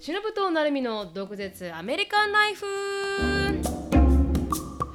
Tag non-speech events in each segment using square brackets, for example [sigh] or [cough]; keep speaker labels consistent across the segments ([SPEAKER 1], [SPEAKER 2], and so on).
[SPEAKER 1] しのぶとなるみの独舌アメリカンライフ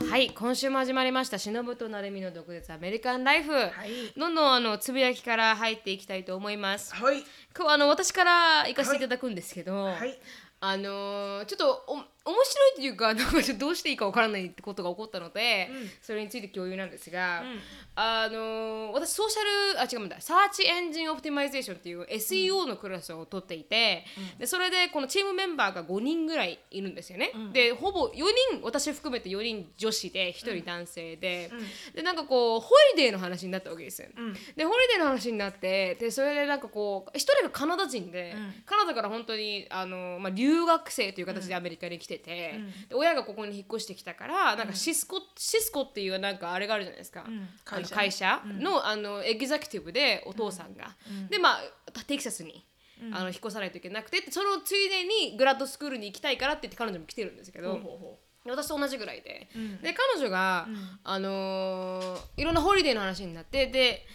[SPEAKER 1] はい今週も始まりましたしのぶとなるみの独舌アメリカンライフ、
[SPEAKER 2] い
[SPEAKER 1] どんどんあのつぶやきから入っていきたいと思います
[SPEAKER 2] はい
[SPEAKER 1] 今日あの私から行かせていただくんですけど、
[SPEAKER 2] はい
[SPEAKER 1] あのーちょっとお面白いというか [laughs] なんかちょっとどうしていいかわからないってことが起こったので、
[SPEAKER 2] うん
[SPEAKER 1] それについて共有なんですが、
[SPEAKER 2] うん
[SPEAKER 1] あのー私ソーシャルあ違うんだサーチエンジンオプティマイゼーションっていう SEO のクラスを取っていて、でそれでこのチームメンバーが5人ぐらいいるんですよね。でほぼ4人私含めて4人女子で1人男性で、でなんかこうホリデーの話になったわけですよ。
[SPEAKER 2] うん
[SPEAKER 1] でホリデーの話になってでそれでなんかこう一人がカナダ人で、
[SPEAKER 2] うん
[SPEAKER 1] カナダから本当にあの、まあ、留学生という形でアメリカに来てて、
[SPEAKER 2] うん
[SPEAKER 1] で親がここに引っ越してきたからなんかシスコ、シスコっていうなんかあれがあるじゃないですか、
[SPEAKER 2] うん
[SPEAKER 1] あの
[SPEAKER 2] 会社ね
[SPEAKER 1] 会社の,、あのエグザクティブでお父さんが、でまあテキサスに。あの引っ越さないといけなくてってそのついでにグラッドスクールに行きたいからって言って彼女も来てるんですけど、
[SPEAKER 2] ほうほうほ
[SPEAKER 1] で私と同じぐらいで、
[SPEAKER 2] うん
[SPEAKER 1] で彼女が、
[SPEAKER 2] うん
[SPEAKER 1] あのーいろんなホリデーの話になってで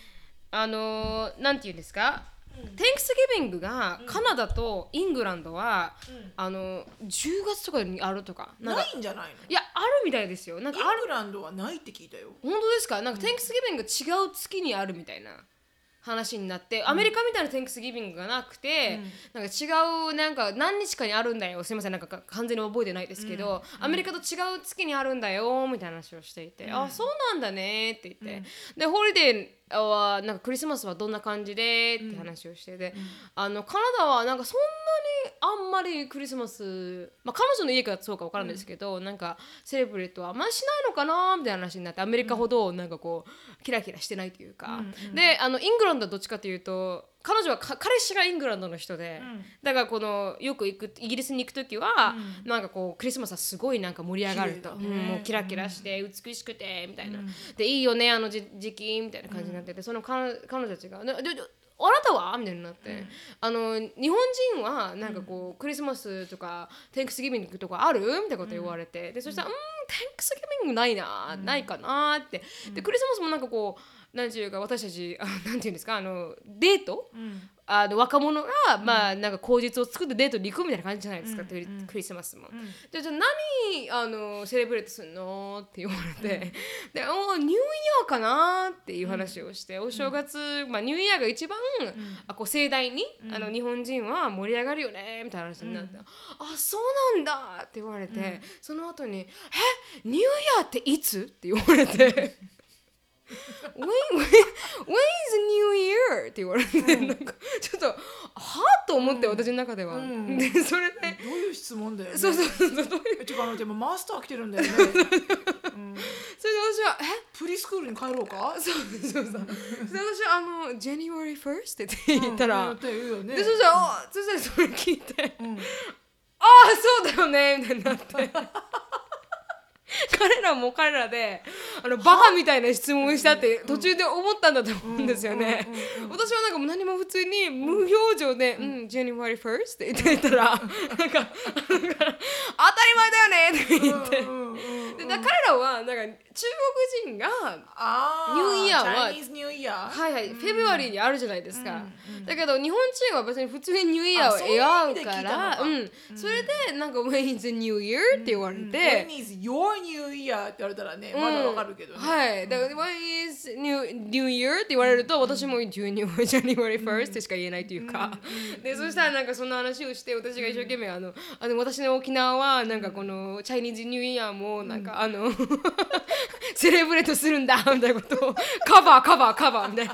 [SPEAKER 1] あのーなんて言うんですか、Thanksgiving がカナダとイングランドは、
[SPEAKER 2] うん
[SPEAKER 1] あのー10月とかにあるとか
[SPEAKER 2] う
[SPEAKER 1] なんか
[SPEAKER 2] ないんじゃないの
[SPEAKER 1] いやあるみたいですよなんか
[SPEAKER 2] イ
[SPEAKER 1] ある
[SPEAKER 2] ングランドはないって聞いたよ
[SPEAKER 1] 本当ですかなんか Thanksgiving が違う月にあるみたいな話になって、アメリカみたいな Thanksgiving がなくて、なんか違うなんか何日かにあるんだよすいませんなんかか完全に覚えてないですけど、アメリカと違う月にあるんだよみたいな話をしていて、あそうなんだねって言って、でホリデーはなんかクリスマスはどんな感じでって話をしてて、あのカナダはなんかそんなにあんまりクリスマス、まあ、彼女の家かそうか分からないですけど、なんかセレブレットはあんまりしないのかなみたいな話になってアメリカほどなんかこうキラキラしてないというか、であのイングランドはどっちかというと彼女はか彼氏がイングランドの人で、
[SPEAKER 2] うん
[SPEAKER 1] だからこのよく行くイギリスに行く時は、なんかこうクリスマスはすごいなんか盛り上がると、
[SPEAKER 2] 綺麗だ
[SPEAKER 1] う
[SPEAKER 2] ね
[SPEAKER 1] んもうキラキラして美しくてみたいな、でいいよねあのじ時期みたいな感じになってて、その彼彼女たちが「ででであなたは?」みたいになって、あの日本人はなんかこう、クリスマスとか「テンクスギビング」とかあるみたいなこと言われて、でそしたら「うんテンクスギビングないな、ないかな」って、でクリスマスもなんかこうなんていうか私たちあなんていうんですかあのデート、
[SPEAKER 2] うん
[SPEAKER 1] あの若者が、まあなんか口実を作ってデートに行くみたいな感じじゃないですか、クリクリスマスも。でじゃあ何あのセレブレートするのって言われて、でおニューイヤーかなっていう話をして、お正月、まあ、ニューイヤーが一番、あこう盛大に、あの日本人は盛り上がるよねみたいな話になって、あそうなんだって言われて、その後に「えニューイヤーっていつ?」って言われ [laughs] て。When, when, when is New Year? って言われて、なんかちょっとはあと思って、私の中では、
[SPEAKER 2] うん
[SPEAKER 1] でそれで、
[SPEAKER 2] どういう質問だよね
[SPEAKER 1] そうそうそうそうどういう
[SPEAKER 2] えてかあのでもマスター来てるんだ
[SPEAKER 1] [laughs]
[SPEAKER 2] よね
[SPEAKER 1] それで私は「え
[SPEAKER 2] プリスクールに帰ろうか
[SPEAKER 1] そうそうそう。それ私あの「January 1st」って言ったら、
[SPEAKER 2] うんって言うよね
[SPEAKER 1] でそしたら「おそしたらそれ聞いて
[SPEAKER 2] うん
[SPEAKER 1] 「ああそうだよね」みたいになって彼らも彼らであのバカみたいな質問をしたって途中で思ったんだと思うんですよね。私はなんかもう何も普通に無表情で「うん、January 1st」って言ってたらなんか「なんか当たり前だよね」って言って。
[SPEAKER 2] うんうんうん
[SPEAKER 1] でだ彼らはなんか中国人が
[SPEAKER 2] あ
[SPEAKER 1] ニューイヤーは
[SPEAKER 2] チャイニーズニューイヤー
[SPEAKER 1] はいはい、フェブワリーにあるじゃないですか、だけど日本人は別に普通にニューイヤーを
[SPEAKER 2] あそういう意味
[SPEAKER 1] 描う
[SPEAKER 2] で
[SPEAKER 1] か
[SPEAKER 2] 聞い
[SPEAKER 1] ら
[SPEAKER 2] たの
[SPEAKER 1] う
[SPEAKER 2] か
[SPEAKER 1] ん、それでなんか「When is the New Year?」って言われて、
[SPEAKER 2] When is your new year って言われたらね、まだわかるけどね。
[SPEAKER 1] はい。だから、When is New, New Year? って言われると、私も January, [laughs] January 1st ってしか言えないというか。で、そしたらなんかそんな話をして、私が一生懸命、あの、あの私の沖縄は、なんかこの、チャイニーズニューイヤーも、なんか、あの、 [laughs] セレブレートするんだ、みたいなことを、カバー、カバー、カバー、みたいな。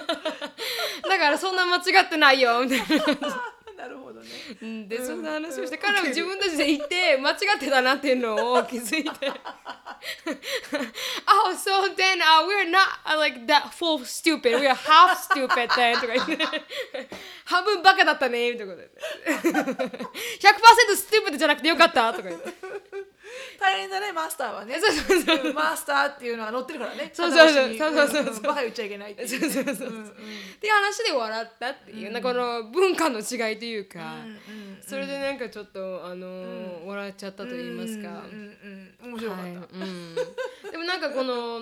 [SPEAKER 1] [laughs] だから、そんな間違ってないよ、みたいな。
[SPEAKER 2] なるほどね。
[SPEAKER 1] うんでそんな話をしてから自分たちで行って [laughs] 間違ってたなっていうのを気づいて [laughs] Oh so then、uh, we're not uh, like that full stupid we're half stupid then とか言って [laughs] 半分バカだったねみたいなこと [laughs] で100% stupid じゃなくてよかったとか言って [laughs]
[SPEAKER 2] 大変だね、マスターはね。
[SPEAKER 1] そうそうそう
[SPEAKER 2] うんマスターっていうのは乗ってるからね。
[SPEAKER 1] そうそうそう
[SPEAKER 2] 片押しに
[SPEAKER 1] そうそうそうん
[SPEAKER 2] バカ言っちゃいけないっていう。
[SPEAKER 1] そうそうそうそうっていう話で笑ったっていう、なんかこの文化の違いというか、それでなんかちょっとあのー笑っちゃったと言いますか、
[SPEAKER 2] うんうん面白かっ
[SPEAKER 1] はいうん、でもなんかこの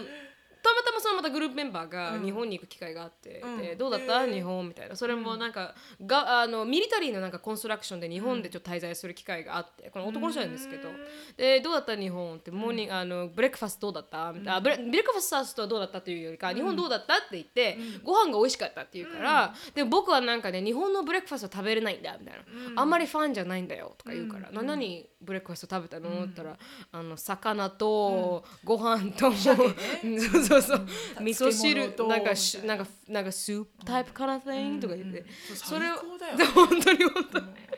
[SPEAKER 1] たまたまそのまたグループメンバーが
[SPEAKER 2] うん
[SPEAKER 1] 日本に行く機会があって、
[SPEAKER 2] うん
[SPEAKER 1] でどうだった、
[SPEAKER 2] へー
[SPEAKER 1] 日本みたいなそれもなんか、があのミリタリーのなんかコンストラクションで日本でちょっと滞在する機会があってこの男の人なんですけど、でどうだった日本ってモーニングあのブレックファストどうだったみたいなあブレブレックファストはどうだったというよりか、日本どうだったって言って、ご飯が美味しかったっていうから、でも僕はなんかね日本のブレックファストは食べれないんだみたいな、あんまりファンじゃないんだよとか言うから、な何ブレックファスト食べたの、って言ったらあの魚とご飯と、うんそうそうそう味噌汁
[SPEAKER 2] 漬物と
[SPEAKER 1] なんかしなんかなんかスープタイプかな thing とか言って、そ
[SPEAKER 2] そ
[SPEAKER 1] れ
[SPEAKER 2] れ
[SPEAKER 1] を
[SPEAKER 2] 最高 [laughs] だよ
[SPEAKER 1] 本当に本当に [laughs]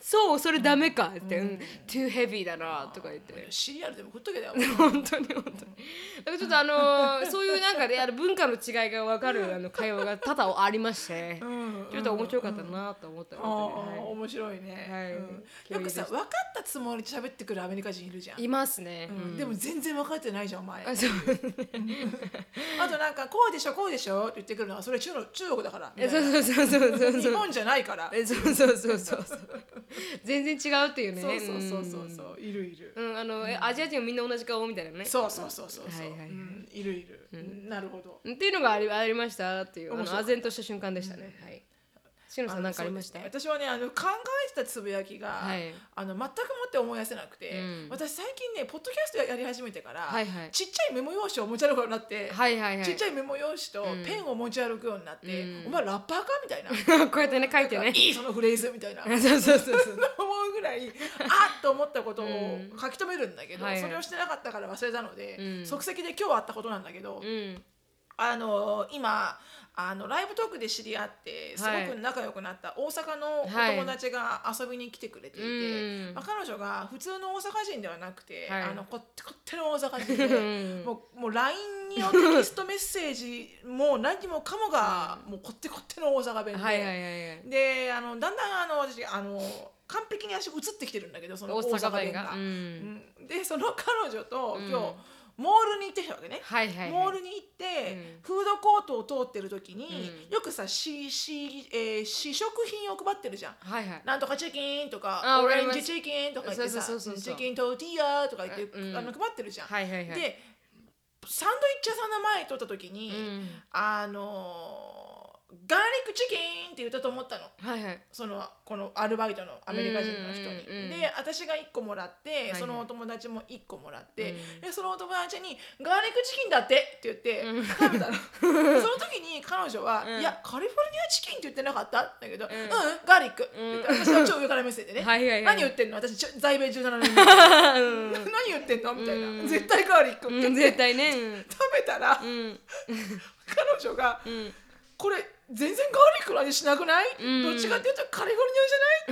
[SPEAKER 1] そうそれダメかって、うん、too heavy だなとか言って。
[SPEAKER 2] シリアルでも食っ
[SPEAKER 1] [laughs]
[SPEAKER 2] とけだよ
[SPEAKER 1] 本当に本当にだからちょっとあの
[SPEAKER 2] [laughs]
[SPEAKER 1] ーそういうなんかであの文化の違いが分かるあの会話が多々ありまして、ちょっと面白かったなと思った
[SPEAKER 2] あ
[SPEAKER 1] ので、
[SPEAKER 2] あ
[SPEAKER 1] は
[SPEAKER 2] 面白いね、
[SPEAKER 1] はい
[SPEAKER 2] うん
[SPEAKER 1] 共有
[SPEAKER 2] よ
[SPEAKER 1] で
[SPEAKER 2] く
[SPEAKER 1] した
[SPEAKER 2] さ分かったつもりで喋ってくるアメリカ人いるじゃん
[SPEAKER 1] い、いますね、
[SPEAKER 2] うんでも全然分かってないじゃんお前
[SPEAKER 1] あそう
[SPEAKER 2] あとなんかこうでしょこうでしょって言ってくるのはそれ中国中国だからみ
[SPEAKER 1] え
[SPEAKER 2] た
[SPEAKER 1] そ
[SPEAKER 2] いうな
[SPEAKER 1] そうそうそうそう
[SPEAKER 2] 日
[SPEAKER 1] そう
[SPEAKER 2] 本じゃないから
[SPEAKER 1] えそうそうそうそうそう全然違うっていうね
[SPEAKER 2] そうそうそうそうそういるいる、
[SPEAKER 1] うん、うんあのえアジア人はみんな同じ顔みたいなね
[SPEAKER 2] そうそうそうそうそう、
[SPEAKER 1] はいはいはい
[SPEAKER 2] うんいるいる、なるほど
[SPEAKER 1] っていうのがありありましたっていうあの
[SPEAKER 2] 面白か
[SPEAKER 1] 唖
[SPEAKER 2] った
[SPEAKER 1] 然とした瞬間でしたね、はいしのさん
[SPEAKER 2] の
[SPEAKER 1] 何かありました
[SPEAKER 2] そうですね私はねあの考えてたつぶやきが、
[SPEAKER 1] はい
[SPEAKER 2] あの全くもって思い出せなくて、
[SPEAKER 1] うん
[SPEAKER 2] 私最近ねポッドキャストやり始めてから、
[SPEAKER 1] はいはい
[SPEAKER 2] ちっちゃいメモ用紙を持ち歩くようになって、
[SPEAKER 1] はいはいはい
[SPEAKER 2] ちっち
[SPEAKER 1] ゃ
[SPEAKER 2] ゃいメモ用紙と
[SPEAKER 1] うん
[SPEAKER 2] ペンを持ち歩くようになって、
[SPEAKER 1] うん
[SPEAKER 2] お前ラッパーかみたいな
[SPEAKER 1] いこうやってね書い
[SPEAKER 2] [laughs]
[SPEAKER 1] てね
[SPEAKER 2] いいそのフレーズみた
[SPEAKER 1] [laughs]
[SPEAKER 2] いな思
[SPEAKER 1] そうそうそうそう
[SPEAKER 2] うぐらいあっと思ったことを
[SPEAKER 1] うん
[SPEAKER 2] 書き留めるんだけど、
[SPEAKER 1] はいはい
[SPEAKER 2] それをしてなかったから忘れたので、
[SPEAKER 1] うん
[SPEAKER 2] 即席で今日あったことなんだけど、
[SPEAKER 1] うん
[SPEAKER 2] あの今あのライブトークで知り合ってす
[SPEAKER 1] はい
[SPEAKER 2] ごく仲良くなった大阪のお
[SPEAKER 1] はい
[SPEAKER 2] 友達が遊びに来てくれていて、
[SPEAKER 1] うん
[SPEAKER 2] まあ、彼女が普通の大阪人ではなくて、
[SPEAKER 1] はい
[SPEAKER 2] あのここっての大阪人
[SPEAKER 1] うん
[SPEAKER 2] でもうもう LINE によってテキストメッセージもう何もかもが、もうこってこっての大阪弁で。
[SPEAKER 1] はいはいはいはい
[SPEAKER 2] であのだんだんあの私あの完璧に足移ってきてるんだけどその
[SPEAKER 1] 大
[SPEAKER 2] 大阪
[SPEAKER 1] 阪
[SPEAKER 2] 弁
[SPEAKER 1] 弁
[SPEAKER 2] が
[SPEAKER 1] が。う
[SPEAKER 2] うんんでその彼女と今日、
[SPEAKER 1] うん
[SPEAKER 2] モールに行ってきたわけね。
[SPEAKER 1] はいはいはい
[SPEAKER 2] モールに行って、フードコートを通ってる時に、
[SPEAKER 1] う
[SPEAKER 2] よくさしし、えー試食品を配ってるじゃん。
[SPEAKER 1] はいはい
[SPEAKER 2] なんとかチキンと
[SPEAKER 1] あ
[SPEAKER 2] か
[SPEAKER 1] わ
[SPEAKER 2] オ
[SPEAKER 1] かり
[SPEAKER 2] レ
[SPEAKER 1] ま
[SPEAKER 2] ン
[SPEAKER 1] す
[SPEAKER 2] ジチキンとか言ってさ
[SPEAKER 1] そうそうそうそうそう
[SPEAKER 2] チキントーティーヤとか言って、
[SPEAKER 1] あうん
[SPEAKER 2] あの配ってるじゃん。
[SPEAKER 1] はいはいはい
[SPEAKER 2] でサンドイッチ屋さんの前通った時に、
[SPEAKER 1] うん
[SPEAKER 2] あのーガーリックチキンって言ったと思ったの。
[SPEAKER 1] はい
[SPEAKER 2] [laughs]
[SPEAKER 1] はい
[SPEAKER 2] そのこのアルバイトのアメリカ人の人に、
[SPEAKER 1] うんうんうん
[SPEAKER 2] で私が1個もらって、
[SPEAKER 1] いはい
[SPEAKER 2] そのお友達も1個もらって、
[SPEAKER 1] うん
[SPEAKER 2] でそのお友達に「ガーリックチキンだって」って言って、
[SPEAKER 1] うん [laughs]
[SPEAKER 2] 食べたのその時に彼女は「
[SPEAKER 1] うん
[SPEAKER 2] いやカリフォルニアチキンって言ってなかった?」だけど「うん、
[SPEAKER 1] ん
[SPEAKER 2] ガーリック」って言って、私は超上から目線でね
[SPEAKER 1] はいはいはい
[SPEAKER 2] 何言ってんの私ちょ在米17年
[SPEAKER 1] うん
[SPEAKER 2] 何言ってんの?」みたいな、
[SPEAKER 1] うん
[SPEAKER 2] 絶対ガーリック」って
[SPEAKER 1] う
[SPEAKER 2] 言
[SPEAKER 1] ん
[SPEAKER 2] って、
[SPEAKER 1] 絶対ねうん
[SPEAKER 2] 食べたら、
[SPEAKER 1] うん
[SPEAKER 2] 彼女が「
[SPEAKER 1] うん
[SPEAKER 2] これ全然ガーリックの味しなくない
[SPEAKER 1] うん
[SPEAKER 2] どっちかっていうとカリフォル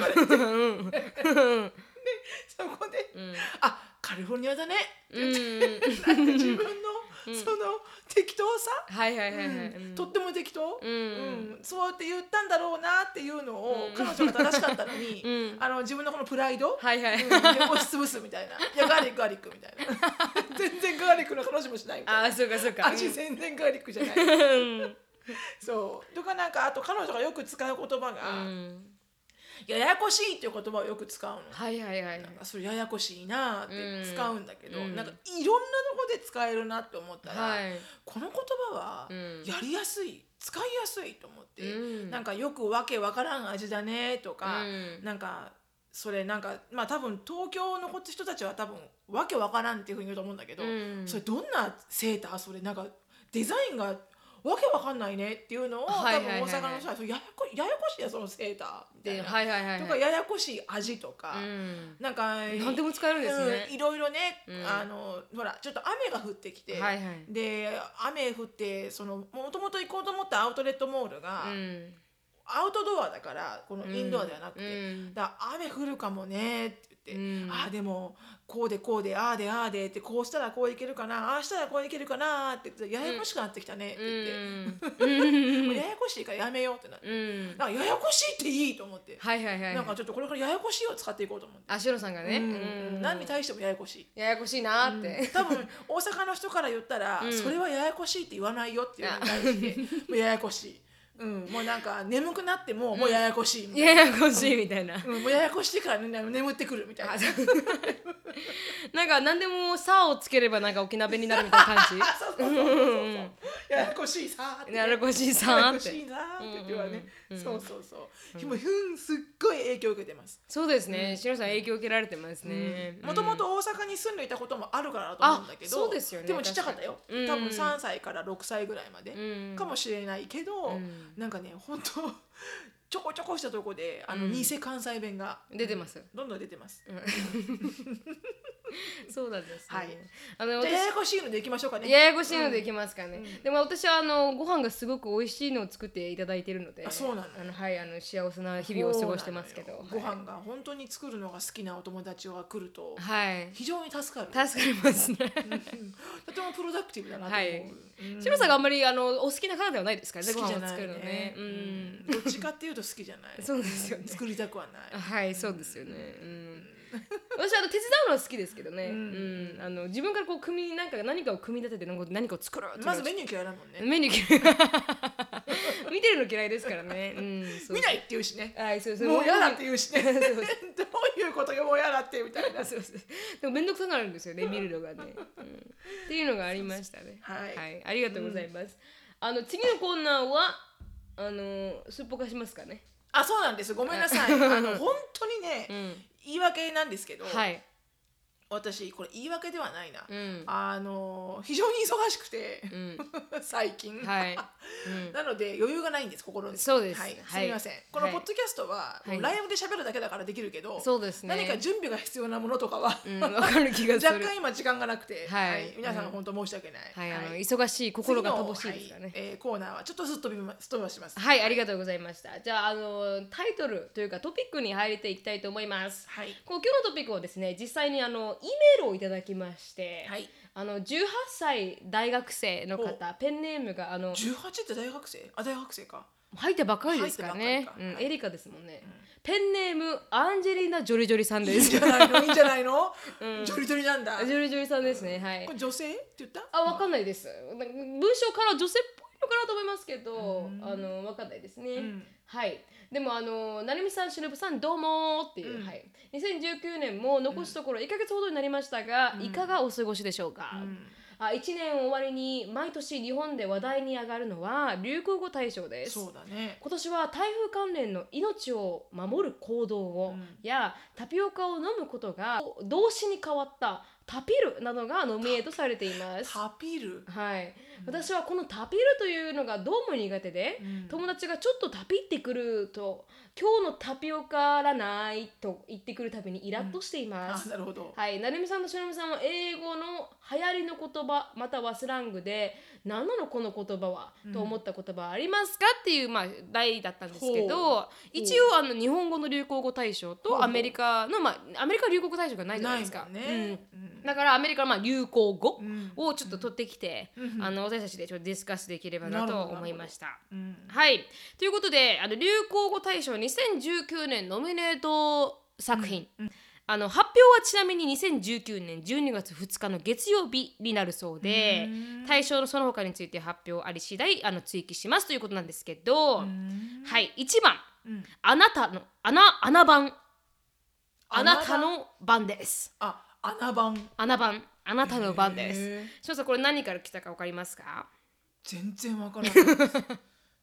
[SPEAKER 2] ニアじゃない?」って言われて。 [laughs]
[SPEAKER 1] うんうん
[SPEAKER 2] そこで、
[SPEAKER 1] うん
[SPEAKER 2] あカリフォルニアだね
[SPEAKER 1] うん
[SPEAKER 2] なんて自分の、その適当さ、
[SPEAKER 1] はいはいはいはい
[SPEAKER 2] とっても適当、
[SPEAKER 1] うん
[SPEAKER 2] うんそうやって言ったんだろうなっていうのを、彼女が正しかったのに、
[SPEAKER 1] うん
[SPEAKER 2] あの自分のこのプライド、
[SPEAKER 1] はいはい
[SPEAKER 2] うんで押しつぶすみたいな「いやガーリックガーリック」みたい
[SPEAKER 1] [laughs]
[SPEAKER 2] な全然ガーリックの彼女もしないみたい
[SPEAKER 1] あ
[SPEAKER 2] な
[SPEAKER 1] あそうかそうか
[SPEAKER 2] 味全然ガーリックじゃない
[SPEAKER 1] うん
[SPEAKER 2] そうとかなんかあと彼女がよく使う言葉
[SPEAKER 1] う
[SPEAKER 2] が
[SPEAKER 1] ん
[SPEAKER 2] 「ややこしい」っていう言葉をよく使うの。
[SPEAKER 1] はいはいはいはい
[SPEAKER 2] なんかそれややこしいなーって使うんだけど、
[SPEAKER 1] うん
[SPEAKER 2] なんかいろんなとこで使えるなって思ったら、
[SPEAKER 1] はい
[SPEAKER 2] この言葉は
[SPEAKER 1] うん
[SPEAKER 2] やりやすい、使いやすいと思って、
[SPEAKER 1] うん
[SPEAKER 2] なんかよくわけわからん味だねとか、
[SPEAKER 1] うん
[SPEAKER 2] なんかそれなんかまあ多分東京の人たちは多分わけわからんっていうふうに言うと思うんだけど、
[SPEAKER 1] うん
[SPEAKER 2] それどんなセーターそれなんかデザインがわけわかんないねっていうのを、
[SPEAKER 1] はいはいはいはい
[SPEAKER 2] 多分大阪の人はそれややこややこしいやそのセーターみたい
[SPEAKER 1] で
[SPEAKER 2] な、
[SPEAKER 1] はいはいはい
[SPEAKER 2] と
[SPEAKER 1] は
[SPEAKER 2] か
[SPEAKER 1] い
[SPEAKER 2] ややこしい味とか。
[SPEAKER 1] うん
[SPEAKER 2] なんか
[SPEAKER 1] 何でも使えるんですね
[SPEAKER 2] うんいろいろね、
[SPEAKER 1] うん
[SPEAKER 2] あのほらちょっと雨が降ってきて、
[SPEAKER 1] はいはい
[SPEAKER 2] で雨降ってそのもともと行こうと思ったアウトレットモールが、
[SPEAKER 1] うん
[SPEAKER 2] アウトドアだからこのインドアではなくて、
[SPEAKER 1] うん
[SPEAKER 2] だから雨降るかもねって言って、
[SPEAKER 1] うん
[SPEAKER 2] ああでもこうでこうでああでああでってこうしたらこういけるかなああしたらこういけるかなって言ってややこしくなってきたねって
[SPEAKER 1] う
[SPEAKER 2] 言って、
[SPEAKER 1] ん
[SPEAKER 2] もうややこしいからやめようってなって、
[SPEAKER 1] うん
[SPEAKER 2] なんかややこしいっていいと思って、
[SPEAKER 1] はいはいはい
[SPEAKER 2] なんかちょっとこれからややこしいを使っていこうと思って、
[SPEAKER 1] あしろさんがね
[SPEAKER 2] うん
[SPEAKER 1] うん
[SPEAKER 2] 何に対してもややこしい。
[SPEAKER 1] ややこしいなーって
[SPEAKER 2] 多分大阪の人から言ったら、
[SPEAKER 1] うん
[SPEAKER 2] それはややこしいって言わないよっていうのに対してもうややこしい、うん、もうなんか眠くなっても、も
[SPEAKER 1] [laughs]
[SPEAKER 2] うややこしいみたい
[SPEAKER 1] ややこしいみたいな
[SPEAKER 2] な、うんもうややこしいから、ね、眠ってくるみたいな
[SPEAKER 1] あ
[SPEAKER 2] そ
[SPEAKER 1] そううなんか何でも「さ」をつければなんか沖縄弁になるみたいな感
[SPEAKER 2] あそうそうそうそうそうややこしいさー [laughs] って
[SPEAKER 1] じ
[SPEAKER 2] ね
[SPEAKER 1] ややこしい
[SPEAKER 2] や
[SPEAKER 1] さん
[SPEAKER 2] やこ
[SPEAKER 1] っ
[SPEAKER 2] しい
[SPEAKER 1] て
[SPEAKER 2] なーって言はね、
[SPEAKER 1] うんうんうん
[SPEAKER 2] そうそうそう、でもふんすっごい影響を受けてます
[SPEAKER 1] そうですねしのさん影響受けられてますね
[SPEAKER 2] もともと大阪に住んでいたこともあるからだと思うんだけど
[SPEAKER 1] あそうですよね
[SPEAKER 2] もちっちゃかったよ、
[SPEAKER 1] 確かに
[SPEAKER 2] 多
[SPEAKER 1] うん
[SPEAKER 2] 分3歳から6歳ぐらいまで、
[SPEAKER 1] うん
[SPEAKER 2] かもしれないけど、
[SPEAKER 1] うん
[SPEAKER 2] なんかね本当 [laughs] ちょこちょこしたとこであの
[SPEAKER 1] うん
[SPEAKER 2] 偽関西弁が
[SPEAKER 1] 出てます
[SPEAKER 2] どんどん出てます、
[SPEAKER 1] そうなんですね
[SPEAKER 2] はい
[SPEAKER 1] あの
[SPEAKER 2] じゃあや
[SPEAKER 1] 私
[SPEAKER 2] やこしいのでいきましょうかね
[SPEAKER 1] ややこしいのでいきますかね、でも私はあのご飯がすごく美味しいのを作っていただいてるので
[SPEAKER 2] あそうなの
[SPEAKER 1] あのはいあの幸せな日々を過ごしてますけど
[SPEAKER 2] そうなのよご飯が本当に作るのが好きなお友達が来ると
[SPEAKER 1] はい
[SPEAKER 2] 非常に助かる
[SPEAKER 1] 助かりますね
[SPEAKER 2] とてもプロダクティブだなと思う、
[SPEAKER 1] はい
[SPEAKER 2] うん
[SPEAKER 1] 白さんがあんまりあのお好きな方ではないですからね
[SPEAKER 2] 好きじゃ
[SPEAKER 1] ご飯を
[SPEAKER 2] な
[SPEAKER 1] 作
[SPEAKER 2] い
[SPEAKER 1] るのね
[SPEAKER 2] ね、
[SPEAKER 1] う
[SPEAKER 2] うん
[SPEAKER 1] ん
[SPEAKER 2] どっちかっていうと好きじゃな
[SPEAKER 1] [laughs]
[SPEAKER 2] い
[SPEAKER 1] そうですよね
[SPEAKER 2] 作りたくはない
[SPEAKER 1] はいそうですよねうん私あの手伝うのは好きですけどね、うんあの自分からこう組みなんか何かを組み立ててなんか何かを作ろうっていうの
[SPEAKER 2] ま
[SPEAKER 1] は
[SPEAKER 2] ずメニュー嫌いだもんね
[SPEAKER 1] メニュー嫌い [laughs] 見てるの嫌いですからね、うん、そう
[SPEAKER 2] 見ないって言うしね
[SPEAKER 1] はいそうそう
[SPEAKER 2] もう嫌だって言うしね [laughs] ど
[SPEAKER 1] そう
[SPEAKER 2] う
[SPEAKER 1] そう
[SPEAKER 2] いうことがも [laughs] う嫌だってみたいな
[SPEAKER 1] そうそうでも面倒くさくなるんですよね見るのがね、うんっていうのがありましたね
[SPEAKER 2] そうそうはい
[SPEAKER 1] ありがとうございます、あの次のコーナーはあのすっぽかしますかね
[SPEAKER 2] あそうなんですごめんなさいあの本当にね、
[SPEAKER 1] ん
[SPEAKER 2] 言い訳なんですけど、
[SPEAKER 1] はい
[SPEAKER 2] 私これ言い訳ではないな、
[SPEAKER 1] うん
[SPEAKER 2] あの非常に忙しくて、
[SPEAKER 1] うん
[SPEAKER 2] [laughs] 最近、
[SPEAKER 1] はい、
[SPEAKER 2] なので余裕がないんです心に
[SPEAKER 1] そうです
[SPEAKER 2] はい、
[SPEAKER 1] は
[SPEAKER 2] す
[SPEAKER 1] い
[SPEAKER 2] みません、この
[SPEAKER 1] はい
[SPEAKER 2] ポッドキャストは、
[SPEAKER 1] はい
[SPEAKER 2] ライブで喋るだけだからできるけど、
[SPEAKER 1] うん、そうですね
[SPEAKER 2] 何か準備が必要なものとかは、
[SPEAKER 1] うん、わかる気がする
[SPEAKER 2] 若干今時間がなくて、
[SPEAKER 1] はい
[SPEAKER 2] 皆さ
[SPEAKER 1] うん
[SPEAKER 2] ん本当申し訳ない、
[SPEAKER 1] はい、あの
[SPEAKER 2] はい
[SPEAKER 1] 忙しい心が乏しいですからね
[SPEAKER 2] 次のはいえーコーナーはちょっとすっ飛びます飛ばします
[SPEAKER 1] はい、ありがとうございました。じゃあ、あのタイトルというかトピックに入れていきたいと思います。
[SPEAKER 2] はい
[SPEAKER 1] こう今日のトピックをですね、実際にあの E メールをいただきまして、
[SPEAKER 2] はい
[SPEAKER 1] あの18歳大学生の方、ペンネームがあの
[SPEAKER 2] 18って大学生あ大学生か
[SPEAKER 1] 入ったばっかりですから
[SPEAKER 2] 入っ
[SPEAKER 1] ね
[SPEAKER 2] たばっ。か
[SPEAKER 1] う
[SPEAKER 2] り
[SPEAKER 1] ん
[SPEAKER 2] か、はい
[SPEAKER 1] エリカですもんね。ペンネームアンジェリーナジョリジョリさん
[SPEAKER 2] い
[SPEAKER 1] で
[SPEAKER 2] いん
[SPEAKER 1] す。[laughs]
[SPEAKER 2] じ
[SPEAKER 1] ジ
[SPEAKER 2] ゃないのいいんじゃな
[SPEAKER 1] [laughs]
[SPEAKER 2] いの、ジョリジョリなんだ
[SPEAKER 1] ョリジョリさんですね。はい
[SPEAKER 2] こ。れ女性って言った
[SPEAKER 1] あ、わかんないです。なんか文章から女性っぽいのかなと思いますけど、あのわかんないですね。
[SPEAKER 2] ん
[SPEAKER 1] はい。でもあの成美さん、しのぶさんどうもーっていう、
[SPEAKER 2] うん
[SPEAKER 1] はい。2019年も残すところ1ヶ月ほどになりましたが、いかがお過ごしでしょうか。
[SPEAKER 2] うん
[SPEAKER 1] あ、1年終わりに毎年日本で話題に上がるのは流行語大賞です。
[SPEAKER 2] そうだね
[SPEAKER 1] 今年は台風関連の命を守る行動を、やタピオカを飲むことが動詞に変わったタピルなどがノミネートされています。
[SPEAKER 2] タピル、
[SPEAKER 1] はい、私はこのタピルというのがどうも苦手で、友達がちょっとタピってくると今日のタピオカらないと言ってくるたびにイラッとしていま
[SPEAKER 2] あ
[SPEAKER 1] す、
[SPEAKER 2] なるほど、
[SPEAKER 1] はい、なるみさんとしのみさんは英語の流行りの言葉またはスラングで何なのこの言葉は、と思った言葉はありますかっていう、まあ、題だったんですけ
[SPEAKER 2] ほ
[SPEAKER 1] ど一応あの日本語の流行語大賞
[SPEAKER 2] ほう
[SPEAKER 1] と
[SPEAKER 2] ほう
[SPEAKER 1] アメリカの、まあ、アメリカは流行語大賞がないじゃない
[SPEAKER 2] ない
[SPEAKER 1] ですか。
[SPEAKER 2] もんね、う
[SPEAKER 1] うんんだからアメリカのまあ流行語
[SPEAKER 2] うん
[SPEAKER 1] をちょっと取ってきて、
[SPEAKER 2] うん
[SPEAKER 1] あの私たちでちょっとディスカスできればな
[SPEAKER 2] なる
[SPEAKER 1] と
[SPEAKER 2] ほど
[SPEAKER 1] 思いました。
[SPEAKER 2] うん
[SPEAKER 1] はい、ということであの流行語大賞2019年ノミネート作品、あの発表はちなみに2019年12月2日の月曜日になるそうで
[SPEAKER 2] うん
[SPEAKER 1] 対象のその他について発表あり次第あの追記しますということなんですけど、
[SPEAKER 2] うん
[SPEAKER 1] はい1番
[SPEAKER 2] うん
[SPEAKER 1] あなたの穴穴番あなたの番です
[SPEAKER 2] あ穴番
[SPEAKER 1] 穴番あなたの番です
[SPEAKER 2] へー
[SPEAKER 1] 翔さんこれ何から来たかわかりますか
[SPEAKER 2] 全然わからな
[SPEAKER 1] [laughs]
[SPEAKER 2] いです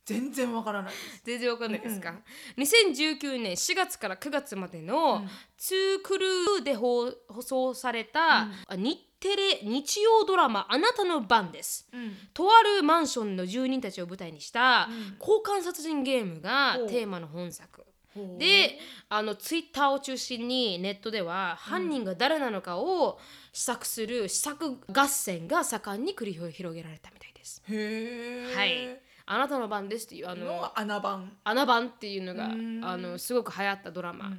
[SPEAKER 2] 全然わからないです
[SPEAKER 1] 全然わかんないですか、2019年4月から9月までの「ツークルー」で放放送された、あ日テレ日曜ドラマ「あなたの番」です。とあるマンションの住人たちを舞台にした
[SPEAKER 2] うん
[SPEAKER 1] 交換殺人ゲームが
[SPEAKER 2] ほう
[SPEAKER 1] テーマの本作。
[SPEAKER 2] ほう
[SPEAKER 1] であのツイッターを中心にネットでは犯人が誰なのかを試作する試作合戦が盛んに繰り広げられたみたいです。
[SPEAKER 2] へえ
[SPEAKER 1] はい、あなたの番ですっていうあの
[SPEAKER 2] の穴番
[SPEAKER 1] 穴番っていうのが
[SPEAKER 2] うん
[SPEAKER 1] あのすごく流行ったドラマ、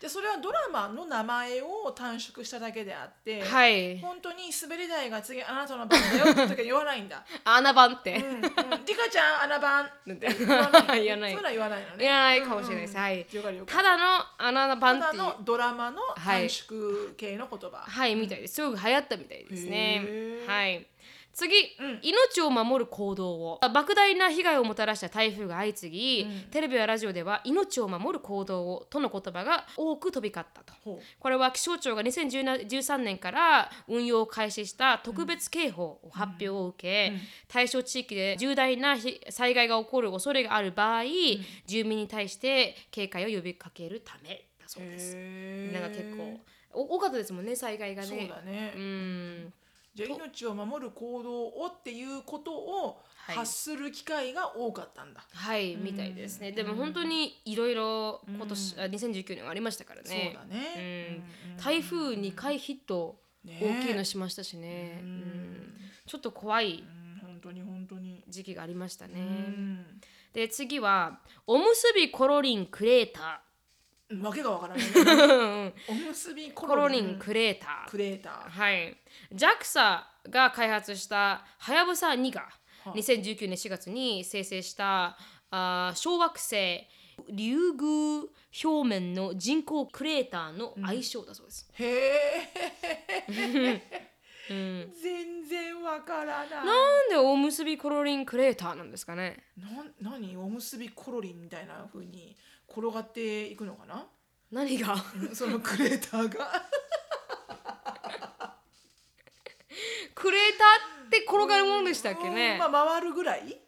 [SPEAKER 2] でそれはドラマの名前を短縮しただけであって、
[SPEAKER 1] はい
[SPEAKER 2] 本当に滑り台が次あなたの番だよって時は言わない
[SPEAKER 1] [laughs]
[SPEAKER 2] んだ
[SPEAKER 1] 穴番っ
[SPEAKER 2] う
[SPEAKER 1] て、
[SPEAKER 2] ん、うん、リカちゃん穴番
[SPEAKER 1] なんて
[SPEAKER 2] 言わない
[SPEAKER 1] 言わない
[SPEAKER 2] そういうのは言わないのね
[SPEAKER 1] いらないかもしれないです、
[SPEAKER 2] うんうん
[SPEAKER 1] はい
[SPEAKER 2] 了解了解
[SPEAKER 1] ただの穴番
[SPEAKER 2] た
[SPEAKER 1] っ
[SPEAKER 2] だ
[SPEAKER 1] ていう
[SPEAKER 2] のドラマの短縮系の言葉、
[SPEAKER 1] はいみたいですすごく流行ったみたいですね
[SPEAKER 2] へー
[SPEAKER 1] はい次、
[SPEAKER 2] うん
[SPEAKER 1] 命を守る行動を莫大な被害をもたらした台風が相次ぎ、
[SPEAKER 2] うん
[SPEAKER 1] テレビやラジオでは命を守る行動をとの言葉が多く飛び交ったと
[SPEAKER 2] ほ
[SPEAKER 1] これは気象庁が2013年から運用を開始した特別警報を発表を受け、
[SPEAKER 2] うんうん
[SPEAKER 1] 対象地域で重大なひ災害が起こる恐れがある場合、住民に対して警戒を呼びかけるためだそう
[SPEAKER 2] う
[SPEAKER 1] です。
[SPEAKER 2] へー
[SPEAKER 1] なんか結構お多かったですもんね災害がね。
[SPEAKER 2] そうだね、
[SPEAKER 1] うん
[SPEAKER 2] じゃあ命を守る行動をっていうことを
[SPEAKER 1] はい
[SPEAKER 2] 発する機会が多かったんだ、
[SPEAKER 1] はい、
[SPEAKER 2] うん
[SPEAKER 1] みたいですね。でも本当にいろいろ今年、
[SPEAKER 2] うん
[SPEAKER 1] あ2019年はありましたからね。
[SPEAKER 2] そうだね、うん
[SPEAKER 1] 台風2回ヒット
[SPEAKER 2] ね
[SPEAKER 1] 大きいのしましたしね。
[SPEAKER 2] う
[SPEAKER 1] うんんちょっと怖い
[SPEAKER 2] うん本当に本当に
[SPEAKER 1] 時期がありましたね。
[SPEAKER 2] うん
[SPEAKER 1] で次はおむすびコロリンクレータ
[SPEAKER 2] わけがわからないね、
[SPEAKER 1] ー
[SPEAKER 2] おむすびコ
[SPEAKER 1] コロ
[SPEAKER 2] ロ
[SPEAKER 1] リ
[SPEAKER 2] リ
[SPEAKER 1] ン
[SPEAKER 2] ンク
[SPEAKER 1] クレーター
[SPEAKER 2] レータ
[SPEAKER 1] はい JAXA が開発したはやぶさ2が
[SPEAKER 2] は
[SPEAKER 1] 2019年4月に生成したあー小惑星リュウグウ表面の人工クレーターの愛称だそうです、
[SPEAKER 2] ーへ
[SPEAKER 1] うん
[SPEAKER 2] え全然わからない
[SPEAKER 1] なんでおむすびコロリンクレーターなんですかね
[SPEAKER 2] なん何おむすびコロリンみたいな風に転がっていくのかな [laughs]
[SPEAKER 1] 何が
[SPEAKER 2] そのクレーターが
[SPEAKER 1] クレーターって転がるものでしたっけね、
[SPEAKER 2] うんまあ、回るぐらい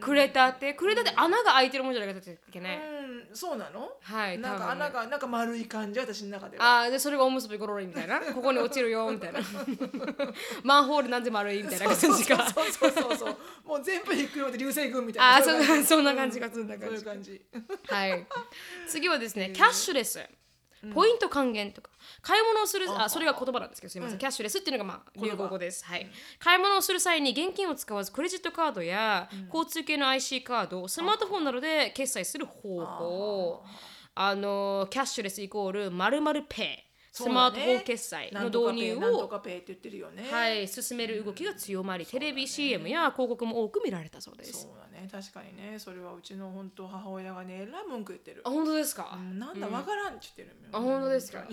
[SPEAKER 1] クレーターってクレーターって穴が開いてるもんじゃなかったっけね、
[SPEAKER 2] うんそうなの
[SPEAKER 1] はい、
[SPEAKER 2] なん
[SPEAKER 1] 多
[SPEAKER 2] か
[SPEAKER 1] 分ね
[SPEAKER 2] 穴がなんか丸い感じ私の中では
[SPEAKER 1] あーでそれがおむすびゴロリみた
[SPEAKER 2] [laughs]
[SPEAKER 1] いなここに落ちるよみたいな [laughs] マンホールなんで丸いみたいな感じか
[SPEAKER 2] そうそうそうそうもう全部ひっくり返って流星群みたいな
[SPEAKER 1] あーそんなそんな感じ
[SPEAKER 2] が
[SPEAKER 1] かそんな
[SPEAKER 2] そ
[SPEAKER 1] 感
[SPEAKER 2] うい
[SPEAKER 1] じ
[SPEAKER 2] う
[SPEAKER 1] か
[SPEAKER 2] 感じ
[SPEAKER 1] はい次はですねキャッシュレスポイント還元とか買い物をするあそれが言葉なんですけどすみません、キャッシュレスっていうのがまあ流行語です、はい、買い物をする際に現金を使わずクレジットカードや交通系の IC カードスマートフォンなどで決済する方法あのキャッシュレスイコール〇〇ペイスマートフォン決済の導入
[SPEAKER 2] なんと
[SPEAKER 1] を
[SPEAKER 2] かペイなんとかペイって言ってるよね
[SPEAKER 1] はい、進める動きが強まり、テレビ CM や広告も多く見られたそうです。
[SPEAKER 2] そうだね確かにねそれはうちの本当母親がねえらい文句言ってる
[SPEAKER 1] あ、本当ですか。
[SPEAKER 2] うんなんだわからんって言ってるの
[SPEAKER 1] あ、
[SPEAKER 2] よ
[SPEAKER 1] 本当ですか。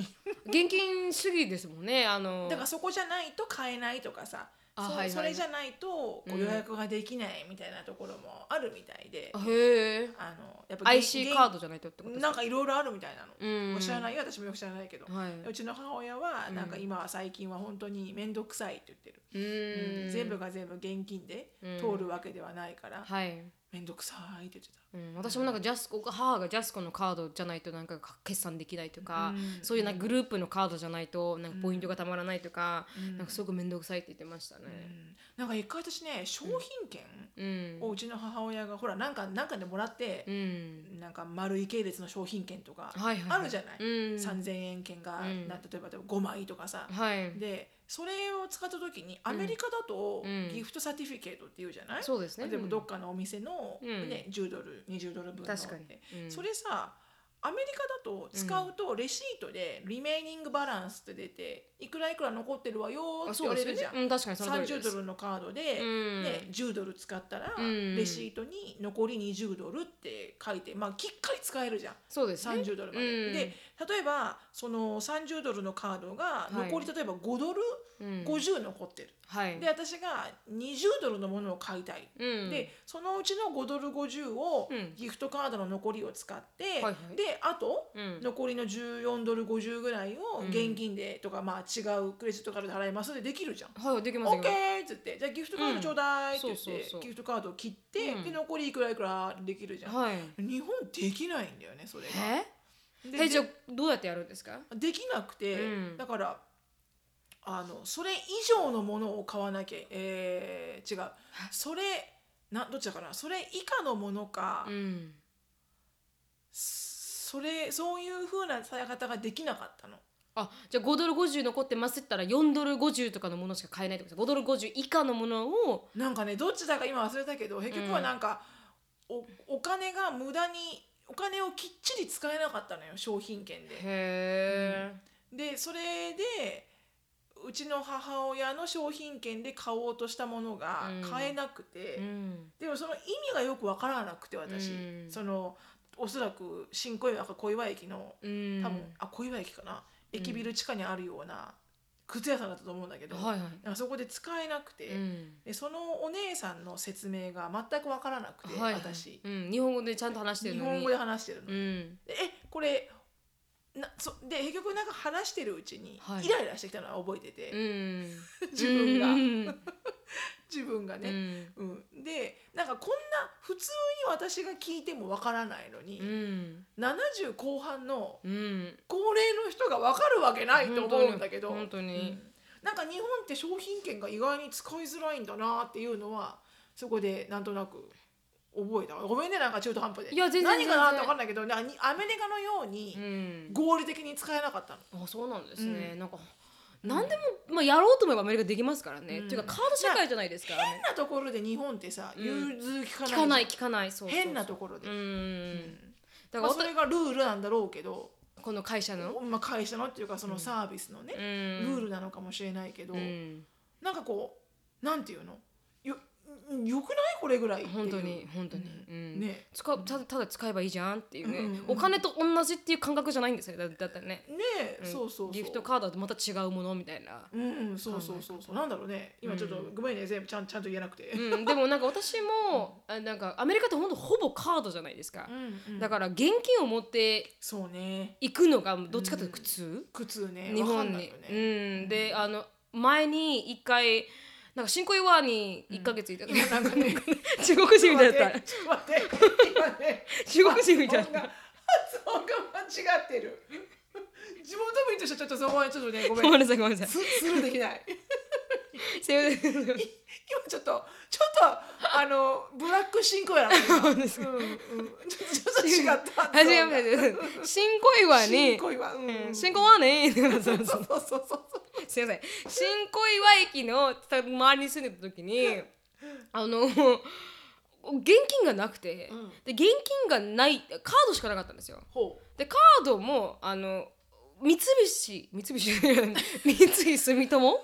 [SPEAKER 1] 現金主義ですもんね、あの。
[SPEAKER 2] だからそこじゃないと買えないとかさ
[SPEAKER 1] あ
[SPEAKER 2] そ,、
[SPEAKER 1] はいはい
[SPEAKER 2] それじゃないとこう予約ができないみたいなところもあるみたいで、
[SPEAKER 1] あへえ。
[SPEAKER 2] あのやっぱ
[SPEAKER 1] IC カー
[SPEAKER 2] ド
[SPEAKER 1] ドじゃないとってことですか。
[SPEAKER 2] なんかいろいろあるみたいなの、
[SPEAKER 1] うん
[SPEAKER 2] 知らないよ私もよく知らないけど、
[SPEAKER 1] はい。
[SPEAKER 2] うちの母親はなんか今は最近は本当に面倒くさいって言ってる、
[SPEAKER 1] うーん。
[SPEAKER 2] 全部。が全部現金で通るわけではないから
[SPEAKER 1] はい。
[SPEAKER 2] 面倒、くさいって言ってた。
[SPEAKER 1] うん、私もなんかジャスコ母がジャスコのカードじゃないとなんか決算できないとか、
[SPEAKER 2] うん
[SPEAKER 1] そういうなんかグループのカードじゃないとなんかポイントがたまらないとか、なんかすごく面倒くさいって言ってました
[SPEAKER 2] う
[SPEAKER 1] ね。
[SPEAKER 2] んなんか一回私ね商品券
[SPEAKER 1] うん。
[SPEAKER 2] をうちの母親がほらなんかなんかでもらって
[SPEAKER 1] う、ん。
[SPEAKER 2] なんか丸い系列の商品券とか
[SPEAKER 1] はいはいはい
[SPEAKER 2] あるじゃない、
[SPEAKER 1] うん
[SPEAKER 2] 3,000円券が、
[SPEAKER 1] うん
[SPEAKER 2] な例えばでも5枚とかさ、
[SPEAKER 1] はい。
[SPEAKER 2] でそれを使った時にアメリカだと
[SPEAKER 1] うん
[SPEAKER 2] ギフトサティフィケートっていうじゃない、
[SPEAKER 1] そうですね。
[SPEAKER 2] でもどっかのお店の、
[SPEAKER 1] うん
[SPEAKER 2] ね10ドル20ドル分の
[SPEAKER 1] 確かにうん
[SPEAKER 2] それさアメリカだと使うとレシートでリメイニングバランスって出ていくらいくら残ってるわよ
[SPEAKER 1] あ
[SPEAKER 2] って
[SPEAKER 1] そ
[SPEAKER 2] 言
[SPEAKER 1] う
[SPEAKER 2] わ
[SPEAKER 1] で
[SPEAKER 2] れ
[SPEAKER 1] すよ
[SPEAKER 2] るじ
[SPEAKER 1] ね
[SPEAKER 2] ゃん。。
[SPEAKER 1] うん、確かにその通り
[SPEAKER 2] 30
[SPEAKER 1] です
[SPEAKER 2] ドルのカードで、
[SPEAKER 1] うん
[SPEAKER 2] ね、10ドル使ったら、
[SPEAKER 1] うん
[SPEAKER 2] レシートに残り20ドルって書いて、まあ、きっかり使えるじゃん
[SPEAKER 1] そうですね。
[SPEAKER 2] 30ドルまで。
[SPEAKER 1] うん
[SPEAKER 2] で例えばその30ドルのカードが
[SPEAKER 1] はい
[SPEAKER 2] 残り、例えば5ドル
[SPEAKER 1] うん
[SPEAKER 2] 50残ってる。
[SPEAKER 1] はい。
[SPEAKER 2] で私が20ドルのものを買いたい。
[SPEAKER 1] うん、
[SPEAKER 2] でそのうちの5ドル50を
[SPEAKER 1] うん
[SPEAKER 2] ギフトカードの残りを使って、
[SPEAKER 1] いはい
[SPEAKER 2] であと
[SPEAKER 1] うん
[SPEAKER 2] 残りの14ドル50ぐらいを現金でとか、まあ、違うクレジットカードで払いますでできるじゃん。
[SPEAKER 1] はい、できますで
[SPEAKER 2] オッ
[SPEAKER 1] き
[SPEAKER 2] ケ
[SPEAKER 1] ます
[SPEAKER 2] ーっつってじゃあギフトカードちょうだいって言って、
[SPEAKER 1] うんそうそうそう
[SPEAKER 2] ギフトカードを切って、
[SPEAKER 1] うん
[SPEAKER 2] で残りいくらいくらできるじゃん、
[SPEAKER 1] はい。
[SPEAKER 2] 日本できないんだよねそれが
[SPEAKER 1] え
[SPEAKER 2] で
[SPEAKER 1] え、じゃあどうやってやるんですか
[SPEAKER 2] できなくて、
[SPEAKER 1] うん
[SPEAKER 2] だからあのそれ以上のものを買わなきゃ、えー違う
[SPEAKER 1] [laughs]
[SPEAKER 2] それなどっちだかなそれ以下のものか、
[SPEAKER 1] うん。
[SPEAKER 2] それそういう風な使い方ができなかったの。
[SPEAKER 1] あ、じゃあ5ドル50残ってますって言ったら4ドル50とかのものしか買えないってことです5ドル50以下のものを
[SPEAKER 2] なんかねどっちだか今忘れたけど結局はなんか、おお金が無駄にお金をきっちり使えなかったのよ商品券で。
[SPEAKER 1] へ
[SPEAKER 2] でそれでうちの母親の商品券で買おうとしたものが
[SPEAKER 1] うん
[SPEAKER 2] 買えなくて、
[SPEAKER 1] え。うん。
[SPEAKER 2] でもその意味がよくわからなくて私、
[SPEAKER 1] うん
[SPEAKER 2] そのおそらく新小岩か小岩駅の
[SPEAKER 1] うん。
[SPEAKER 2] 多分、あ小岩駅かな駅ビル地下にあるような靴屋さんだったと思うんだけど、
[SPEAKER 1] はいは
[SPEAKER 2] なんかそこで使えなくて、
[SPEAKER 1] い、うん
[SPEAKER 2] でそのお姉さんの説明が全く分からなくて、
[SPEAKER 1] はいはい
[SPEAKER 2] 私、
[SPEAKER 1] うん、日本語でちゃんと話してる
[SPEAKER 2] 日
[SPEAKER 1] のに
[SPEAKER 2] 本語で話してるの。
[SPEAKER 1] うん、
[SPEAKER 2] でえこれなそで結局なんか話してるうちに
[SPEAKER 1] はい
[SPEAKER 2] イライラしてきたのは覚えてて、
[SPEAKER 1] うん、
[SPEAKER 2] [laughs] 自分が、 [laughs]
[SPEAKER 1] うん
[SPEAKER 2] 自分が
[SPEAKER 1] う
[SPEAKER 2] ね。
[SPEAKER 1] ん
[SPEAKER 2] うんでなんかこんな普通に私が聞いてもわからないのに、
[SPEAKER 1] うん
[SPEAKER 2] 70後半の
[SPEAKER 1] うん、
[SPEAKER 2] 高齢の人がわかるわけないと思うんだけど
[SPEAKER 1] 本当に本当に
[SPEAKER 2] うんなんか日本って商品券が意外に使いづらいんだなっていうのはそこでなんとなく覚えたごめんねなんか中途半端で
[SPEAKER 1] いや全然
[SPEAKER 2] 何かなって
[SPEAKER 1] 全然
[SPEAKER 2] 分かんないけどなんかにアメリカのように
[SPEAKER 1] うん、
[SPEAKER 2] 合理的に使えなかったの、
[SPEAKER 1] あそうなんですね、
[SPEAKER 2] う
[SPEAKER 1] なんか何でも、まあ、やろうと思えばアメリカできますからね、
[SPEAKER 2] うん
[SPEAKER 1] っていうかカード社会じゃないですか
[SPEAKER 2] 変なところで日本ってさ
[SPEAKER 1] うん
[SPEAKER 2] 融通聞かない,、
[SPEAKER 1] 聞かない聞かないそうそうそう
[SPEAKER 2] 変なところで、
[SPEAKER 1] うん、だか
[SPEAKER 2] だからら
[SPEAKER 1] お
[SPEAKER 2] そ
[SPEAKER 1] た
[SPEAKER 2] れがルールなんだろうけど、
[SPEAKER 1] この会社の、
[SPEAKER 2] まあ、会社のっていうかそのサービスの
[SPEAKER 1] うん、
[SPEAKER 2] ね、
[SPEAKER 1] ル
[SPEAKER 2] ルールなのかもしれないけど、
[SPEAKER 1] うん、
[SPEAKER 2] なんかこうなんていうのよよくないこれぐらいっていう
[SPEAKER 1] 本当に本当に、う
[SPEAKER 2] うんね
[SPEAKER 1] 使うただただ使えばいいじゃんっていうね、
[SPEAKER 2] うんうん
[SPEAKER 1] お金と同じっていう感覚じゃないんですよだだったらね、
[SPEAKER 2] ねえ、
[SPEAKER 1] うん
[SPEAKER 2] そうそうそう
[SPEAKER 1] ギフトカードとまた違うものみたいな、
[SPEAKER 2] うんそうそうそうそうなんだろうね今ちょっと、
[SPEAKER 1] うん
[SPEAKER 2] ごめんね全部ちゃんちゃんと言えなくて、
[SPEAKER 1] うん、でもなんか私もあなんかアメリカってほんとほぼカードじゃないですか、
[SPEAKER 2] うんうん
[SPEAKER 1] だから現金を持って
[SPEAKER 2] そうね
[SPEAKER 1] いくのがどっちかというと苦痛、
[SPEAKER 2] 苦痛ね
[SPEAKER 1] 日
[SPEAKER 2] わか
[SPEAKER 1] 本
[SPEAKER 2] ん
[SPEAKER 1] に、
[SPEAKER 2] ないよね、
[SPEAKER 1] うん、であの前に一回なんか新小岩に一ヶ月いた、
[SPEAKER 2] 今なんかね
[SPEAKER 1] [laughs] 中国人みたいだった [laughs]
[SPEAKER 2] ちょっと待って今ね
[SPEAKER 1] 中国人みたいだっ
[SPEAKER 2] 発音が
[SPEAKER 1] た
[SPEAKER 2] 発音が間違ってる [laughs] 地元民としてはちょっとそこはちょっとねごめ
[SPEAKER 1] ごめん
[SPEAKER 2] ん
[SPEAKER 1] なさいごめんなさ
[SPEAKER 2] ススルーできない
[SPEAKER 1] いすいません
[SPEAKER 2] い今ちょっとちょっとあのブラック進行やなこれ今
[SPEAKER 1] そうです
[SPEAKER 2] うんうんちょちょっと違った
[SPEAKER 1] あ違う違う違う新小岩
[SPEAKER 2] 新
[SPEAKER 1] に
[SPEAKER 2] 恋はうん
[SPEAKER 1] うん新小岩に [laughs] そうそう
[SPEAKER 2] そうそうそうそう
[SPEAKER 1] すいません新小岩駅のた周りに住んでた時にあの現金がなくて、
[SPEAKER 2] うん
[SPEAKER 1] で現金がないカードしかなかったんですよ
[SPEAKER 2] ほ
[SPEAKER 1] でカードもあの三菱三菱 [laughs] 三井住
[SPEAKER 2] [laughs]
[SPEAKER 1] 友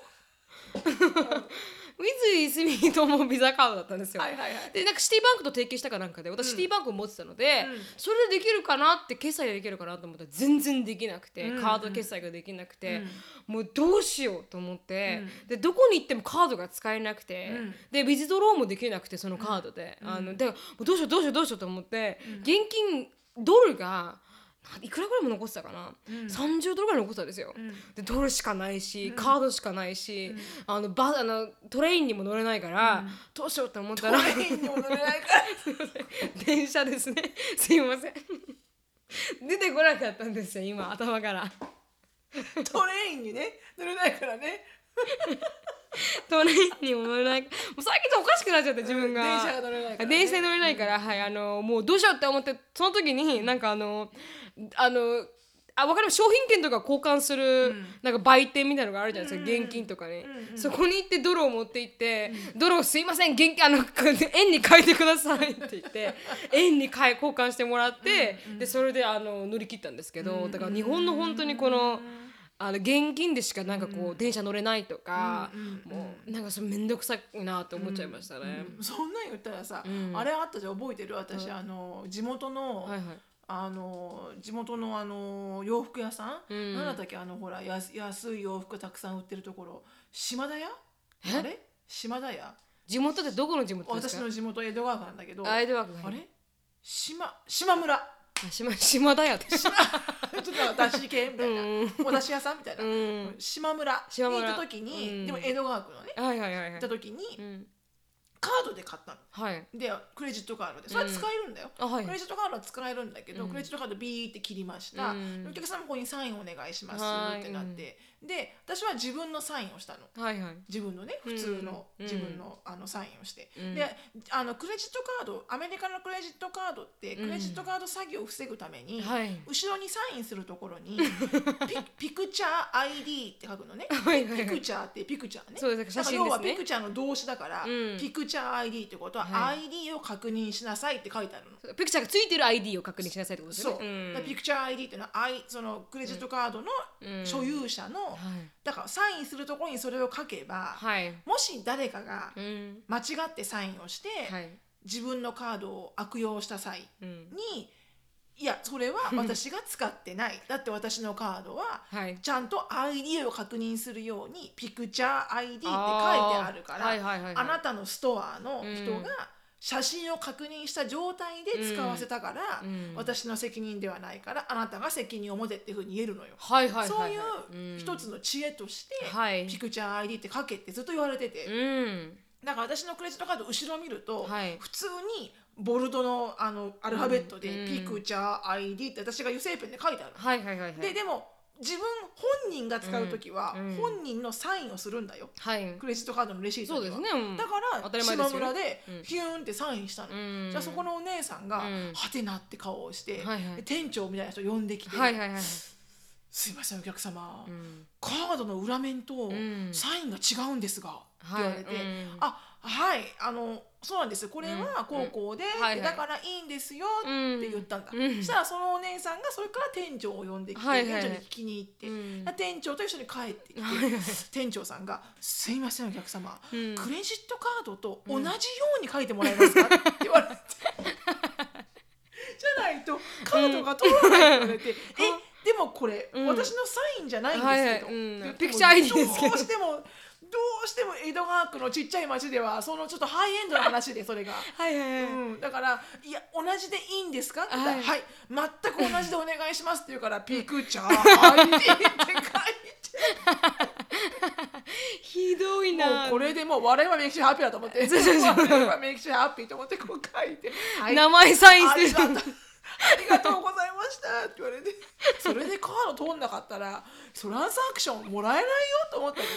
[SPEAKER 1] 三井住友ビザカードだったんです
[SPEAKER 2] う
[SPEAKER 1] よ。
[SPEAKER 2] はいはいはい
[SPEAKER 1] でなんかシティバンクと提携したかなんかで私シティバンクを持ってたので、
[SPEAKER 2] うん
[SPEAKER 1] それでできるかなって決済できるかなと思ったら全然できなくて、
[SPEAKER 2] うん
[SPEAKER 1] カード決済ができなくて、
[SPEAKER 2] うん
[SPEAKER 1] もうどうしようと思って、
[SPEAKER 2] うん
[SPEAKER 1] でどこに行ってもカードが使えなくて、
[SPEAKER 2] うん
[SPEAKER 1] でビジドローもできなくてそのカードで、
[SPEAKER 2] うん
[SPEAKER 1] あのでもうどうしようどうしようどうしようと思って、
[SPEAKER 2] うん
[SPEAKER 1] 現金ドルがないくらぐらいも残ってたかな、
[SPEAKER 2] うん
[SPEAKER 1] 30ドルぐらい残ってたんですよ。
[SPEAKER 2] うん
[SPEAKER 1] でドルしかないし、
[SPEAKER 2] うん
[SPEAKER 1] カードしかないし、
[SPEAKER 2] うん
[SPEAKER 1] あのバあのトレインにも乗れないから、
[SPEAKER 2] うん
[SPEAKER 1] どうしようと思った
[SPEAKER 2] ト
[SPEAKER 1] ら
[SPEAKER 2] レインにも乗れないから
[SPEAKER 1] [laughs] 電車ですねすいません出てこなかったんですよ今頭から
[SPEAKER 2] トレインにね乗れないからね
[SPEAKER 1] トレインにも乗れないもう最近ちょっとおかしくなっちゃって自分が、
[SPEAKER 2] 電車が乗れないからね
[SPEAKER 1] 電車に乗れないから、はいあのもうどうしようって思ってその時になんかあのあのあわかります商品券とか交換する、
[SPEAKER 2] うん
[SPEAKER 1] なんか売店みたいなのがあるじゃないですか、
[SPEAKER 2] うん
[SPEAKER 1] 現金とかね、
[SPEAKER 2] うんうん
[SPEAKER 1] そこに行ってドルを持って行って「ドルをすいません現金あの [laughs] 円に変えてください」って言
[SPEAKER 2] [laughs]
[SPEAKER 1] って円に変え交換してもらって、でそれであの乗り切ったんですけど、だから日本の本当にこの。あの現金でしかなんかこう、電車乗れないとか、
[SPEAKER 2] うんうん
[SPEAKER 1] もうなんかそれ面倒くさいなって思っちゃいましたね。
[SPEAKER 2] うんそんなん言ったらさ、
[SPEAKER 1] うん
[SPEAKER 2] あれあったじゃん覚えてる私、あの地元の、
[SPEAKER 1] はいはい
[SPEAKER 2] あの地元のあの洋服屋さ
[SPEAKER 1] う
[SPEAKER 2] ん、
[SPEAKER 1] ん
[SPEAKER 2] なんだったっけあのほら安安い洋服たくさん売ってるところ島田屋あれ島田屋
[SPEAKER 1] 地元ってどこの地元です
[SPEAKER 2] 私
[SPEAKER 1] か
[SPEAKER 2] の地元江戸川区なんだけど
[SPEAKER 1] ア
[SPEAKER 2] あ
[SPEAKER 1] イドルワーク
[SPEAKER 2] れ島島村 [laughs]
[SPEAKER 1] 島島だよ私
[SPEAKER 2] ちょっと私系みたいな、
[SPEAKER 1] うん
[SPEAKER 2] お出し屋さんみたいな、
[SPEAKER 1] うん
[SPEAKER 2] 島村
[SPEAKER 1] 島村
[SPEAKER 2] に行った時に、
[SPEAKER 1] うん
[SPEAKER 2] でも江戸川区のね
[SPEAKER 1] はいはいはいは
[SPEAKER 2] 行
[SPEAKER 1] い
[SPEAKER 2] った時に、
[SPEAKER 1] うん
[SPEAKER 2] カードで買ったの
[SPEAKER 1] はい
[SPEAKER 2] でクレジットカードでそれは使えるんだよ、
[SPEAKER 1] あはい
[SPEAKER 2] クレジットカードは使えるんだけど、
[SPEAKER 1] うん
[SPEAKER 2] クレジットカードビーって切りました、
[SPEAKER 1] うん
[SPEAKER 2] お客様ここにサインお願いします
[SPEAKER 1] はい
[SPEAKER 2] ってなって、で私は自分のサインをしたの
[SPEAKER 1] はいはい
[SPEAKER 2] 自分のね
[SPEAKER 1] うん
[SPEAKER 2] 普通の
[SPEAKER 1] うん
[SPEAKER 2] 自分の,、あのサインをして、
[SPEAKER 1] うん
[SPEAKER 2] であのクレジットカードアメリカのクレジットカードって
[SPEAKER 1] うん
[SPEAKER 2] クレジットカード詐欺を防ぐために、
[SPEAKER 1] はい
[SPEAKER 2] 後ろにサインするとこ
[SPEAKER 1] [laughs]
[SPEAKER 2] ろにピピクチャー ID って書くのね
[SPEAKER 1] はいはい
[SPEAKER 2] ピ
[SPEAKER 1] は
[SPEAKER 2] ク
[SPEAKER 1] い
[SPEAKER 2] チャーってピクチャーね
[SPEAKER 1] そうです
[SPEAKER 2] だ
[SPEAKER 1] 写
[SPEAKER 2] か
[SPEAKER 1] 真
[SPEAKER 2] ら要
[SPEAKER 1] で
[SPEAKER 2] は
[SPEAKER 1] す
[SPEAKER 2] ピ
[SPEAKER 1] ね
[SPEAKER 2] クチャーの動詞だから、
[SPEAKER 1] うん
[SPEAKER 2] ピクチャー ID ってことは
[SPEAKER 1] は
[SPEAKER 2] ID を確認しなさいって書いてあるの。
[SPEAKER 1] ピクチャーがついてる ID を確認しなさいってことです
[SPEAKER 2] そう
[SPEAKER 1] よ、ね
[SPEAKER 2] だからピクチャー ID っていうのは、I、そのクレジットカードの
[SPEAKER 1] うん
[SPEAKER 2] 所有者の、
[SPEAKER 1] はい
[SPEAKER 2] だからサインするところにそれを書けば、
[SPEAKER 1] はい
[SPEAKER 2] もし誰かが
[SPEAKER 1] うん
[SPEAKER 2] 間違ってサインをして、
[SPEAKER 1] はい
[SPEAKER 2] 自分のカードを悪用した際
[SPEAKER 1] うん
[SPEAKER 2] にいやそれ
[SPEAKER 1] [laughs]
[SPEAKER 2] は私が使ってないだって私のカードは
[SPEAKER 1] はい
[SPEAKER 2] ちゃんと ID を確認するようにピクチャー ID って書いてあるから
[SPEAKER 1] あー
[SPEAKER 2] あ,、
[SPEAKER 1] はいはいはいはい
[SPEAKER 2] なたのストアの人
[SPEAKER 1] うん
[SPEAKER 2] が写真を確認した状態で使わせたから、
[SPEAKER 1] うん
[SPEAKER 2] 私の責任ではないからあなたが責任を持てっていうふうに言えるのよ。
[SPEAKER 1] はいはいはい
[SPEAKER 2] そう
[SPEAKER 1] はい
[SPEAKER 2] いう一
[SPEAKER 1] つ
[SPEAKER 2] つの知恵として、
[SPEAKER 1] はい
[SPEAKER 2] ピクチャー ID って書けってずっと言われてて、
[SPEAKER 1] うん
[SPEAKER 2] だから私のクレジットカード後ろ見ると、
[SPEAKER 1] はい
[SPEAKER 2] 普通にボルドのあのアルファベット
[SPEAKER 1] う
[SPEAKER 2] で
[SPEAKER 1] ん
[SPEAKER 2] 「ピクチャー ID」って私が油性ペンで書いてある。
[SPEAKER 1] はいはいはいはい
[SPEAKER 2] ででも自分本人が使う時は
[SPEAKER 1] うんうん
[SPEAKER 2] 本人のサインをするんだよ、
[SPEAKER 1] はい
[SPEAKER 2] クレジットカードのレシート
[SPEAKER 1] そう
[SPEAKER 2] に
[SPEAKER 1] で
[SPEAKER 2] は
[SPEAKER 1] すねうん
[SPEAKER 2] だから
[SPEAKER 1] 当たり前で
[SPEAKER 2] 島
[SPEAKER 1] すよね
[SPEAKER 2] 村で
[SPEAKER 1] うん
[SPEAKER 2] ヒューンってサインした
[SPEAKER 1] う
[SPEAKER 2] の、
[SPEAKER 1] ん
[SPEAKER 2] じゃあそこのお姉さんが「
[SPEAKER 1] うん
[SPEAKER 2] はてな」って顔をして、
[SPEAKER 1] はいはい
[SPEAKER 2] で店長みたいな人呼んできて「
[SPEAKER 1] はいはいはいはい
[SPEAKER 2] すいませんお客様、
[SPEAKER 1] うん
[SPEAKER 2] カードの裏面と
[SPEAKER 1] ん
[SPEAKER 2] サインが違うんですが」って言われて「
[SPEAKER 1] はいうん
[SPEAKER 2] あはいあのそうなんですよこれはこうこうで、
[SPEAKER 1] うんはいはい
[SPEAKER 2] だからいいんですよ」
[SPEAKER 1] うん
[SPEAKER 2] って言ったんだ、
[SPEAKER 1] うん
[SPEAKER 2] そしたらそのお姉さんがそれから店長を呼んできて、
[SPEAKER 1] はいはいはい
[SPEAKER 2] 店長に聞きに行って、
[SPEAKER 1] うん
[SPEAKER 2] 店長と一緒に帰っ
[SPEAKER 1] [laughs]
[SPEAKER 2] てきて、
[SPEAKER 1] はいはい
[SPEAKER 2] 店長さんが「すいませんお客様、
[SPEAKER 1] うん
[SPEAKER 2] クレジットカードと同じように書いてもらえますか?」って言われて。 [laughs] じゃないとカードが通らないって言わ
[SPEAKER 1] [laughs]
[SPEAKER 2] れて「えでもこれ、
[SPEAKER 1] うん
[SPEAKER 2] 私のサインじゃないんですけど」
[SPEAKER 1] はいはいうん
[SPEAKER 2] って言っても
[SPEAKER 1] ピクチャー ID ですけど
[SPEAKER 2] どうしてもどうしても江戸川区のちっちゃい町ではそのちょっとハイエンドな話でそれが。
[SPEAKER 1] はいはいはい
[SPEAKER 2] うん、だから「いや同じでいいんですか?」って言ったら
[SPEAKER 1] は
[SPEAKER 2] はいい、全く同じでお願いします」って言う
[SPEAKER 1] [laughs]
[SPEAKER 2] から「ピクチャー ID」って書いて
[SPEAKER 1] ひど [laughs] い
[SPEAKER 2] も
[SPEAKER 1] な
[SPEAKER 2] うこれでもう我々はメキシーハッピーだと思って
[SPEAKER 1] [laughs] そうそうそう
[SPEAKER 2] 我々はメキシーハッピーと思ってこう書いて「はい、
[SPEAKER 1] 名前サイン
[SPEAKER 2] あり
[SPEAKER 1] して
[SPEAKER 2] がとう
[SPEAKER 1] る
[SPEAKER 2] ありがとうございました」って言われてそれでカード通んなかったらトランサクションもらえないよと思ったけど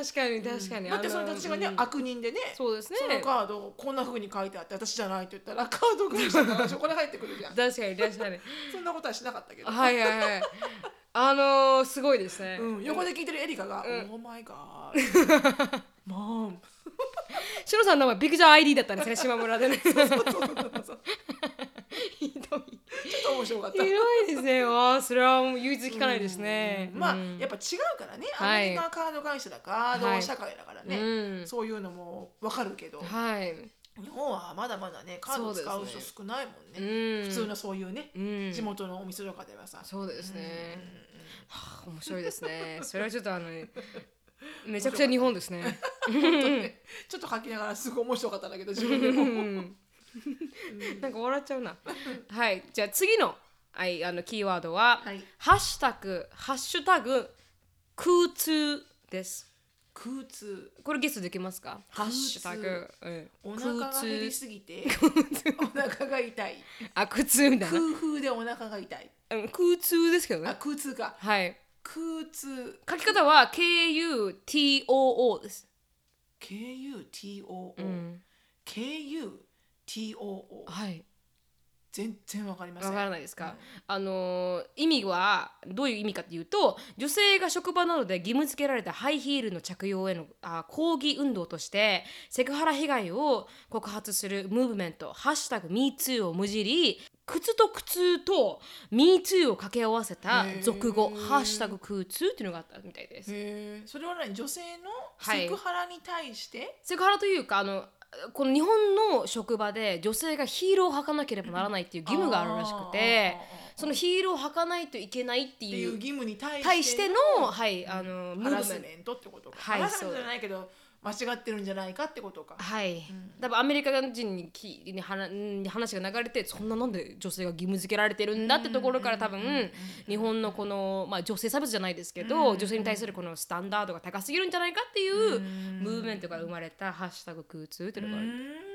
[SPEAKER 1] [laughs] 確かに確かに
[SPEAKER 2] だってそれ私がね、
[SPEAKER 1] あの
[SPEAKER 2] 悪人でね
[SPEAKER 1] そうですね
[SPEAKER 2] そのカードをこんなふうに書いてあって私じゃないって言ったらカードがしたからしょこれ入ってくるじゃん
[SPEAKER 1] 確かに確かに
[SPEAKER 2] そんなことはしなかったけど。
[SPEAKER 1] はいはいはいあのー、すごいですね、
[SPEAKER 2] うん、横で聞いてるエリカが
[SPEAKER 1] ん
[SPEAKER 2] 「オーマイガ
[SPEAKER 1] [laughs]
[SPEAKER 2] ー」「マン」
[SPEAKER 1] シロさんの名前ビクチャー ID だったんですね島村でねひどい
[SPEAKER 2] ちょっと面白かっ
[SPEAKER 1] ひ
[SPEAKER 2] た。
[SPEAKER 1] どいですねわあそれはもう唯一聞かないですね、
[SPEAKER 2] まあ、
[SPEAKER 1] うん
[SPEAKER 2] やっぱ違うからねア
[SPEAKER 1] はい
[SPEAKER 2] メリカはカード会社だカード社会だからね、
[SPEAKER 1] うん
[SPEAKER 2] そういうのもわかるけど
[SPEAKER 1] はい、
[SPEAKER 2] 日本はまだまだねカード使
[SPEAKER 1] そう
[SPEAKER 2] う
[SPEAKER 1] です
[SPEAKER 2] 人
[SPEAKER 1] ね
[SPEAKER 2] 少ないもんね
[SPEAKER 1] うん
[SPEAKER 2] 普通のそういうね、
[SPEAKER 1] うん
[SPEAKER 2] 地元のお店とかではさ
[SPEAKER 1] そうですね、はあ面白いですねそれはちょっとあのめちゃくちゃ日本ですね
[SPEAKER 2] [laughs] ちょっと書きながらすごい面白かったんだ
[SPEAKER 1] [laughs]
[SPEAKER 2] けど自分でも。
[SPEAKER 1] なんか笑っちゃうな。はい、じゃあ次の、はい、あのキーワードは、
[SPEAKER 2] はい
[SPEAKER 1] ハッシュタグ、ハッシュタグ、空通です。
[SPEAKER 2] 空痛
[SPEAKER 1] これゲストできますかハ
[SPEAKER 2] 空
[SPEAKER 1] ッ
[SPEAKER 2] 通
[SPEAKER 1] シュタグ、うん
[SPEAKER 2] お腹が減りすぎてお腹が痛
[SPEAKER 1] [laughs]
[SPEAKER 2] い
[SPEAKER 1] あ、空通みたいな。
[SPEAKER 2] 空風でお腹が痛い
[SPEAKER 1] うん空通ですけど
[SPEAKER 2] あ
[SPEAKER 1] ね。
[SPEAKER 2] 空痛か
[SPEAKER 1] はい。
[SPEAKER 2] 空痛
[SPEAKER 1] 書き方は KUTOO です。
[SPEAKER 2] KUTOO、
[SPEAKER 1] うん。
[SPEAKER 2] KUTOO
[SPEAKER 1] はい。
[SPEAKER 2] 全然わかりませ
[SPEAKER 1] わ
[SPEAKER 2] ん
[SPEAKER 1] からないですか、あのー意味はどういう意味かっていうと女性が職場などで義務付けられたハイヒールの着用へのあ抗議運動としてセクハラ被害を告発するムーブメント「ハッシュタグ #MeToo」をむじり靴と靴と「MeToo」を掛け合わせた俗語「
[SPEAKER 2] へー
[SPEAKER 1] ハッシュタグ空通」っていうのがあったみたいです。
[SPEAKER 2] へえそれは何女性の
[SPEAKER 1] はい
[SPEAKER 2] セクハラに対して、
[SPEAKER 1] セクハラというかあのこの日本の職場で女性がヒールを履かなければならないっていう義務があるらしくて
[SPEAKER 2] あーあーあー
[SPEAKER 1] そのヒールを履かないといけないって
[SPEAKER 2] ってい
[SPEAKER 1] いうう
[SPEAKER 2] 義務に対して
[SPEAKER 1] 対しての、はい、あの、ムーブ
[SPEAKER 2] ハラス
[SPEAKER 1] メント。
[SPEAKER 2] メントってことか、
[SPEAKER 1] はい
[SPEAKER 2] ハラスメントじゃないけど間違ってるんじゃないかってことか
[SPEAKER 1] はい、多分アメリカ人にきに話に話が流れてそんななんで女性が義務付けられてるんだってところから多分日本のこの、まあ、女性差別じゃないですけど女性に対するこのスタンダードが高すぎるんじゃないかっていうムーブメントから生まれた「ハッシュタグ空通」っていう
[SPEAKER 2] う
[SPEAKER 1] のが
[SPEAKER 2] ー
[SPEAKER 1] ある。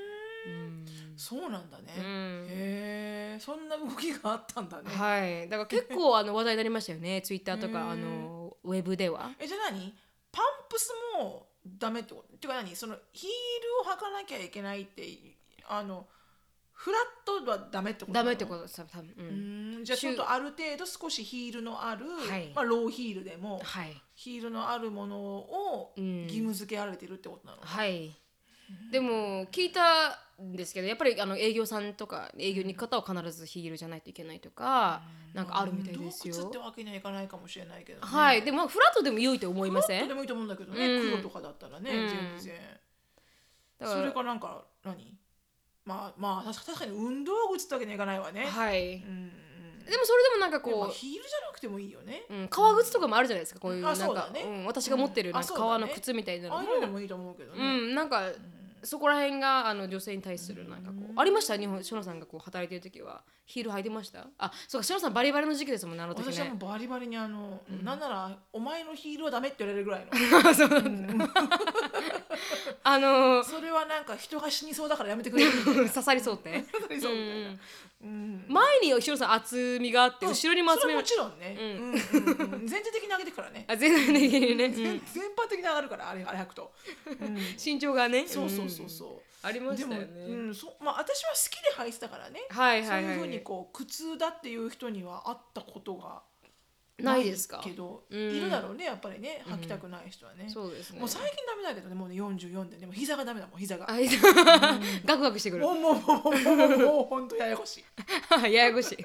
[SPEAKER 2] んそうなんだね、
[SPEAKER 1] うん
[SPEAKER 2] へえそんな動きがあったんだね、
[SPEAKER 1] はい、だから結構あの話題になりましたよねツイッターと
[SPEAKER 2] うん
[SPEAKER 1] かあのウェブでは。
[SPEAKER 2] えじゃあ何パンプスもダメってことっていうか何そのヒールを履かなきゃいけないってあのフラットはダメってこと
[SPEAKER 1] ダメってことです多分、う、
[SPEAKER 2] とうんーんじゃあちょっとある程度少しヒールのある、
[SPEAKER 1] はい
[SPEAKER 2] まあ、ローヒールでも
[SPEAKER 1] はい。
[SPEAKER 2] ヒールのあるものを
[SPEAKER 1] うん
[SPEAKER 2] 義務付けられてるってことなの、
[SPEAKER 1] はい。でも聞いたんですけどやっぱりあの営業さんとか営業に行く方は必ずヒールじゃないといけないとかなんかあるみたいです
[SPEAKER 2] 洞窟って
[SPEAKER 1] よ。
[SPEAKER 2] わけにはいかないかもしれないけどね、
[SPEAKER 1] はい、でもまあフラットでも良いと思いませ
[SPEAKER 2] フラット
[SPEAKER 1] ん
[SPEAKER 2] でもいいと思うんだけどね、
[SPEAKER 1] うん
[SPEAKER 2] 黒とかだったらね、
[SPEAKER 1] うん
[SPEAKER 2] 全然
[SPEAKER 1] だ
[SPEAKER 2] そ
[SPEAKER 1] か
[SPEAKER 2] れ
[SPEAKER 1] ら
[SPEAKER 2] かなんか何まあまあ確か確かに運動靴ってわけにはいかないわね、
[SPEAKER 1] はい、
[SPEAKER 2] うんうん
[SPEAKER 1] でもそれでもなんか
[SPEAKER 2] でも
[SPEAKER 1] こ
[SPEAKER 2] ヒールじゃなくてもいいよね
[SPEAKER 1] う、うん、革靴とかもあるじゃないですかこういうな
[SPEAKER 2] あ
[SPEAKER 1] ん
[SPEAKER 2] そう
[SPEAKER 1] か
[SPEAKER 2] だね
[SPEAKER 1] うん私が持ってる
[SPEAKER 2] うん
[SPEAKER 1] な
[SPEAKER 2] あ
[SPEAKER 1] んか
[SPEAKER 2] そうだね
[SPEAKER 1] 革の靴みたいなの
[SPEAKER 2] ああ
[SPEAKER 1] も
[SPEAKER 2] いうのでもいいと思うけど
[SPEAKER 1] う
[SPEAKER 2] ね、
[SPEAKER 1] んなんか
[SPEAKER 2] うん
[SPEAKER 1] そこら辺があの女性に対するなんかこう、
[SPEAKER 2] うん
[SPEAKER 1] ありました日本しのさんがこう働いてる時はヒール履いてましたあそうかしのさんバリバリの時期ですもんねあの時
[SPEAKER 2] 私はも
[SPEAKER 1] ね
[SPEAKER 2] うバリバリにあの、
[SPEAKER 1] うん
[SPEAKER 2] なんならお前のヒールはダメって言われるぐらい
[SPEAKER 1] [laughs]
[SPEAKER 2] の
[SPEAKER 1] そうあのー
[SPEAKER 2] それはなんか人が死にそうだからやめてく
[SPEAKER 1] [laughs]
[SPEAKER 2] れるみたいな
[SPEAKER 1] 刺さりそうって、
[SPEAKER 2] そうみたいな
[SPEAKER 1] うん
[SPEAKER 2] うん
[SPEAKER 1] 前にしのさん厚みがあって
[SPEAKER 2] うん
[SPEAKER 1] 後ろにも厚
[SPEAKER 2] そ
[SPEAKER 1] みが
[SPEAKER 2] れはもちろんね、
[SPEAKER 1] う
[SPEAKER 2] うんうんうん全体的に上げてくからね、
[SPEAKER 1] あ全然的にね、うん
[SPEAKER 2] 全全般的に上がるからあれあれ履くと、うん
[SPEAKER 1] 身長がね
[SPEAKER 2] そうそうそうそう、
[SPEAKER 1] うんありまし
[SPEAKER 2] で
[SPEAKER 1] た
[SPEAKER 2] も、
[SPEAKER 1] よね、
[SPEAKER 2] うんそうまあ、私は好きで履いてたからね、
[SPEAKER 1] はいはい
[SPEAKER 2] そういうふ
[SPEAKER 1] は
[SPEAKER 2] うに
[SPEAKER 1] い
[SPEAKER 2] こう苦痛だっていう人には会ったことが
[SPEAKER 1] ないですか
[SPEAKER 2] けど、
[SPEAKER 1] うん
[SPEAKER 2] いるだろうねやっぱりね履きたくない人はね、
[SPEAKER 1] そうですね
[SPEAKER 2] もう最近ダメだけどねもうね44ででも膝がダメだもん膝が
[SPEAKER 1] あいガクガクしてくる
[SPEAKER 2] もうもうもうもうもうもうほんとや
[SPEAKER 1] [laughs]
[SPEAKER 2] やこしい
[SPEAKER 1] や [laughs] やこし
[SPEAKER 2] [laughs]
[SPEAKER 1] い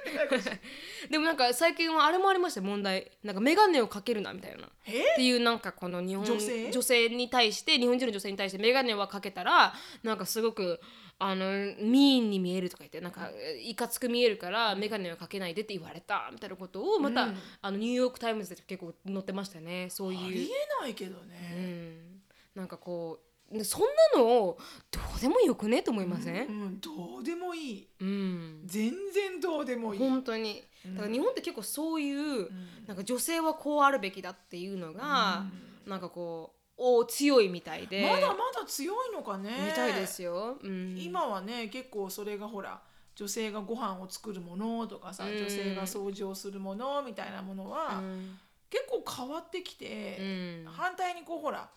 [SPEAKER 1] [laughs] でもなんか最近はあれもありましたよ問題なんか眼鏡をかけるなみたいなっ
[SPEAKER 2] え
[SPEAKER 1] ていうなんかこの日本
[SPEAKER 2] 女性
[SPEAKER 1] に対して日本人の女性に対して眼鏡はかけたらなんかすごくあのミーンに見えるとか言ってなんかいかつく見えるから眼鏡はかけないでって言われたみたいなことをまた、
[SPEAKER 2] うん
[SPEAKER 1] あのニューヨーク・タイムズで結構載ってましたねそう
[SPEAKER 2] あ
[SPEAKER 1] いう
[SPEAKER 2] りえないけど
[SPEAKER 1] う
[SPEAKER 2] ね、
[SPEAKER 1] んなんかこうでそんなのどうでもよくねと思いませ、
[SPEAKER 2] うんんどうでもいい
[SPEAKER 1] うん
[SPEAKER 2] 全然どうでもいい、
[SPEAKER 1] 本当に
[SPEAKER 2] うん
[SPEAKER 1] だから日本って結構そういう
[SPEAKER 2] う、ん
[SPEAKER 1] なんか女性はこうあるべきだっていうのが、なんかこうお強いみたいで、
[SPEAKER 2] まだまだ強いのかね
[SPEAKER 1] みたいですよ、うん、
[SPEAKER 2] 今はね結構それがほら女性がご飯を作るものとかさ、
[SPEAKER 1] うん
[SPEAKER 2] 女性が掃除をするものみたいなものは、
[SPEAKER 1] うん
[SPEAKER 2] 結構変わってき
[SPEAKER 1] う
[SPEAKER 2] て、
[SPEAKER 1] ん
[SPEAKER 2] 反対にこうほら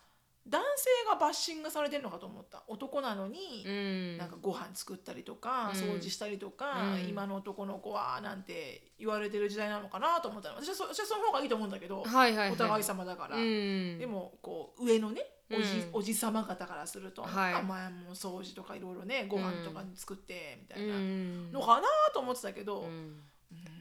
[SPEAKER 2] 男性がバッシングされてるのかと思った男なのに、
[SPEAKER 1] うん
[SPEAKER 2] なんかご飯作ったりとか、
[SPEAKER 1] うん
[SPEAKER 2] 掃除したりとか、
[SPEAKER 1] うん
[SPEAKER 2] 今の男の子はなんて言われてる時代なのかなと思ったの私はそ私はその方がいいと思うんだけど、
[SPEAKER 1] はいはいはい、
[SPEAKER 2] お互い様だから。
[SPEAKER 1] うん、
[SPEAKER 2] でもこう上のねおじ,、
[SPEAKER 1] うん
[SPEAKER 2] おじ様方からすると、
[SPEAKER 1] はい
[SPEAKER 2] あ前も掃除とかいろいろねご飯とかに作ってみた
[SPEAKER 1] う
[SPEAKER 2] いなんのかなと思ってたけど、
[SPEAKER 1] う
[SPEAKER 2] うん
[SPEAKER 1] ん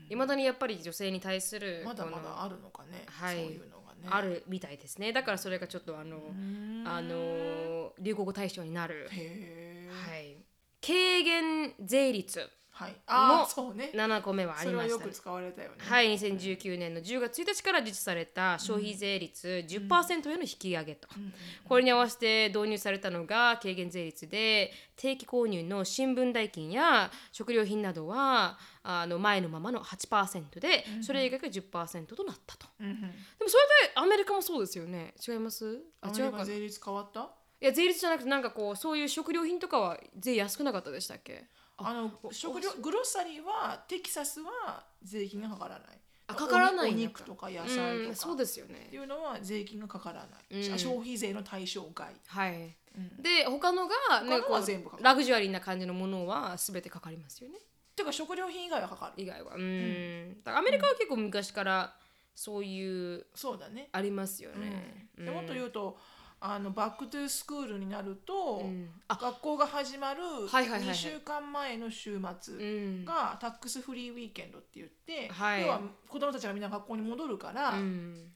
[SPEAKER 1] いまだにやっぱり女性に対する
[SPEAKER 2] まだま
[SPEAKER 1] この
[SPEAKER 2] だあるのかね、
[SPEAKER 1] はい
[SPEAKER 2] そういうのがね。
[SPEAKER 1] あるみたいですねだからそれがちょっとあの、
[SPEAKER 2] うん
[SPEAKER 1] あの流行語大賞になる、
[SPEAKER 2] へー
[SPEAKER 1] はい、軽減税率
[SPEAKER 2] はい、あ
[SPEAKER 1] も
[SPEAKER 2] あそうね
[SPEAKER 1] 7個目はあ
[SPEAKER 2] そ
[SPEAKER 1] り
[SPEAKER 2] れは
[SPEAKER 1] まし
[SPEAKER 2] よ
[SPEAKER 1] たね
[SPEAKER 2] く使われたよね。
[SPEAKER 1] はい、2019年の10月1日から実施された消費税率10%への引き上げと、
[SPEAKER 2] うん
[SPEAKER 1] これに合わせて導入されたのが軽減税率で定期購入の新聞代金や食料品などはあの前のままの8%で
[SPEAKER 2] うん
[SPEAKER 1] それ以外が10%となったと
[SPEAKER 2] うんうん、
[SPEAKER 1] でもそれでアメリカもそうですよね違いますあ
[SPEAKER 2] アメ
[SPEAKER 1] 違
[SPEAKER 2] リ
[SPEAKER 1] うか
[SPEAKER 2] カ
[SPEAKER 1] い
[SPEAKER 2] 税率変わった
[SPEAKER 1] や税率じゃなくてなんかこうそういう食料品とかは税安くなかったでしたっけ
[SPEAKER 2] あの食料グロッサリーはテキサスは税金がかからない
[SPEAKER 1] あかからない
[SPEAKER 2] お
[SPEAKER 1] んだ
[SPEAKER 2] 肉とか野菜とか、
[SPEAKER 1] うんそうですよ
[SPEAKER 2] っ
[SPEAKER 1] ね
[SPEAKER 2] ていうのは税金がかからない、
[SPEAKER 1] うん
[SPEAKER 2] 消費税の対象外、
[SPEAKER 1] はい
[SPEAKER 2] うん
[SPEAKER 1] で他のがなんか
[SPEAKER 2] 他の
[SPEAKER 1] こ
[SPEAKER 2] は
[SPEAKER 1] う
[SPEAKER 2] 全部かかる
[SPEAKER 1] ラグジュアリーな感じのものは全てかかりますよね
[SPEAKER 2] てか食料品以外はかかる
[SPEAKER 1] 以外はうんだからアメリカは結構昔からそういう
[SPEAKER 2] そうだね、
[SPEAKER 1] ありますよ
[SPEAKER 2] うん
[SPEAKER 1] ね、
[SPEAKER 2] でもっと言
[SPEAKER 1] う
[SPEAKER 2] うとあのバックトゥースクールになると、
[SPEAKER 1] んあ
[SPEAKER 2] 学校が始まる
[SPEAKER 1] はいはいはいはい
[SPEAKER 2] 2週間前の週末
[SPEAKER 1] うん
[SPEAKER 2] がタックスフリーウィーケンドって言って、
[SPEAKER 1] はい
[SPEAKER 2] 要は子供たちがみんな学校に戻るから、
[SPEAKER 1] うん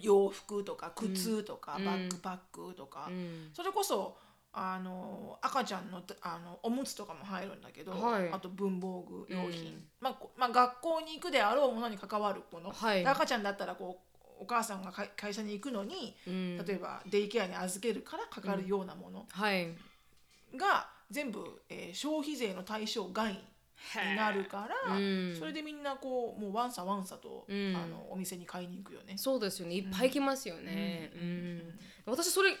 [SPEAKER 2] 洋服とか靴とか、
[SPEAKER 1] うん
[SPEAKER 2] バックパックとか、
[SPEAKER 1] うん
[SPEAKER 2] それこそあの赤ちゃんのあのおむつとかも入るんだけど、
[SPEAKER 1] はい
[SPEAKER 2] あと文房具用品、
[SPEAKER 1] うん
[SPEAKER 2] まあこまあ、学校に行くであろうものに関わるもの、
[SPEAKER 1] はい
[SPEAKER 2] で赤ちゃんだったらこうお母さんがかい会社に行くのに
[SPEAKER 1] うん
[SPEAKER 2] 例えばデイケアに預けるからかかるようなもの
[SPEAKER 1] はいに
[SPEAKER 2] が全部、えー消費税の対象外になるから、
[SPEAKER 1] うん
[SPEAKER 2] それでみんなこうもうワンサワンサと、
[SPEAKER 1] うん
[SPEAKER 2] あのお店に買いに行くよね。
[SPEAKER 1] そうですよねいっぱい来ますよね
[SPEAKER 2] う
[SPEAKER 1] うんん、私それ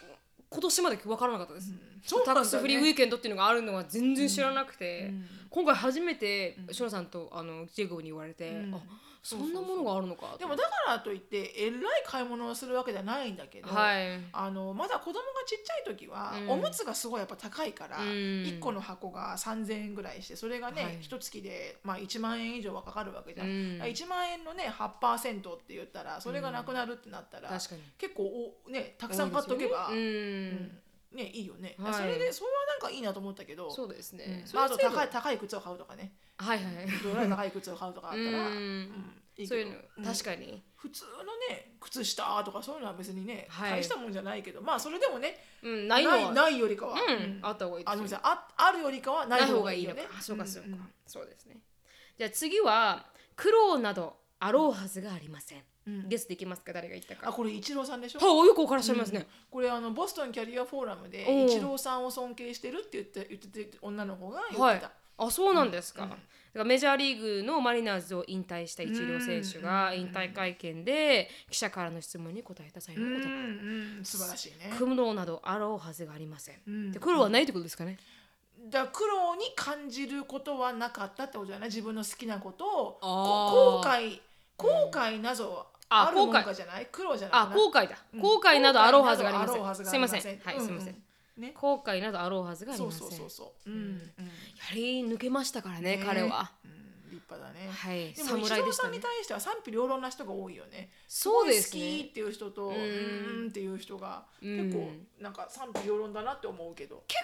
[SPEAKER 1] 今年まで分からなかったです、
[SPEAKER 2] そう
[SPEAKER 1] タ
[SPEAKER 2] なんだね
[SPEAKER 1] ックスフリーウィーケンドっていうのがあるのは全然知らなく
[SPEAKER 2] う
[SPEAKER 1] て、
[SPEAKER 2] ん
[SPEAKER 1] 今回初めて
[SPEAKER 2] うん
[SPEAKER 1] ショナさんとあのジェゴに言われて、
[SPEAKER 2] うん
[SPEAKER 1] あそんなものがあるのか
[SPEAKER 2] でもだからといってえらい買い物をするわけじゃないんだけど、
[SPEAKER 1] はい、うん
[SPEAKER 2] あのまだ子供がちっちゃい時は、
[SPEAKER 1] うん
[SPEAKER 2] おむつがすごいやっぱ高いから、一1個の箱が3,000円ぐらいしてそれが
[SPEAKER 1] はい
[SPEAKER 2] ね、一月で、まあ、1万円以上はかかるわけじゃん、
[SPEAKER 1] うん
[SPEAKER 2] 1万円のね8%って言ったらそれがなくなるってなったら、
[SPEAKER 1] 確かに
[SPEAKER 2] 結構お、ね、たくさん買っとけば、
[SPEAKER 1] 多いです
[SPEAKER 2] う
[SPEAKER 1] よね
[SPEAKER 2] んね、いいよね、
[SPEAKER 1] はい
[SPEAKER 2] それでそれはなんかいいなと思ったけ
[SPEAKER 1] う
[SPEAKER 2] ど
[SPEAKER 1] ん、そうですね、
[SPEAKER 2] うん
[SPEAKER 1] そ
[SPEAKER 2] まあ、あ
[SPEAKER 1] れ
[SPEAKER 2] と
[SPEAKER 1] は全部
[SPEAKER 2] 高い高い靴を買うとかね
[SPEAKER 1] はいはい
[SPEAKER 2] どれぐらい高い靴を買うとかあったら、
[SPEAKER 1] うん
[SPEAKER 2] いいけど
[SPEAKER 1] そういう
[SPEAKER 2] うん
[SPEAKER 1] の確かに、
[SPEAKER 2] 普通のね靴下とかそういうのは別にね、
[SPEAKER 1] はい
[SPEAKER 2] 大したもんじゃないけどまあそれでもね
[SPEAKER 1] うんないのは
[SPEAKER 2] ないないよりかは、
[SPEAKER 1] うん
[SPEAKER 2] うん
[SPEAKER 1] あった方がいい
[SPEAKER 2] あ
[SPEAKER 1] で
[SPEAKER 2] ごめん
[SPEAKER 1] す
[SPEAKER 2] なさ
[SPEAKER 1] よ
[SPEAKER 2] いああるよりかはな
[SPEAKER 1] ないい方
[SPEAKER 2] 方
[SPEAKER 1] が
[SPEAKER 2] が
[SPEAKER 1] い
[SPEAKER 2] い
[SPEAKER 1] い
[SPEAKER 2] いよ
[SPEAKER 1] のか
[SPEAKER 2] ね。
[SPEAKER 1] そうかそうか、
[SPEAKER 2] んん
[SPEAKER 1] そうですねじゃあ次は苦労などあろうはずがありません、
[SPEAKER 2] うん
[SPEAKER 1] ゲスできますか誰が言ったか
[SPEAKER 2] あこれイチローさんでしょ
[SPEAKER 1] はあよくわからっしゃいますね、
[SPEAKER 2] これあのボストンキャリアフォーラムで
[SPEAKER 1] おう
[SPEAKER 2] イチローさんを尊敬してるって言って言ってて女の子が言ってた、
[SPEAKER 1] はいあそうなんですか,、
[SPEAKER 2] うん
[SPEAKER 1] だからメジャーリーグのマリナーズを引退した一流選手が
[SPEAKER 2] うん
[SPEAKER 1] 引退会見で記者からの質問に答えた際
[SPEAKER 2] う
[SPEAKER 1] のこ
[SPEAKER 2] んうん素晴らしいね
[SPEAKER 1] と苦労などあろうはずがありません、
[SPEAKER 2] うん
[SPEAKER 1] で苦労はないってことですかね、
[SPEAKER 2] だから苦労に感じることはなかったってことじゃない自分の好きなことを
[SPEAKER 1] あ
[SPEAKER 2] こ後
[SPEAKER 1] ー
[SPEAKER 2] 悔後悔なぞ
[SPEAKER 1] あ
[SPEAKER 2] あるもん
[SPEAKER 1] 後悔
[SPEAKER 2] かじゃない苦労じゃなく
[SPEAKER 1] あ後悔だ
[SPEAKER 2] うん
[SPEAKER 1] 後悔などあろうはずがあり
[SPEAKER 2] 後悔などあろう
[SPEAKER 1] ま
[SPEAKER 2] は
[SPEAKER 1] せ
[SPEAKER 2] ず
[SPEAKER 1] ん、
[SPEAKER 2] があ
[SPEAKER 1] すいませ
[SPEAKER 2] りませ
[SPEAKER 1] ん
[SPEAKER 2] ん
[SPEAKER 1] はい、
[SPEAKER 2] うんうん
[SPEAKER 1] すいません
[SPEAKER 2] ね
[SPEAKER 1] 後悔などあろうはずがあり
[SPEAKER 2] そう
[SPEAKER 1] ません
[SPEAKER 2] そうそうそう、うんんうん、
[SPEAKER 1] やり抜けましたからね
[SPEAKER 2] ね
[SPEAKER 1] 彼は、
[SPEAKER 2] うん立派だね、
[SPEAKER 1] はい
[SPEAKER 2] でもイチ
[SPEAKER 1] 侍
[SPEAKER 2] ロ
[SPEAKER 1] で
[SPEAKER 2] ー
[SPEAKER 1] した
[SPEAKER 2] さん
[SPEAKER 1] ね
[SPEAKER 2] に対しては賛否両論な人が多いよね
[SPEAKER 1] そうです
[SPEAKER 2] ごい好き
[SPEAKER 1] ね
[SPEAKER 2] っていう人
[SPEAKER 1] ん
[SPEAKER 2] とうーんっていう人が結構なんか賛否両論だなって思うけど
[SPEAKER 1] 結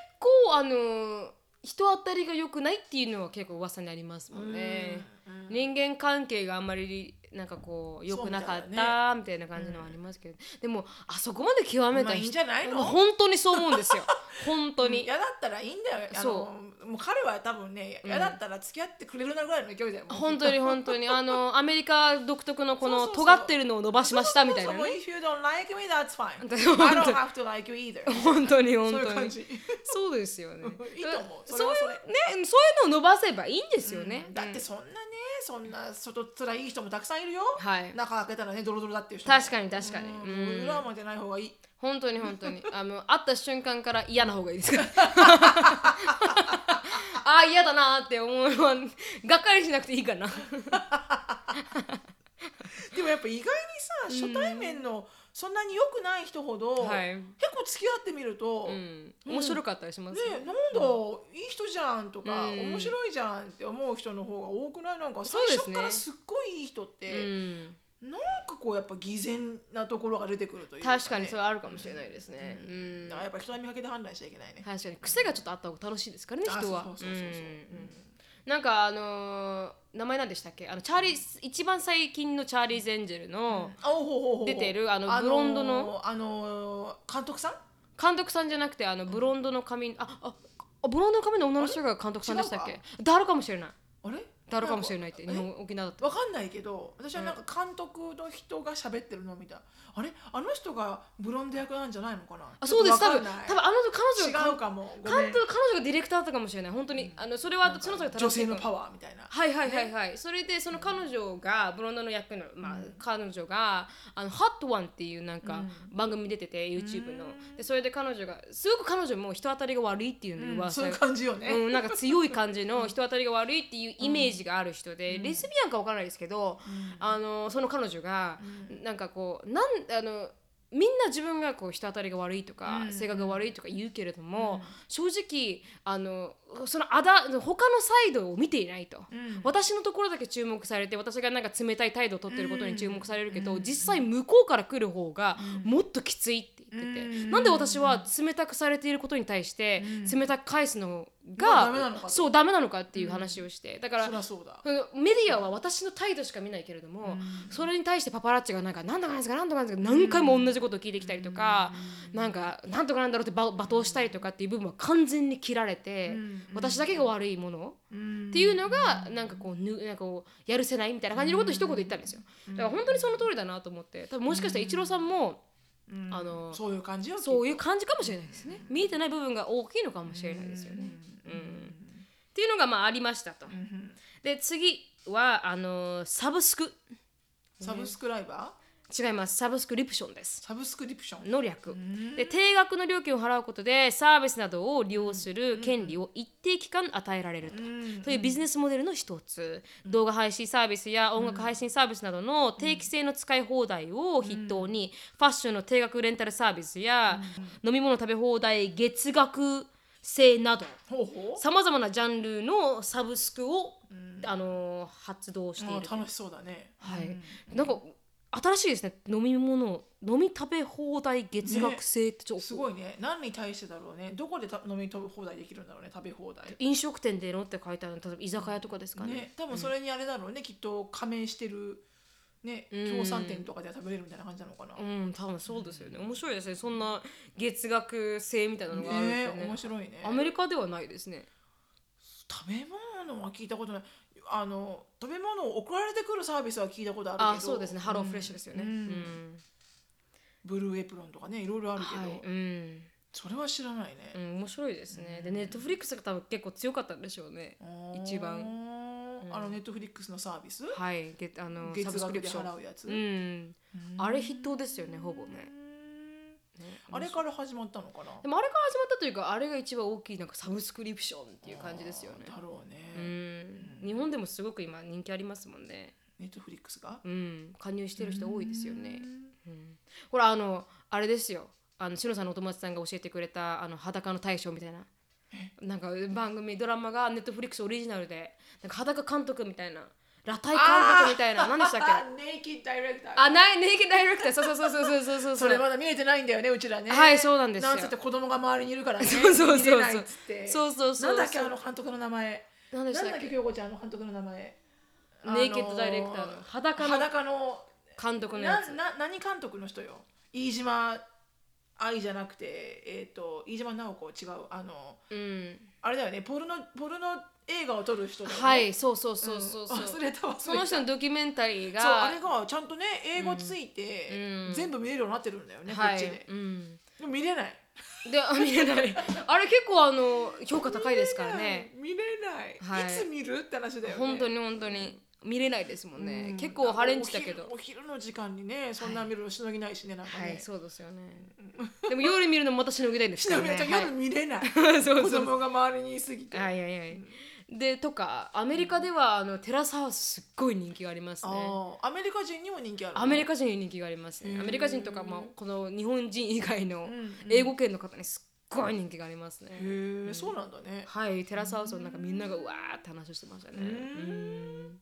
[SPEAKER 1] 構あのー人当たりが良くないっていうのは結構噂になりますもんね、
[SPEAKER 2] うん
[SPEAKER 1] 人間関係があんまりなんかこう良くなかっ
[SPEAKER 2] そうみたい
[SPEAKER 1] たみたいな感じのはありますけど、でもあそこまで極めた
[SPEAKER 2] まあいいん
[SPEAKER 1] 人
[SPEAKER 2] じゃないの
[SPEAKER 1] 本当にそう思うんですよ本当に
[SPEAKER 2] いやだったらいいんだよあの
[SPEAKER 1] そ
[SPEAKER 2] もう彼は多分ね
[SPEAKER 1] うん
[SPEAKER 2] 嫌だったら付き合ってくれるなぐらいの勢いだよもう
[SPEAKER 1] 本当に本当にあのアメリカ独特のこの
[SPEAKER 2] そうそうそう
[SPEAKER 1] 尖ってるのを伸ばしましたみたいな
[SPEAKER 2] そもそも
[SPEAKER 1] ね
[SPEAKER 2] If you don't like me that's fine
[SPEAKER 1] [laughs] 本
[SPEAKER 2] I
[SPEAKER 1] 当に本当に
[SPEAKER 2] don't have to like you either
[SPEAKER 1] 本当に本
[SPEAKER 2] そういう
[SPEAKER 1] 当
[SPEAKER 2] 感
[SPEAKER 1] に
[SPEAKER 2] じ
[SPEAKER 1] そうですよね
[SPEAKER 2] [laughs] いいと思う
[SPEAKER 1] そ
[SPEAKER 2] そうれはそれ
[SPEAKER 1] いうねそういうのを伸ばせばいいんですよね、
[SPEAKER 2] だって
[SPEAKER 1] うん
[SPEAKER 2] そんなねそんな外つらいい人もたくさんいるよ
[SPEAKER 1] はい
[SPEAKER 2] 中開けたらねドロドロだっていう人も
[SPEAKER 1] 確かに確かに
[SPEAKER 2] うん
[SPEAKER 1] うん
[SPEAKER 2] ドラマじゃない方がいい
[SPEAKER 1] 本当に本当にあの会った瞬間から嫌な方がいいです
[SPEAKER 2] [laughs]
[SPEAKER 1] からああ嫌だなーって思うのはがっかりしなくていいかな
[SPEAKER 2] でもやっぱ意外にさ初対面のそんなに良くない人ほど、
[SPEAKER 1] はい
[SPEAKER 2] 結構付き合ってみると、
[SPEAKER 1] う
[SPEAKER 2] ね
[SPEAKER 1] ん面白かったりしますよ、
[SPEAKER 2] なんだ、いい人じゃんとか、
[SPEAKER 1] うん
[SPEAKER 2] 面白いじゃんって思う人の方が多くないなんか
[SPEAKER 1] そ
[SPEAKER 2] 最
[SPEAKER 1] うですね
[SPEAKER 2] 初からすっごいいい人って、
[SPEAKER 1] うん
[SPEAKER 2] なんかこうやっぱ偽善なところが出てくるという
[SPEAKER 1] 確かにそれ
[SPEAKER 2] ね
[SPEAKER 1] はあるかもしれないですね、うん
[SPEAKER 2] だからやっぱ人は見かけで判断しちゃいけないね。
[SPEAKER 1] 確かに癖がちょっとあった方が楽しいですからね
[SPEAKER 2] あ
[SPEAKER 1] 人は
[SPEAKER 2] そうそうそうそうそ
[SPEAKER 1] う
[SPEAKER 2] う
[SPEAKER 1] んなんかあのー名前なんでしたっけあのチャーリー一番最近のチャーリーズ・エンジェルの
[SPEAKER 2] あおほほほほ
[SPEAKER 1] 出てるあのブロンドの
[SPEAKER 2] あのー監督さん
[SPEAKER 1] 監督さんじゃなくてあのブロンドの髪あああブロンドの髪の女の人が監督さんでしたっ
[SPEAKER 2] 違
[SPEAKER 1] け
[SPEAKER 2] う
[SPEAKER 1] だるかもしれない
[SPEAKER 2] あれ
[SPEAKER 1] だるかもしれないって
[SPEAKER 2] ん
[SPEAKER 1] 日
[SPEAKER 2] かえ
[SPEAKER 1] 本沖縄だった
[SPEAKER 2] わかんないけど私はなんか監督の人が喋ってるのを見た、あれあの人がブロンド役なんじゃないのかな
[SPEAKER 1] あそうです
[SPEAKER 2] ちょ
[SPEAKER 1] 多
[SPEAKER 2] っと
[SPEAKER 1] 分
[SPEAKER 2] わかんない
[SPEAKER 1] 多分あの彼女が
[SPEAKER 2] 違うかもごめん
[SPEAKER 1] 監督彼女がディレクターだったかもしれない本当にあのそれはその時は
[SPEAKER 2] 女性の
[SPEAKER 1] ワー
[SPEAKER 2] パワーみたいな
[SPEAKER 1] はいはいはいはい、それでその彼女がブロンドの役の、まあ、彼女が「あのハットワンっていうなんか番組出てて、YouTube のでそれで彼女がすごく彼女も人当たりが悪いっていうのに
[SPEAKER 2] うん
[SPEAKER 1] 噂
[SPEAKER 2] そう
[SPEAKER 1] が
[SPEAKER 2] いう感じよね、
[SPEAKER 1] うん、なんか強い感じ
[SPEAKER 2] [laughs]
[SPEAKER 1] の人当たりが悪いっていうイメージがある人で、レズビアンかわからないですけど、あのその彼女が、なんかこうなんあのみんな自分がこう人当たりが悪いとか、
[SPEAKER 2] うん
[SPEAKER 1] 性格が悪いとか言うけれども、正直あのそのあだ他のサイドを見ていないと。
[SPEAKER 2] うん
[SPEAKER 1] 私のところだけ注目されて私がなんか冷たい態度を取ってることに注目されるけど、
[SPEAKER 2] うん
[SPEAKER 1] 実際向こうから来る方がもっときついって言ってて、
[SPEAKER 2] うん
[SPEAKER 1] なんで私は冷たくされていることに対して
[SPEAKER 2] うん
[SPEAKER 1] 冷たく返すの
[SPEAKER 2] ま
[SPEAKER 1] が、
[SPEAKER 2] あダメなのかと
[SPEAKER 1] そうダメなのかっていう話をして、だから
[SPEAKER 2] そりゃそうだ、
[SPEAKER 1] うんメディアは私の態度しか見ないけれども、それに対してパパラッチがなんか「なんとかなんですかなんとかなんですか」何回も同じことを聞いてきたりとか、なんか「なんとかなんだろう」ってば罵倒したりとかっていう部分は完全に切られて、
[SPEAKER 2] うん
[SPEAKER 1] 私だけが悪いもの、
[SPEAKER 2] うん
[SPEAKER 1] っていうのがなんかこうぬなんかこうやるせないみたいな感じのことを一言言ったんですよだから本当にその通りだなと思って多分もしかしたらイチローさんも
[SPEAKER 2] うん
[SPEAKER 1] あの
[SPEAKER 2] そういう感じよ
[SPEAKER 1] そう
[SPEAKER 2] きっ
[SPEAKER 1] いう感じかもしれないですね見えてない部分が大きいのかもしれないですよねうんっていうのがまあありましたと
[SPEAKER 2] とうん
[SPEAKER 1] で次はあのーサブスク
[SPEAKER 2] サブスクライバー
[SPEAKER 1] 違いますサブスクリプションです
[SPEAKER 2] サブスクリプション
[SPEAKER 1] の略で定額の料金を払うことでサービスなどを利用する権利を一定期間与えられると
[SPEAKER 2] うん
[SPEAKER 1] というビジネスモデルの一つ動画配信サービスや音楽配信サービスなどの定期性の使い放題を筆頭にファッションの定額レンタルサービスや飲み物食べ放題月額制など
[SPEAKER 2] ほうほ
[SPEAKER 1] さまざまなジャンルのサブスクをあのー発動していうる。
[SPEAKER 2] あ楽しそうだね
[SPEAKER 1] はい、なんか新しいですね飲み物飲み食べ放題月額制ってちょっ
[SPEAKER 2] す
[SPEAKER 1] と
[SPEAKER 2] ごいね何に対してだろうねどこでた飲み放題できるんだろうね食べ放題
[SPEAKER 1] 飲食店でのって書いてあるの例えば居酒屋とかですかね
[SPEAKER 2] ね、多分それにあれだろうね、きっと加盟してる、ね、
[SPEAKER 1] うん
[SPEAKER 2] 協賛店とかでは食べれるみたいな感じなのかな。
[SPEAKER 1] うん、多分そうですよね。面白いですね。そんな月額制みたいなのがあるって
[SPEAKER 2] ね
[SPEAKER 1] ね。
[SPEAKER 2] 面白いね。
[SPEAKER 1] アメリカではないですね。
[SPEAKER 2] 食べ物は聞いたことないあの食べ物を送られてくるサービスは聞いたことあるけど
[SPEAKER 1] あそうですねハローフレッシュですよね、
[SPEAKER 2] う
[SPEAKER 1] うんん
[SPEAKER 2] ブルーエプロンとかねいろいろあるけど、
[SPEAKER 1] はいうん
[SPEAKER 2] それは知らない
[SPEAKER 1] うん
[SPEAKER 2] ね、、
[SPEAKER 1] 面白いですね、
[SPEAKER 2] う
[SPEAKER 1] で
[SPEAKER 2] ん
[SPEAKER 1] ネットフリックスが多分結構強かったんでしょうね、
[SPEAKER 2] あー
[SPEAKER 1] 一番うん
[SPEAKER 2] あのネットフリックスのサービス、
[SPEAKER 1] はいゲあのサ
[SPEAKER 2] 月
[SPEAKER 1] ブスク
[SPEAKER 2] 額
[SPEAKER 1] リプ
[SPEAKER 2] で
[SPEAKER 1] ショ
[SPEAKER 2] 払
[SPEAKER 1] ン
[SPEAKER 2] うやつ、
[SPEAKER 1] うん
[SPEAKER 2] うん
[SPEAKER 1] あれ筆頭ですよねほぼね
[SPEAKER 2] うん
[SPEAKER 1] ね
[SPEAKER 2] あれから始まったのかな
[SPEAKER 1] でもあれから始まったというかあれが一番大きいなんかサブスクリプションっていう感じですよね
[SPEAKER 2] あーだろ
[SPEAKER 1] う
[SPEAKER 2] うね、
[SPEAKER 1] ん日本でもすごく今人気ありますもんね
[SPEAKER 2] ネットフリックスが
[SPEAKER 1] うん加入してる人多いですよね
[SPEAKER 2] うん
[SPEAKER 1] うんほらあのあれですよあのしのさんのお友達さんが教えてくれたあの裸の大将みたいななんか番組ドラマがネットフリックスオリジナルでなんか裸監督みたいな裸体監督みたいな何でしたっけ
[SPEAKER 2] [laughs] あネイキッドダイレクター
[SPEAKER 1] あないネイキッドダイレクターそうそうそうそうそうそう
[SPEAKER 2] それまだ見れてないんだよねうちらね
[SPEAKER 1] はいそうなんですよ
[SPEAKER 2] なんつって子供が周りにいるからね
[SPEAKER 1] そうそうそう
[SPEAKER 2] 見れないっつって
[SPEAKER 1] そうそうそうそう
[SPEAKER 2] なんだっけあの監督の名前
[SPEAKER 1] 何
[SPEAKER 2] な
[SPEAKER 1] で
[SPEAKER 2] ん
[SPEAKER 1] したっ
[SPEAKER 2] だっ
[SPEAKER 1] け
[SPEAKER 2] け京子ちゃんあの監督の名前
[SPEAKER 1] ネイキッドダイレクターの裸の
[SPEAKER 2] 裸の
[SPEAKER 1] 監督のや
[SPEAKER 2] な
[SPEAKER 1] つ
[SPEAKER 2] な何監督の人よ飯島愛じゃなくてえっ、と飯島直子違うあの
[SPEAKER 1] うん
[SPEAKER 2] あれだよねポルノポルノ映画を撮る人だよね
[SPEAKER 1] はいそうそうそうそうそう、
[SPEAKER 2] ん忘れた忘れた
[SPEAKER 1] その人のドキュメンタリーが
[SPEAKER 2] そうあれがちゃんとね英語ついて、
[SPEAKER 1] うん
[SPEAKER 2] 全部見れるようになってるんだよね、
[SPEAKER 1] は
[SPEAKER 2] こっ
[SPEAKER 1] い
[SPEAKER 2] ちで
[SPEAKER 1] うん、
[SPEAKER 2] でも見れない
[SPEAKER 1] であ見れないあれ結構あの評価高いですからね
[SPEAKER 2] 見れない見れない、、
[SPEAKER 1] はいい
[SPEAKER 2] つ見るって話だよね
[SPEAKER 1] 本当に本当に見れないですもんね、
[SPEAKER 2] うん
[SPEAKER 1] 結構ハレンチだけ
[SPEAKER 2] お
[SPEAKER 1] ど
[SPEAKER 2] 昼お昼の時間にねそんな見るのしのぎないしねなんか
[SPEAKER 1] は
[SPEAKER 2] ね、
[SPEAKER 1] いそうですよねでも夜見るのもまたしのぎたいです
[SPEAKER 2] し
[SPEAKER 1] か
[SPEAKER 2] の
[SPEAKER 1] ら
[SPEAKER 2] ぎ
[SPEAKER 1] ね
[SPEAKER 2] ないと
[SPEAKER 1] はい
[SPEAKER 2] 夜見れない、
[SPEAKER 1] [laughs] そうそう
[SPEAKER 2] 子
[SPEAKER 1] そう
[SPEAKER 2] 供が周りにいすぎて、
[SPEAKER 1] はいはいはいでとかアメリカではあのテラスハウスすっごい人気がありますね
[SPEAKER 2] あーアメリカ人にも人気あるの
[SPEAKER 1] アメリカ人に人気があります
[SPEAKER 2] う
[SPEAKER 1] ね
[SPEAKER 2] ん
[SPEAKER 1] アメリカ人とかまあこの日本人以外の
[SPEAKER 2] うんうん
[SPEAKER 1] 英語圏の方にすっごい人気がありますね、
[SPEAKER 2] へえ、そうなんだね
[SPEAKER 1] はい、テラスハウスのなんかみんながうわーって話をしてましたね。
[SPEAKER 2] うん
[SPEAKER 1] うん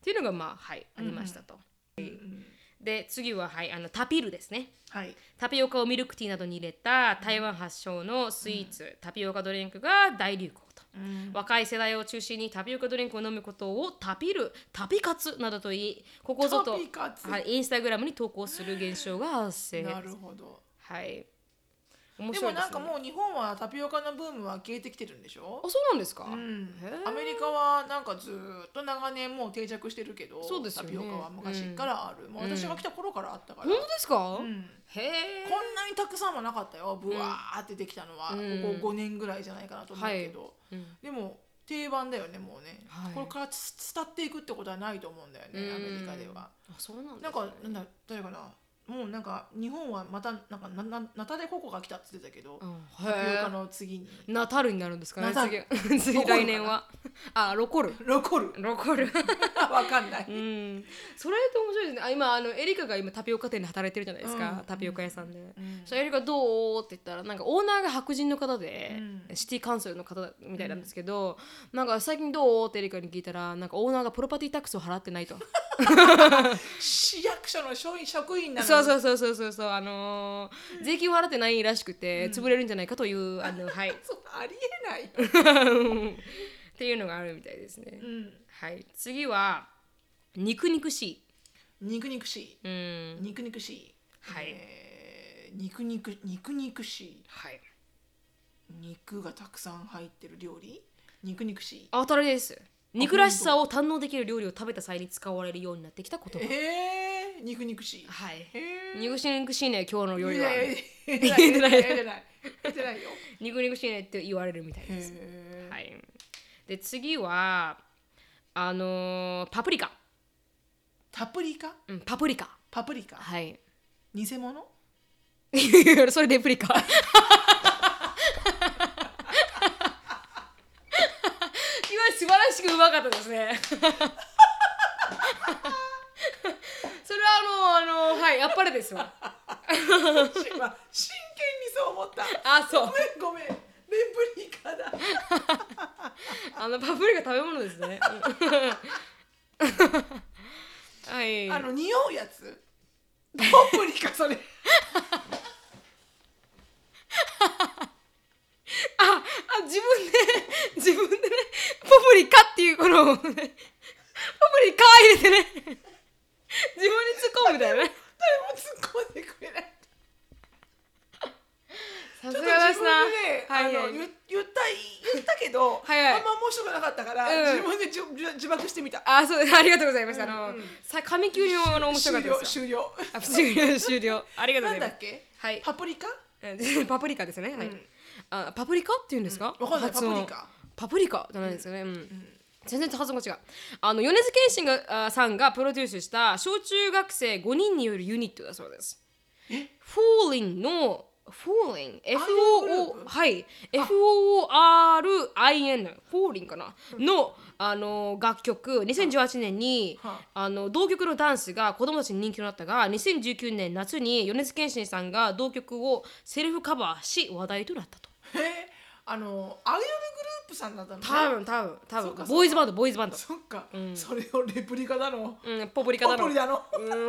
[SPEAKER 1] っていうのがまあはいありましたと。
[SPEAKER 2] うん
[SPEAKER 1] で次ははいあのタピルですね。
[SPEAKER 2] はい
[SPEAKER 1] タピオカをミルクティーなどに入れた台湾発祥のスイーツ、タピオカドリンクが大流行と。若い世代を中心にタピオカドリンクを飲むことをタピル、タピ活などと言い、ここぞと
[SPEAKER 2] タピ活
[SPEAKER 1] はい、インスタグラムに投稿する現象が発生。
[SPEAKER 2] なるほど
[SPEAKER 1] はい。面
[SPEAKER 2] で
[SPEAKER 1] 白
[SPEAKER 2] も
[SPEAKER 1] いで
[SPEAKER 2] なん
[SPEAKER 1] す
[SPEAKER 2] か
[SPEAKER 1] ね。
[SPEAKER 2] もう日本はタピオカのブームは消えてきてるんでしょ
[SPEAKER 1] あ、そうなんですか。
[SPEAKER 2] うん
[SPEAKER 1] へー
[SPEAKER 2] アメリカはなんかずーっと長年もう定着してるけど
[SPEAKER 1] そうですよ
[SPEAKER 2] タ
[SPEAKER 1] ね
[SPEAKER 2] ピオカは昔からある、もう私が来た頃からあったから、
[SPEAKER 1] 本当ですか。
[SPEAKER 2] うん
[SPEAKER 1] へえ。
[SPEAKER 2] こんなにたくさんはなかったよブワーってできたのは、
[SPEAKER 1] うん
[SPEAKER 2] ここ5年ぐらいじゃないかなと思うけど、
[SPEAKER 1] うん
[SPEAKER 2] でも定番だよねもうね、
[SPEAKER 1] はい
[SPEAKER 2] これからつ伝っていくってことはないと思うんだよね、
[SPEAKER 1] うん
[SPEAKER 2] アメリカでは。
[SPEAKER 1] あそうなんですね
[SPEAKER 2] なんかなんだ誰かなもうなんか日本はまたなんかななナタデココが来たって言ってたけど、
[SPEAKER 1] うん、
[SPEAKER 2] タピオ
[SPEAKER 1] へ
[SPEAKER 2] カ
[SPEAKER 1] え
[SPEAKER 2] の次に
[SPEAKER 1] ナタルになるんですか
[SPEAKER 2] ナタ
[SPEAKER 1] ね
[SPEAKER 2] ル
[SPEAKER 1] 次次来年は [laughs] あロコル
[SPEAKER 2] 残る [laughs]
[SPEAKER 1] ロコル
[SPEAKER 2] わかんない、
[SPEAKER 1] うんそれと面白いですねあ今あのエリカが今タピオカ店で働いてるじゃないですか、
[SPEAKER 2] うん
[SPEAKER 1] タピオカ屋さんで、
[SPEAKER 2] うん
[SPEAKER 1] それエリカどうって言ったらなんかオーナーが白人の方で、
[SPEAKER 2] うん
[SPEAKER 1] シティカウンセルの方みたいなんですけど、なんか最近どうってエリカに聞いたらなんかオーナーがプロパティタックスを払ってないと
[SPEAKER 2] 市役所の職員職員なのに
[SPEAKER 1] そうそうそうそうそうそうあのー税金を払ってないらしくて、潰れるんじゃないかというあの [laughs] はい
[SPEAKER 2] そうありえないよ、
[SPEAKER 1] っていうのがあるみたいですね。
[SPEAKER 2] うん、
[SPEAKER 1] はい、次は肉肉し
[SPEAKER 2] 肉肉し
[SPEAKER 1] い。うん
[SPEAKER 2] い。肉肉しい、
[SPEAKER 1] はい
[SPEAKER 2] えー肉肉肉肉しい
[SPEAKER 1] はい。
[SPEAKER 2] 肉がたくさん入ってる料理肉肉しい
[SPEAKER 1] あたりです。肉らしさを堪能できる料理を食べた際に使われるようになってきた言葉。
[SPEAKER 2] えー、肉肉しい
[SPEAKER 1] はい。
[SPEAKER 2] えー
[SPEAKER 1] 肉し肉しいね今日の料
[SPEAKER 2] い
[SPEAKER 1] 理は
[SPEAKER 2] や。いや
[SPEAKER 1] [laughs]
[SPEAKER 2] いや言えてない言えてない言えてないよ
[SPEAKER 1] 肉肉しいねって言われるみたいです。
[SPEAKER 2] へー
[SPEAKER 1] はい。で次はあのーパプリカ。
[SPEAKER 2] パプリカ
[SPEAKER 1] うんパプリカ。
[SPEAKER 2] パプリカ
[SPEAKER 1] はい。
[SPEAKER 2] 偽物
[SPEAKER 1] [laughs] それレプリカ。 [laughs] 今素晴らしくうまかったですね。 [laughs] それはあのあのはいあっぱれですわ。
[SPEAKER 2] 私は真剣にそう思った
[SPEAKER 1] あそ
[SPEAKER 2] ご
[SPEAKER 1] う
[SPEAKER 2] めんごめんレプリカだ
[SPEAKER 1] あのパプリカ食べ物ですね。うんはい。
[SPEAKER 2] あの匂うやつパプリカそれ
[SPEAKER 1] ああ自分で自分でねパプリカっていうこのねパプリカ入れてね自分に突っ込むみたいなね。
[SPEAKER 2] 誰も突っ込んでくれない
[SPEAKER 1] さすが
[SPEAKER 2] ちょっと
[SPEAKER 1] です
[SPEAKER 2] 自
[SPEAKER 1] な
[SPEAKER 2] 分で、。
[SPEAKER 1] はい
[SPEAKER 2] あの
[SPEAKER 1] はい
[SPEAKER 2] 言言った言ったけけど、
[SPEAKER 1] はいはい
[SPEAKER 2] あんま面白くなかったから、
[SPEAKER 1] うん
[SPEAKER 2] 自分でじゅじゅ自爆してみた。
[SPEAKER 1] あ、そう、ありがとうございました。あの
[SPEAKER 2] うんうん、
[SPEAKER 1] さ、神級にもあの面白かったですよ。
[SPEAKER 2] 終了
[SPEAKER 1] あ、終了、終了。ありが
[SPEAKER 2] 終
[SPEAKER 1] とうござ
[SPEAKER 2] 了。なんだ
[SPEAKER 1] いま
[SPEAKER 2] っけ？
[SPEAKER 1] す。はい。
[SPEAKER 2] パプリカ？
[SPEAKER 1] うんパプリカですね。はい
[SPEAKER 2] うん。
[SPEAKER 1] あ、パプリカって言うんですか？
[SPEAKER 2] わかんない
[SPEAKER 1] 発音
[SPEAKER 2] パプリカ。
[SPEAKER 1] パプリカじゃないですよね。うん。全然発音が違う。あの米津玄師があさんがプロデュースした小中学生5人によるユニットだそうです。Falling の Falling F
[SPEAKER 2] アイド
[SPEAKER 1] O
[SPEAKER 2] ルグ
[SPEAKER 1] O
[SPEAKER 2] ルー
[SPEAKER 1] はい F O O R I N Falling かなのあの楽曲2018年に
[SPEAKER 2] は
[SPEAKER 1] あの同曲のダンスが子供たちに人気となったが2019年夏に米津玄師さんが同曲をセルフカバーし話題となったと。
[SPEAKER 2] へーあのアイドルグループさんだったのね。
[SPEAKER 1] 多分多分多
[SPEAKER 2] そ
[SPEAKER 1] 分
[SPEAKER 2] うかそうか
[SPEAKER 1] ボーイズバンドボーイズバンド。
[SPEAKER 2] そっか、それをレプリカだの。
[SPEAKER 1] うんポプリカ
[SPEAKER 2] パ
[SPEAKER 1] だろ。
[SPEAKER 2] プ
[SPEAKER 1] うん
[SPEAKER 2] リだの。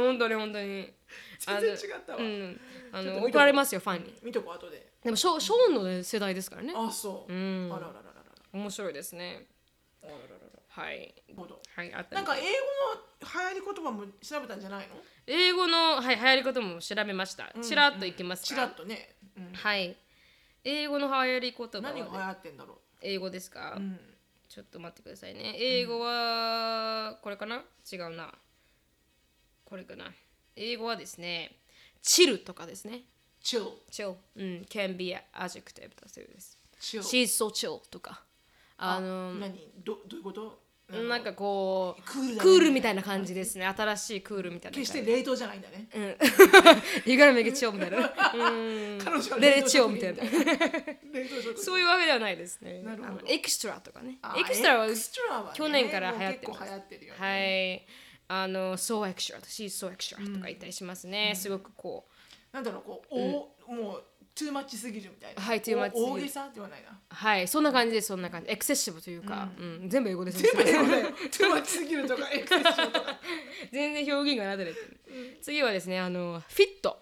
[SPEAKER 1] 本当に本当に。
[SPEAKER 2] 全然違ったわ。
[SPEAKER 1] うんあ
[SPEAKER 2] ちょ
[SPEAKER 1] の
[SPEAKER 2] っと見とこう
[SPEAKER 1] 怒られますよファンに。
[SPEAKER 2] 見とこう後で。
[SPEAKER 1] でもショショーンの世代ですからね。
[SPEAKER 2] あそ
[SPEAKER 1] う
[SPEAKER 2] う。
[SPEAKER 1] ん
[SPEAKER 2] あららららら
[SPEAKER 1] 面白いですね。
[SPEAKER 2] ら。あらららら。
[SPEAKER 1] はい。
[SPEAKER 2] ほど。
[SPEAKER 1] はい、あった
[SPEAKER 2] なんか英語の流行り言葉も調べたんじゃないの？
[SPEAKER 1] 英語の、はい、流行りことも調べました。ちらっといきます
[SPEAKER 2] ち
[SPEAKER 1] か、
[SPEAKER 2] らっとね。うん
[SPEAKER 1] はい。英語の流行り言葉は、
[SPEAKER 2] 何
[SPEAKER 1] ね
[SPEAKER 2] が、流行ってんだろ
[SPEAKER 1] 英語ですか、
[SPEAKER 2] う。うん。
[SPEAKER 1] ちょっと待ってくださいね。英語は、これかな違うな。これかな。英語はですね、チルとかですね。
[SPEAKER 2] chill
[SPEAKER 1] chill、うん、can be adjective だそうです。
[SPEAKER 2] chill。
[SPEAKER 1] she's so chill とか。あの、
[SPEAKER 2] 何どどういうこと？
[SPEAKER 1] なんかこう、
[SPEAKER 2] クールだね
[SPEAKER 1] クールみたいな感じですね。新しいクールみたいな感
[SPEAKER 2] 決し
[SPEAKER 1] じ。
[SPEAKER 2] て冷凍じゃないんだね。
[SPEAKER 1] You gotta make it chill みたいなね。
[SPEAKER 2] 彼女が
[SPEAKER 1] で
[SPEAKER 2] 冷
[SPEAKER 1] レ
[SPEAKER 2] 凍
[SPEAKER 1] チオ
[SPEAKER 2] 食
[SPEAKER 1] みたい
[SPEAKER 2] 品
[SPEAKER 1] な。
[SPEAKER 2] 冷凍食品。
[SPEAKER 1] そういうわけではないですね。
[SPEAKER 2] なるほど
[SPEAKER 1] あのエクストラとかね
[SPEAKER 2] あ。
[SPEAKER 1] エクストラは
[SPEAKER 2] エクストラはね
[SPEAKER 1] 去年から流行って
[SPEAKER 2] もう
[SPEAKER 1] ま
[SPEAKER 2] 結構
[SPEAKER 1] す。
[SPEAKER 2] 流行ってるよね。
[SPEAKER 1] はい。あの、so extra と she's so extra とか言ったりしますね。すごくこう、
[SPEAKER 2] なんだろうこうおもうトゥーマッチすぎるみたいな。
[SPEAKER 1] はい too much すぎる
[SPEAKER 2] 大げさって言わない
[SPEAKER 1] [laughs]
[SPEAKER 2] な。
[SPEAKER 1] はい、そんな感じです、そんな感じ。エクセシブというか、うん、全部英語ですね。
[SPEAKER 2] 全部英語だよ。トゥーマッチすぎ
[SPEAKER 1] [laughs]
[SPEAKER 2] るとかエクセスとか。
[SPEAKER 1] 全然表現がなだれてる。次はですね、あの、フィット。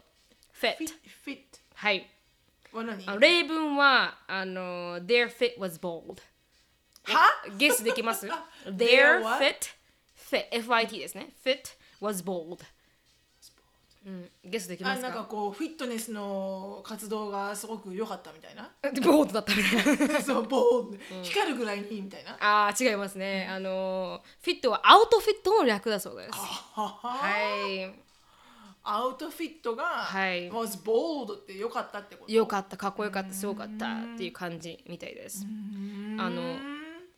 [SPEAKER 1] フィッ
[SPEAKER 2] フィッ
[SPEAKER 1] ト。
[SPEAKER 2] フィッ
[SPEAKER 1] はい。
[SPEAKER 2] トは何？
[SPEAKER 1] あの例文は、あの、their fit was bold。
[SPEAKER 2] は？
[SPEAKER 1] ゲスでき [laughs] ます ?Their
[SPEAKER 2] Their what?
[SPEAKER 1] fit, fit, FIT ですね。fit was bold。うん、ゲスできま
[SPEAKER 2] あ
[SPEAKER 1] す
[SPEAKER 2] なん
[SPEAKER 1] [laughs]
[SPEAKER 2] か
[SPEAKER 1] か
[SPEAKER 2] こうフィットネスの活動がすごく良かったみたいな。
[SPEAKER 1] ボードだったみ [laughs] たいな。
[SPEAKER 2] [laughs] そうボーン光るぐらいにいいみたいな。
[SPEAKER 1] あー違いますね。あのー、フィットはアウトフィットの略だそうです。
[SPEAKER 2] はは
[SPEAKER 1] は
[SPEAKER 2] アウトフィットが、
[SPEAKER 1] はい
[SPEAKER 2] もうボードって良かったってこと
[SPEAKER 1] い。よかった、かっこよかった、すごかったっていう感じみたいです。あの、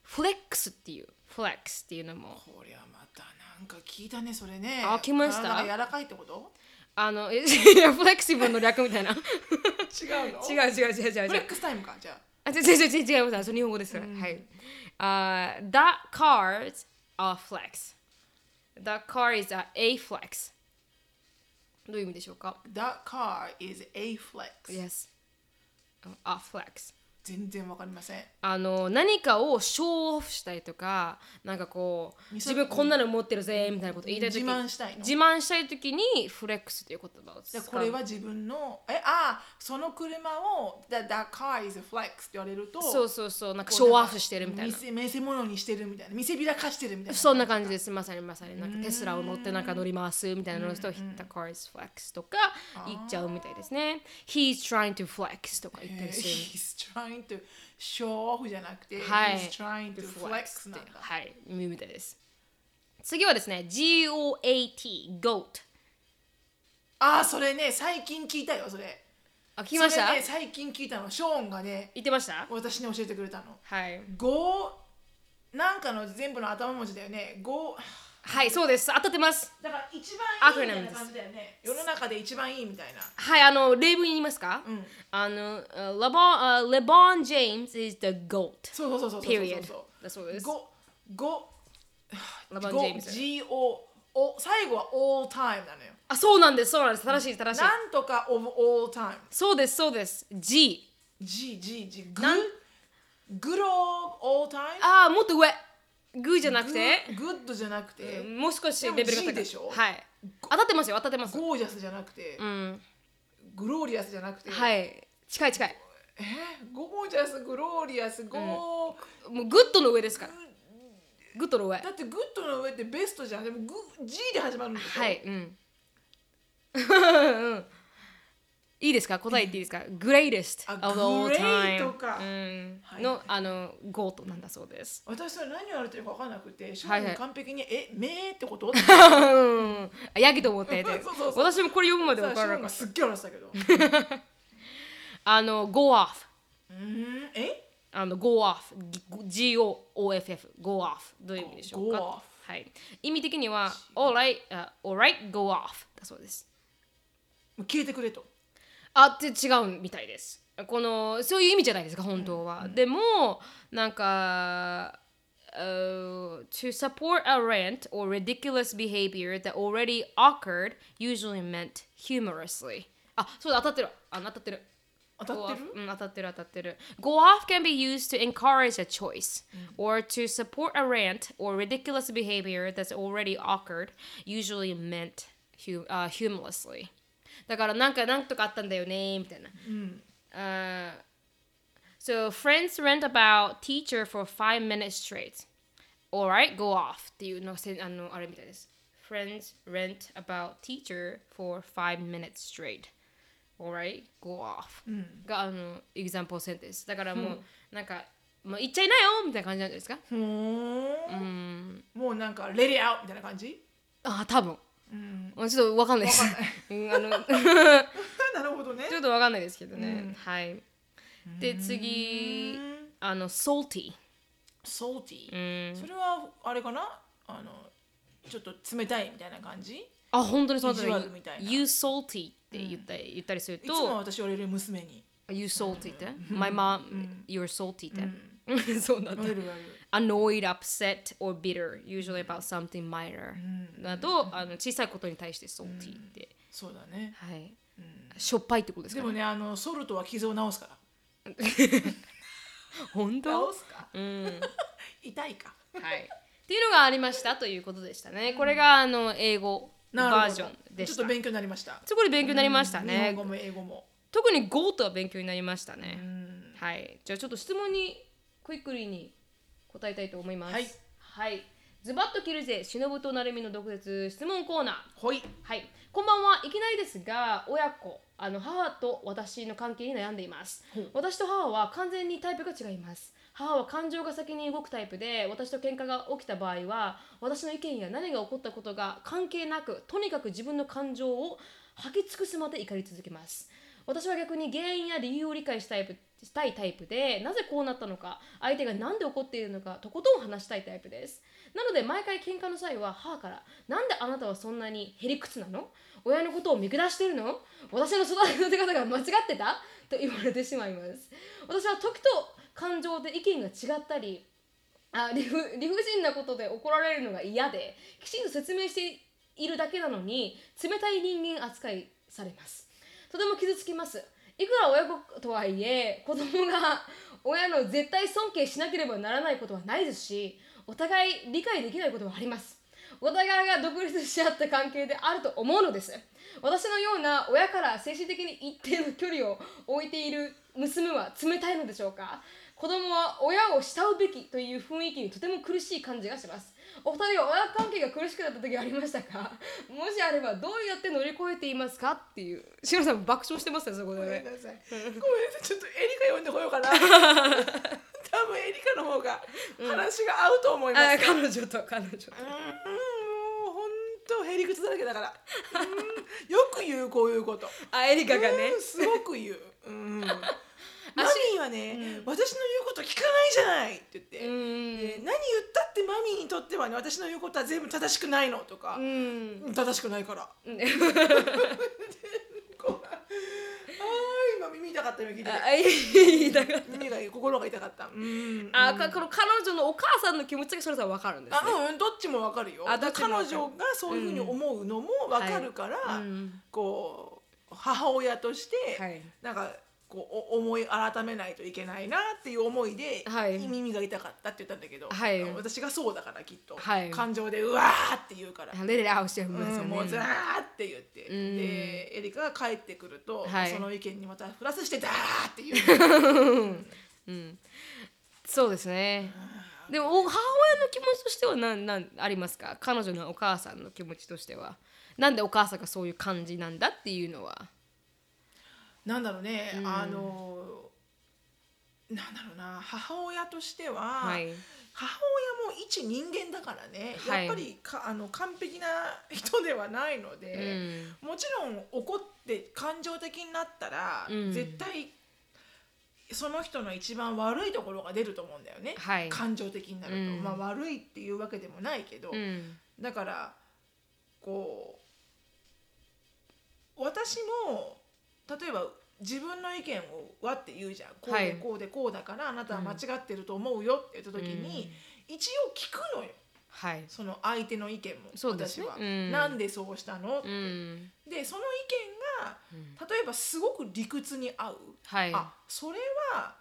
[SPEAKER 1] フレックスっていう、フレックスっていうのも、
[SPEAKER 2] こりゃまたなんか聞いたねそれね
[SPEAKER 1] あ来ました
[SPEAKER 2] 体が柔らかいってこと
[SPEAKER 1] あの、 [laughs] えいやフレキシブルの略みた [laughs] いな。
[SPEAKER 2] 違うの
[SPEAKER 1] 違う
[SPEAKER 2] う
[SPEAKER 1] 違う違う違う
[SPEAKER 2] フ
[SPEAKER 1] 違
[SPEAKER 2] レ
[SPEAKER 1] う
[SPEAKER 2] ッ。クスタイムかじゃ
[SPEAKER 1] あ、違う違う違う違います。それ日本語です。はい。あ、uh, that cars are flex. That car is a a flex. どういう意味でしょうか
[SPEAKER 2] あ That car is a flex、
[SPEAKER 1] ?Yes. A flex.
[SPEAKER 2] 全然わかりません
[SPEAKER 1] あの何かをショーオフしたいとかなんかこう自分こんなの持ってるぜみたいなこと言いたい時
[SPEAKER 2] 自慢したいの
[SPEAKER 1] 自慢したい時にフレックスという言葉を使
[SPEAKER 2] で
[SPEAKER 1] う
[SPEAKER 2] これは自分のえあその車を that, that car is a flex って言われると
[SPEAKER 1] そうそうそうなんかショーオフしてるみたいな
[SPEAKER 2] 見せ見せ物にしてるみたいな見せびらかしてるみたいな
[SPEAKER 1] そんな感じです。まさにまさに。なんかテスラを乗ってなんか乗りますみたいなの人を hit the car is flex とか言っちゃうみたいですね。He's trying to flex とか言った
[SPEAKER 2] えー
[SPEAKER 1] りする。
[SPEAKER 2] [laughs] he's trying to show off じゃなくて、
[SPEAKER 1] はい
[SPEAKER 2] he's trying to flex なんだ
[SPEAKER 1] ってはい、耳みたいです。次はですね、G-O-A-T、GOAT。
[SPEAKER 2] ああそれね最近聞いたよそれ
[SPEAKER 1] あ、聞きました
[SPEAKER 2] それね最近聞いたのショーンがね
[SPEAKER 1] 言ってました
[SPEAKER 2] 私に教えてくれたの
[SPEAKER 1] はい。
[SPEAKER 2] ゴーなんかの全部の頭文字だよねゴー
[SPEAKER 1] はい、そうです。当たってます。
[SPEAKER 2] だから一番いいみ
[SPEAKER 1] Acronym で
[SPEAKER 2] たいな
[SPEAKER 1] す
[SPEAKER 2] 感じだよね世の中で一番いいみたいな
[SPEAKER 1] はい、あの、例文言いますか、
[SPEAKER 2] ん
[SPEAKER 1] あの、uh, LeBron, uh, LeBron James is the GOAT。
[SPEAKER 2] そうそうそうそうそうそう
[SPEAKER 1] period
[SPEAKER 2] そ。
[SPEAKER 1] だそうで
[SPEAKER 2] う
[SPEAKER 1] す。
[SPEAKER 2] ゴゴ
[SPEAKER 1] ラバン・ジェー
[SPEAKER 2] ゴ
[SPEAKER 1] ムズ。
[SPEAKER 2] G O お最後は all time なのよ
[SPEAKER 1] あ、そうなんです、そうなんです。正しい、正しい。
[SPEAKER 2] なんとか of all time
[SPEAKER 1] そうです、そうです。G。
[SPEAKER 2] G G G グ
[SPEAKER 1] なん
[SPEAKER 2] グロー all time
[SPEAKER 1] ああ、もっと上。グーじゃなくて、
[SPEAKER 2] グッドじゃなくて、
[SPEAKER 1] もう少しレベルが高
[SPEAKER 2] でも
[SPEAKER 1] い。
[SPEAKER 2] G でしょ
[SPEAKER 1] はい。当たってますよ、当たってます。
[SPEAKER 2] ゴージャスじゃなくて、
[SPEAKER 1] うん。
[SPEAKER 2] グローリアスじゃなくて、
[SPEAKER 1] はい。近い近い。
[SPEAKER 2] えーゴージャスグローリアスゴー、
[SPEAKER 1] もうグッドの上ですから。グッドの上。
[SPEAKER 2] だってグッドの上ってベストじゃんでもグ G で始まるんでしょ、
[SPEAKER 1] はい。うん。いいですか答えていいですか ?Greatest
[SPEAKER 2] あ
[SPEAKER 1] of all
[SPEAKER 2] great
[SPEAKER 1] time
[SPEAKER 2] か
[SPEAKER 1] うん
[SPEAKER 2] はい
[SPEAKER 1] のあのゴートなんだそうです。
[SPEAKER 2] 私それ何を言われてるか分からなくて、ショ
[SPEAKER 1] は
[SPEAKER 2] ー
[SPEAKER 1] い
[SPEAKER 2] ン
[SPEAKER 1] はい
[SPEAKER 2] 完璧に、え、めーっ
[SPEAKER 1] [laughs]
[SPEAKER 2] てこ
[SPEAKER 1] う
[SPEAKER 2] と
[SPEAKER 1] んあヤギと思ってて
[SPEAKER 2] [laughs] そうそうそう
[SPEAKER 1] 私もこれ読むまで分からなか
[SPEAKER 2] が
[SPEAKER 1] った。
[SPEAKER 2] すっげえ笑ってたけ
[SPEAKER 1] [laughs]
[SPEAKER 2] ど。
[SPEAKER 1] あの Go off
[SPEAKER 2] うーん、え
[SPEAKER 1] あの Go off G-O-O-F-F Go off どういう意味でしょう
[SPEAKER 2] Go off
[SPEAKER 1] かはい意味的には Alright、あ Alright Go off だそうです。
[SPEAKER 2] もう消えてくれと。
[SPEAKER 1] あって違うみたいですこのそういう意味じゃないですか本当は、でもなんかうー to support a rant or ridiculous behavior that already occurred usually meant humorously あそうだ当たってるあ当たってる
[SPEAKER 2] 当たっ
[SPEAKER 1] Go
[SPEAKER 2] てる
[SPEAKER 1] off うん、当たってる当たってる Go off can be used to encourage a choice or to support a rant or ridiculous behavior that's already occurred usually meant hu、uh, humorlessly だからなんかなんとかあったんだよねみたいな、Uh, so friends rant about teacher for five minutes straight alright go off っていうのせあのあれみたいです friends rant about teacher for five minutes straight alright go off、があの example sentence だからもう、なんかもう言っちゃいなよみたいな感じなんじゃないですか
[SPEAKER 2] ふーん。もうなんか、レディアウみたいな感じ [laughs]
[SPEAKER 1] ああ多分、うん、ちょっとわかんないです [laughs] うんあの
[SPEAKER 2] なるほどね
[SPEAKER 1] ち。ょっとわかんないですけどね、はいで次あの salty
[SPEAKER 2] ソーティー。それは、あれかなあの、ちょっと冷たいみたいな感じい
[SPEAKER 1] あ本当にそうだ
[SPEAKER 2] 意地悪みたいな
[SPEAKER 1] You salty って言ったり,、言ったりする
[SPEAKER 2] つも
[SPEAKER 1] と
[SPEAKER 2] 私言われる娘に。
[SPEAKER 1] You salty って My mom、You're salty って、 [laughs] そうなんだ
[SPEAKER 2] 言われる言われる
[SPEAKER 1] annoyed, upset, or bitter, usually about something minor. だと、あの小さいことに対して salty って。
[SPEAKER 2] そうだね。
[SPEAKER 1] はい。しょっぱいってことです
[SPEAKER 2] で
[SPEAKER 1] か
[SPEAKER 2] も
[SPEAKER 1] ね。
[SPEAKER 2] ね、あの、ソルトは傷を治すから。
[SPEAKER 1] 本当は
[SPEAKER 2] 治すか [laughs] 痛いか。
[SPEAKER 1] い。っていうのがありましたということでしたね。これがあの英語
[SPEAKER 2] な
[SPEAKER 1] バ
[SPEAKER 2] る
[SPEAKER 1] ー
[SPEAKER 2] ほ
[SPEAKER 1] ジョ
[SPEAKER 2] ど
[SPEAKER 1] ンで
[SPEAKER 2] ち
[SPEAKER 1] し
[SPEAKER 2] ょったと。勉強になりました。
[SPEAKER 1] すごい勉強になりました
[SPEAKER 2] 日本
[SPEAKER 1] ね
[SPEAKER 2] 語。も英語も。
[SPEAKER 1] 特に GO とは勉強になりましたね。はい。じゃあちょっと質問にクイックリーに答えたいと思います。
[SPEAKER 2] はい。
[SPEAKER 1] はい。ズバッと切るぜ、忍となるみの毒舌質問コーナー。
[SPEAKER 2] ほい。
[SPEAKER 1] はい、こんばんはいきなりですが親子あの母と私の関係に悩んでいます
[SPEAKER 2] ほう
[SPEAKER 1] 私と母は完全にタイプが違います母は感情が先に動くタイプで私と喧嘩が起きた場合は私の意見や何が起こったことが関係なくとにかく自分の感情を吐き尽くすまで怒り続けます私は逆に原因や理由を理解したいタイプしたいタイプでなぜこうなったのか相手が何で怒っているのかとことん話したいタイプですなので毎回喧嘩の際は母から「なんであなたはそんなにへりくつなの親のことを見下してるの私の育て方が間違ってた?」と言われてしまいます私は時と感情で意見が違ったりあ [laughs] 理不理不尽なことで怒られるのが嫌できちんと説明しているだけなのに冷たい人間扱いされますとても傷つきますいくら親子とはいえ子供が [laughs] 親の絶対尊敬しなければならないことはないですしお互い理解できないことはありますお互いが独立し合った関係であると思うのです私のような親から精神的に一定の距離を置いている娘は冷たいのでしょうか子供は親を慕うべきという雰囲気にとても苦しい感じがしますお二人は親関係が苦しくなった時はありましたかもしあればどうやって乗り越えていますかっていうシロさん爆笑してますよそこで
[SPEAKER 2] ごめ
[SPEAKER 1] ね
[SPEAKER 2] んなさい。ごめんなさい。ちょっとエリカ読んでこよう
[SPEAKER 1] [laughs]
[SPEAKER 2] かな。多分エリカの方が話が合うと思いま
[SPEAKER 1] あ
[SPEAKER 2] す。
[SPEAKER 1] 彼女と彼女と
[SPEAKER 2] うーんもう本当へりくつだらけ
[SPEAKER 1] [laughs]
[SPEAKER 2] だから。うんよく言うこういうこと。
[SPEAKER 1] あエリカがね
[SPEAKER 2] うんすごく言う。うん。
[SPEAKER 1] [laughs]
[SPEAKER 2] マミーはね、私の言うこと聞かないじゃないって言って、
[SPEAKER 1] う
[SPEAKER 2] で
[SPEAKER 1] ん
[SPEAKER 2] 何言ったってマミーにとってはね私の言うことは全部正しくないのとか
[SPEAKER 1] う、ん
[SPEAKER 2] うん正しくないから。こうあ [laughs] ー今耳痛かった今聞いてて
[SPEAKER 1] あいいだから
[SPEAKER 2] 耳が心が痛かった。うん。
[SPEAKER 1] あかこの彼女のお母さんの気持ちがそれさん分かるんですね
[SPEAKER 2] あうんどっちもわかるよ
[SPEAKER 1] あどっ
[SPEAKER 2] だ
[SPEAKER 1] ち
[SPEAKER 2] から
[SPEAKER 1] もわ
[SPEAKER 2] 彼
[SPEAKER 1] かる
[SPEAKER 2] 女がそういうふうに思うのもわかるから、
[SPEAKER 1] いうん
[SPEAKER 2] こう母親として、
[SPEAKER 1] はい
[SPEAKER 2] なんかこうお思い改めないといけないなっていう思いで、
[SPEAKER 1] はい
[SPEAKER 2] 耳が痛かったって言ったんだけど、
[SPEAKER 1] はい
[SPEAKER 2] 私がそうだからきっと、
[SPEAKER 1] はい
[SPEAKER 2] 感情でうわーって言うから。
[SPEAKER 1] レレレ合うしてるんです
[SPEAKER 2] う
[SPEAKER 1] よ
[SPEAKER 2] ん、もうず
[SPEAKER 1] ね
[SPEAKER 2] らーって言って、
[SPEAKER 1] うん
[SPEAKER 2] でエリカが帰ってくると、
[SPEAKER 1] はい
[SPEAKER 2] その意見にまたプラスしてダーって言
[SPEAKER 1] [laughs]
[SPEAKER 2] う
[SPEAKER 1] そうですねでもお母親の気持ちとしては何何ありますか彼女のお母さんの気持ちとしてはなんでお母さんがそういう感じなんだっていうのは
[SPEAKER 2] なんだろうね、
[SPEAKER 1] うん
[SPEAKER 2] あのなんだろうな母親としては、
[SPEAKER 1] はい
[SPEAKER 2] 母親も一人間だからね、
[SPEAKER 1] はい
[SPEAKER 2] やっぱりかあの完璧な人ではないので、もちろん怒って感情的になったら、
[SPEAKER 1] うん
[SPEAKER 2] 絶対その人の一番悪いところが出ると思うんだよね、
[SPEAKER 1] はい
[SPEAKER 2] 感情的になると、
[SPEAKER 1] うん
[SPEAKER 2] まあ悪いっていうわけでもないけど、
[SPEAKER 1] うんうん
[SPEAKER 2] だからこう私も例えば自分の意見をわって言うじゃんこう
[SPEAKER 1] はい
[SPEAKER 2] でこうでこうだからあなたは間違ってると思うよって言った時に、一応聞くのよ
[SPEAKER 1] はい
[SPEAKER 2] その相手の意見も
[SPEAKER 1] そうですね
[SPEAKER 2] 私は、
[SPEAKER 1] うん
[SPEAKER 2] なんでそうしたの、
[SPEAKER 1] うん
[SPEAKER 2] でその意見が
[SPEAKER 1] うん
[SPEAKER 2] 例えばすごく理屈に合う、
[SPEAKER 1] はい
[SPEAKER 2] あそれは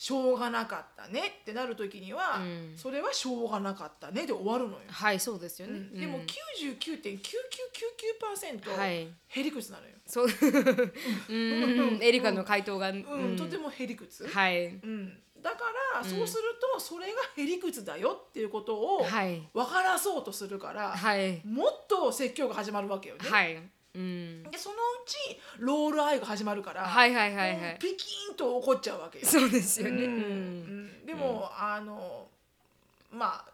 [SPEAKER 2] しょうがなかったねってなる時には、
[SPEAKER 1] うん
[SPEAKER 2] それはしょうがなかったねで終わるのよ。
[SPEAKER 1] はいそうですよね、
[SPEAKER 2] で
[SPEAKER 1] う
[SPEAKER 2] も
[SPEAKER 1] んは
[SPEAKER 2] 99.9999%
[SPEAKER 1] い
[SPEAKER 2] へりくつなのよ、
[SPEAKER 1] そう [laughs] うんエリカの回答が、
[SPEAKER 2] うんとて
[SPEAKER 1] も
[SPEAKER 2] もへりくつ、
[SPEAKER 1] はい
[SPEAKER 2] うん、だから、
[SPEAKER 1] うん
[SPEAKER 2] そうするとそれがへりくつだよっていうことを
[SPEAKER 1] はい
[SPEAKER 2] 分からそうとするから、
[SPEAKER 1] はい
[SPEAKER 2] もっと説教が始まるわけよね、
[SPEAKER 1] はいうん
[SPEAKER 2] でそのうちロールアイが始まるから、
[SPEAKER 1] はいはいはいは
[SPEAKER 2] もう
[SPEAKER 1] い
[SPEAKER 2] ピキーンと怒っちゃうわけよ。
[SPEAKER 1] そうですよ
[SPEAKER 2] うん
[SPEAKER 1] ね、う
[SPEAKER 2] うんんでも、あのまあ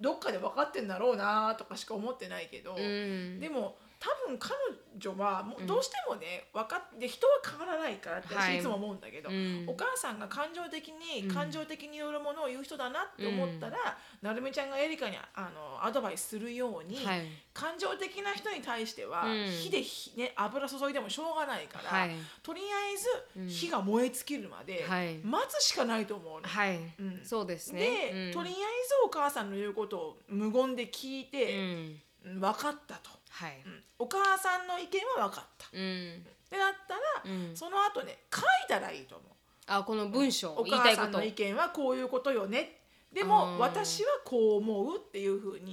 [SPEAKER 2] どっかで分かってんだろうなとかしか思ってないけど、
[SPEAKER 1] うん
[SPEAKER 2] でも多分彼女はも
[SPEAKER 1] う
[SPEAKER 2] うんどうしてもね、分かって人は変わらないからって
[SPEAKER 1] は
[SPEAKER 2] 私
[SPEAKER 1] い
[SPEAKER 2] いつも思うんだけど、
[SPEAKER 1] うん
[SPEAKER 2] お母さんが感情的
[SPEAKER 1] うん
[SPEAKER 2] に感情的によるものを言う人だなって思ったら、なるみちゃんがエリカにあのアドバイスするように、
[SPEAKER 1] はい
[SPEAKER 2] 感情的な人に対しては、
[SPEAKER 1] うん
[SPEAKER 2] 火でひ、ね、油注いでもしょうがないから、
[SPEAKER 1] はい
[SPEAKER 2] とりあえ
[SPEAKER 1] うん
[SPEAKER 2] ず火が燃え尽きるまで
[SPEAKER 1] はい
[SPEAKER 2] 待つしかないと思うの。
[SPEAKER 1] はい、
[SPEAKER 2] うん
[SPEAKER 1] そうですね
[SPEAKER 2] で、
[SPEAKER 1] うん
[SPEAKER 2] とりあえずお母さんの言うことを無言で聞いうて、
[SPEAKER 1] ん
[SPEAKER 2] うん分かったと。
[SPEAKER 1] はい
[SPEAKER 2] うんお母さんの意見は分かったっ
[SPEAKER 1] うん
[SPEAKER 2] てなったら、
[SPEAKER 1] うん
[SPEAKER 2] その後ね書いたらいいと思
[SPEAKER 1] あこの文章、
[SPEAKER 2] うお
[SPEAKER 1] 言いた
[SPEAKER 2] 母
[SPEAKER 1] いこ
[SPEAKER 2] さん
[SPEAKER 1] と
[SPEAKER 2] の意見はこういうことよねで
[SPEAKER 1] あー
[SPEAKER 2] も私はこう思うっていうふう
[SPEAKER 1] う
[SPEAKER 2] に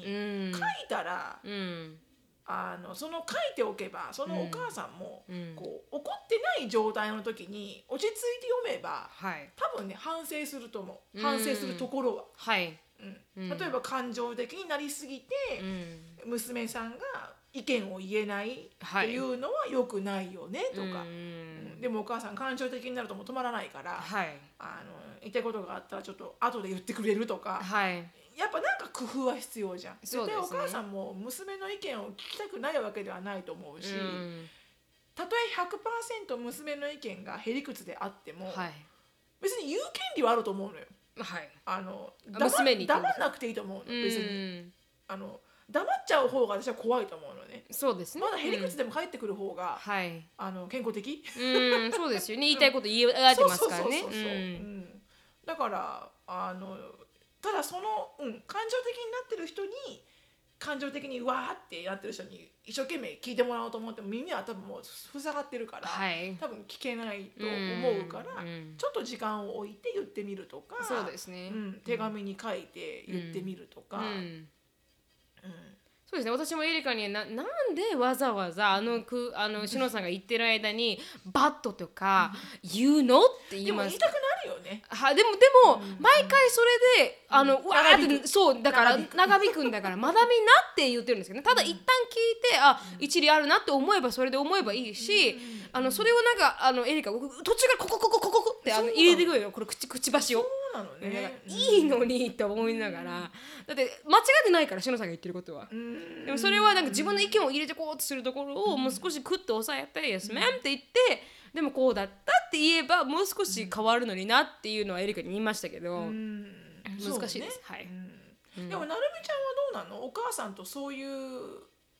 [SPEAKER 1] ん
[SPEAKER 2] 書いたら、
[SPEAKER 1] うん
[SPEAKER 2] あのその書いておけばそのお母さんも、
[SPEAKER 1] うん
[SPEAKER 2] こう怒ってない状態の時に落ち着いて読めば
[SPEAKER 1] はい
[SPEAKER 2] 多分ね反省すると思
[SPEAKER 1] う
[SPEAKER 2] うん反省するところは、
[SPEAKER 1] はい
[SPEAKER 2] うん
[SPEAKER 1] うん
[SPEAKER 2] 例えば感情的になりすぎて、
[SPEAKER 1] うん
[SPEAKER 2] 娘さんが意見を言えないっていうのは良くないよねとか、
[SPEAKER 1] うん
[SPEAKER 2] でもお母さん感情的になるともう止まらないから、
[SPEAKER 1] はい
[SPEAKER 2] あの言いたいことがあったらちょっと後で言ってくれるとか、
[SPEAKER 1] はい
[SPEAKER 2] やっぱなんか工夫は必要じゃん。
[SPEAKER 1] そうですね
[SPEAKER 2] 絶対お母さんも娘の意見を聞きたくないわけではないと思うし、
[SPEAKER 1] うん
[SPEAKER 2] たとえ100%娘の意見がへりくつであっても、
[SPEAKER 1] はい
[SPEAKER 2] 別に言う権利はあると思うのよ。
[SPEAKER 1] はい
[SPEAKER 2] あの
[SPEAKER 1] あ
[SPEAKER 2] 黙
[SPEAKER 1] 娘に
[SPEAKER 2] 黙んなくていいと思うの別に、
[SPEAKER 1] うん
[SPEAKER 2] あの黙っちゃう方が私は怖いと思うのね。
[SPEAKER 1] そうですね
[SPEAKER 2] まだへりく
[SPEAKER 1] う
[SPEAKER 2] つ
[SPEAKER 1] ん
[SPEAKER 2] でも帰ってくる方が、
[SPEAKER 1] はい
[SPEAKER 2] あの健康的
[SPEAKER 1] うんそうですよね言いたいこと言い合ってますからね
[SPEAKER 2] そうそうそうそうそう
[SPEAKER 1] うん
[SPEAKER 2] うんだからあのただその、うん、感情的になってる人に感情的にわーってなってる人に一生懸命聞いてもらおうと思っても耳は多分もう塞がってるから、
[SPEAKER 1] はい
[SPEAKER 2] 多分聞けないと思うから、
[SPEAKER 1] ん
[SPEAKER 2] ちょっと時間を置いて言ってみるとか
[SPEAKER 1] そうですね
[SPEAKER 2] うん、手紙に書いて言ってみるとか、
[SPEAKER 1] うん
[SPEAKER 2] うん
[SPEAKER 1] そうですね私もエリカにななんでわざわざあのくあのしのさんが言ってる間にバットとか言うのって言い
[SPEAKER 2] でも
[SPEAKER 1] ま
[SPEAKER 2] 言い
[SPEAKER 1] す
[SPEAKER 2] たくなるよね。
[SPEAKER 1] はでもでも、毎回それであの、うわーってそうだから長引くんだ [laughs] から学びなって言ってるんですけどねただ一旦聞いて、あ一理あるなって思えばそれで思えばいいし、あのそれをなんかあのエリカ僕途中からこここここここってあの
[SPEAKER 2] そう
[SPEAKER 1] 入れてくるよこれ口くちばしを。
[SPEAKER 2] そうなの
[SPEAKER 1] なんか
[SPEAKER 2] ね。
[SPEAKER 1] いいのにって思いながら、だって間違ってないからしのさんが言ってることは。
[SPEAKER 2] うん
[SPEAKER 1] でもそれはなんか自分の意見を入れてこうとするところをもう少しクッと抑えて「Yes, ma'am」って言ってでもこうだったって言えばもう少し変わるのになっていうのはエリカに言いましたけど、
[SPEAKER 2] うん
[SPEAKER 1] 難しいです
[SPEAKER 2] そう
[SPEAKER 1] はい
[SPEAKER 2] うんでもなるみちゃんはどうなのお母さんとそういう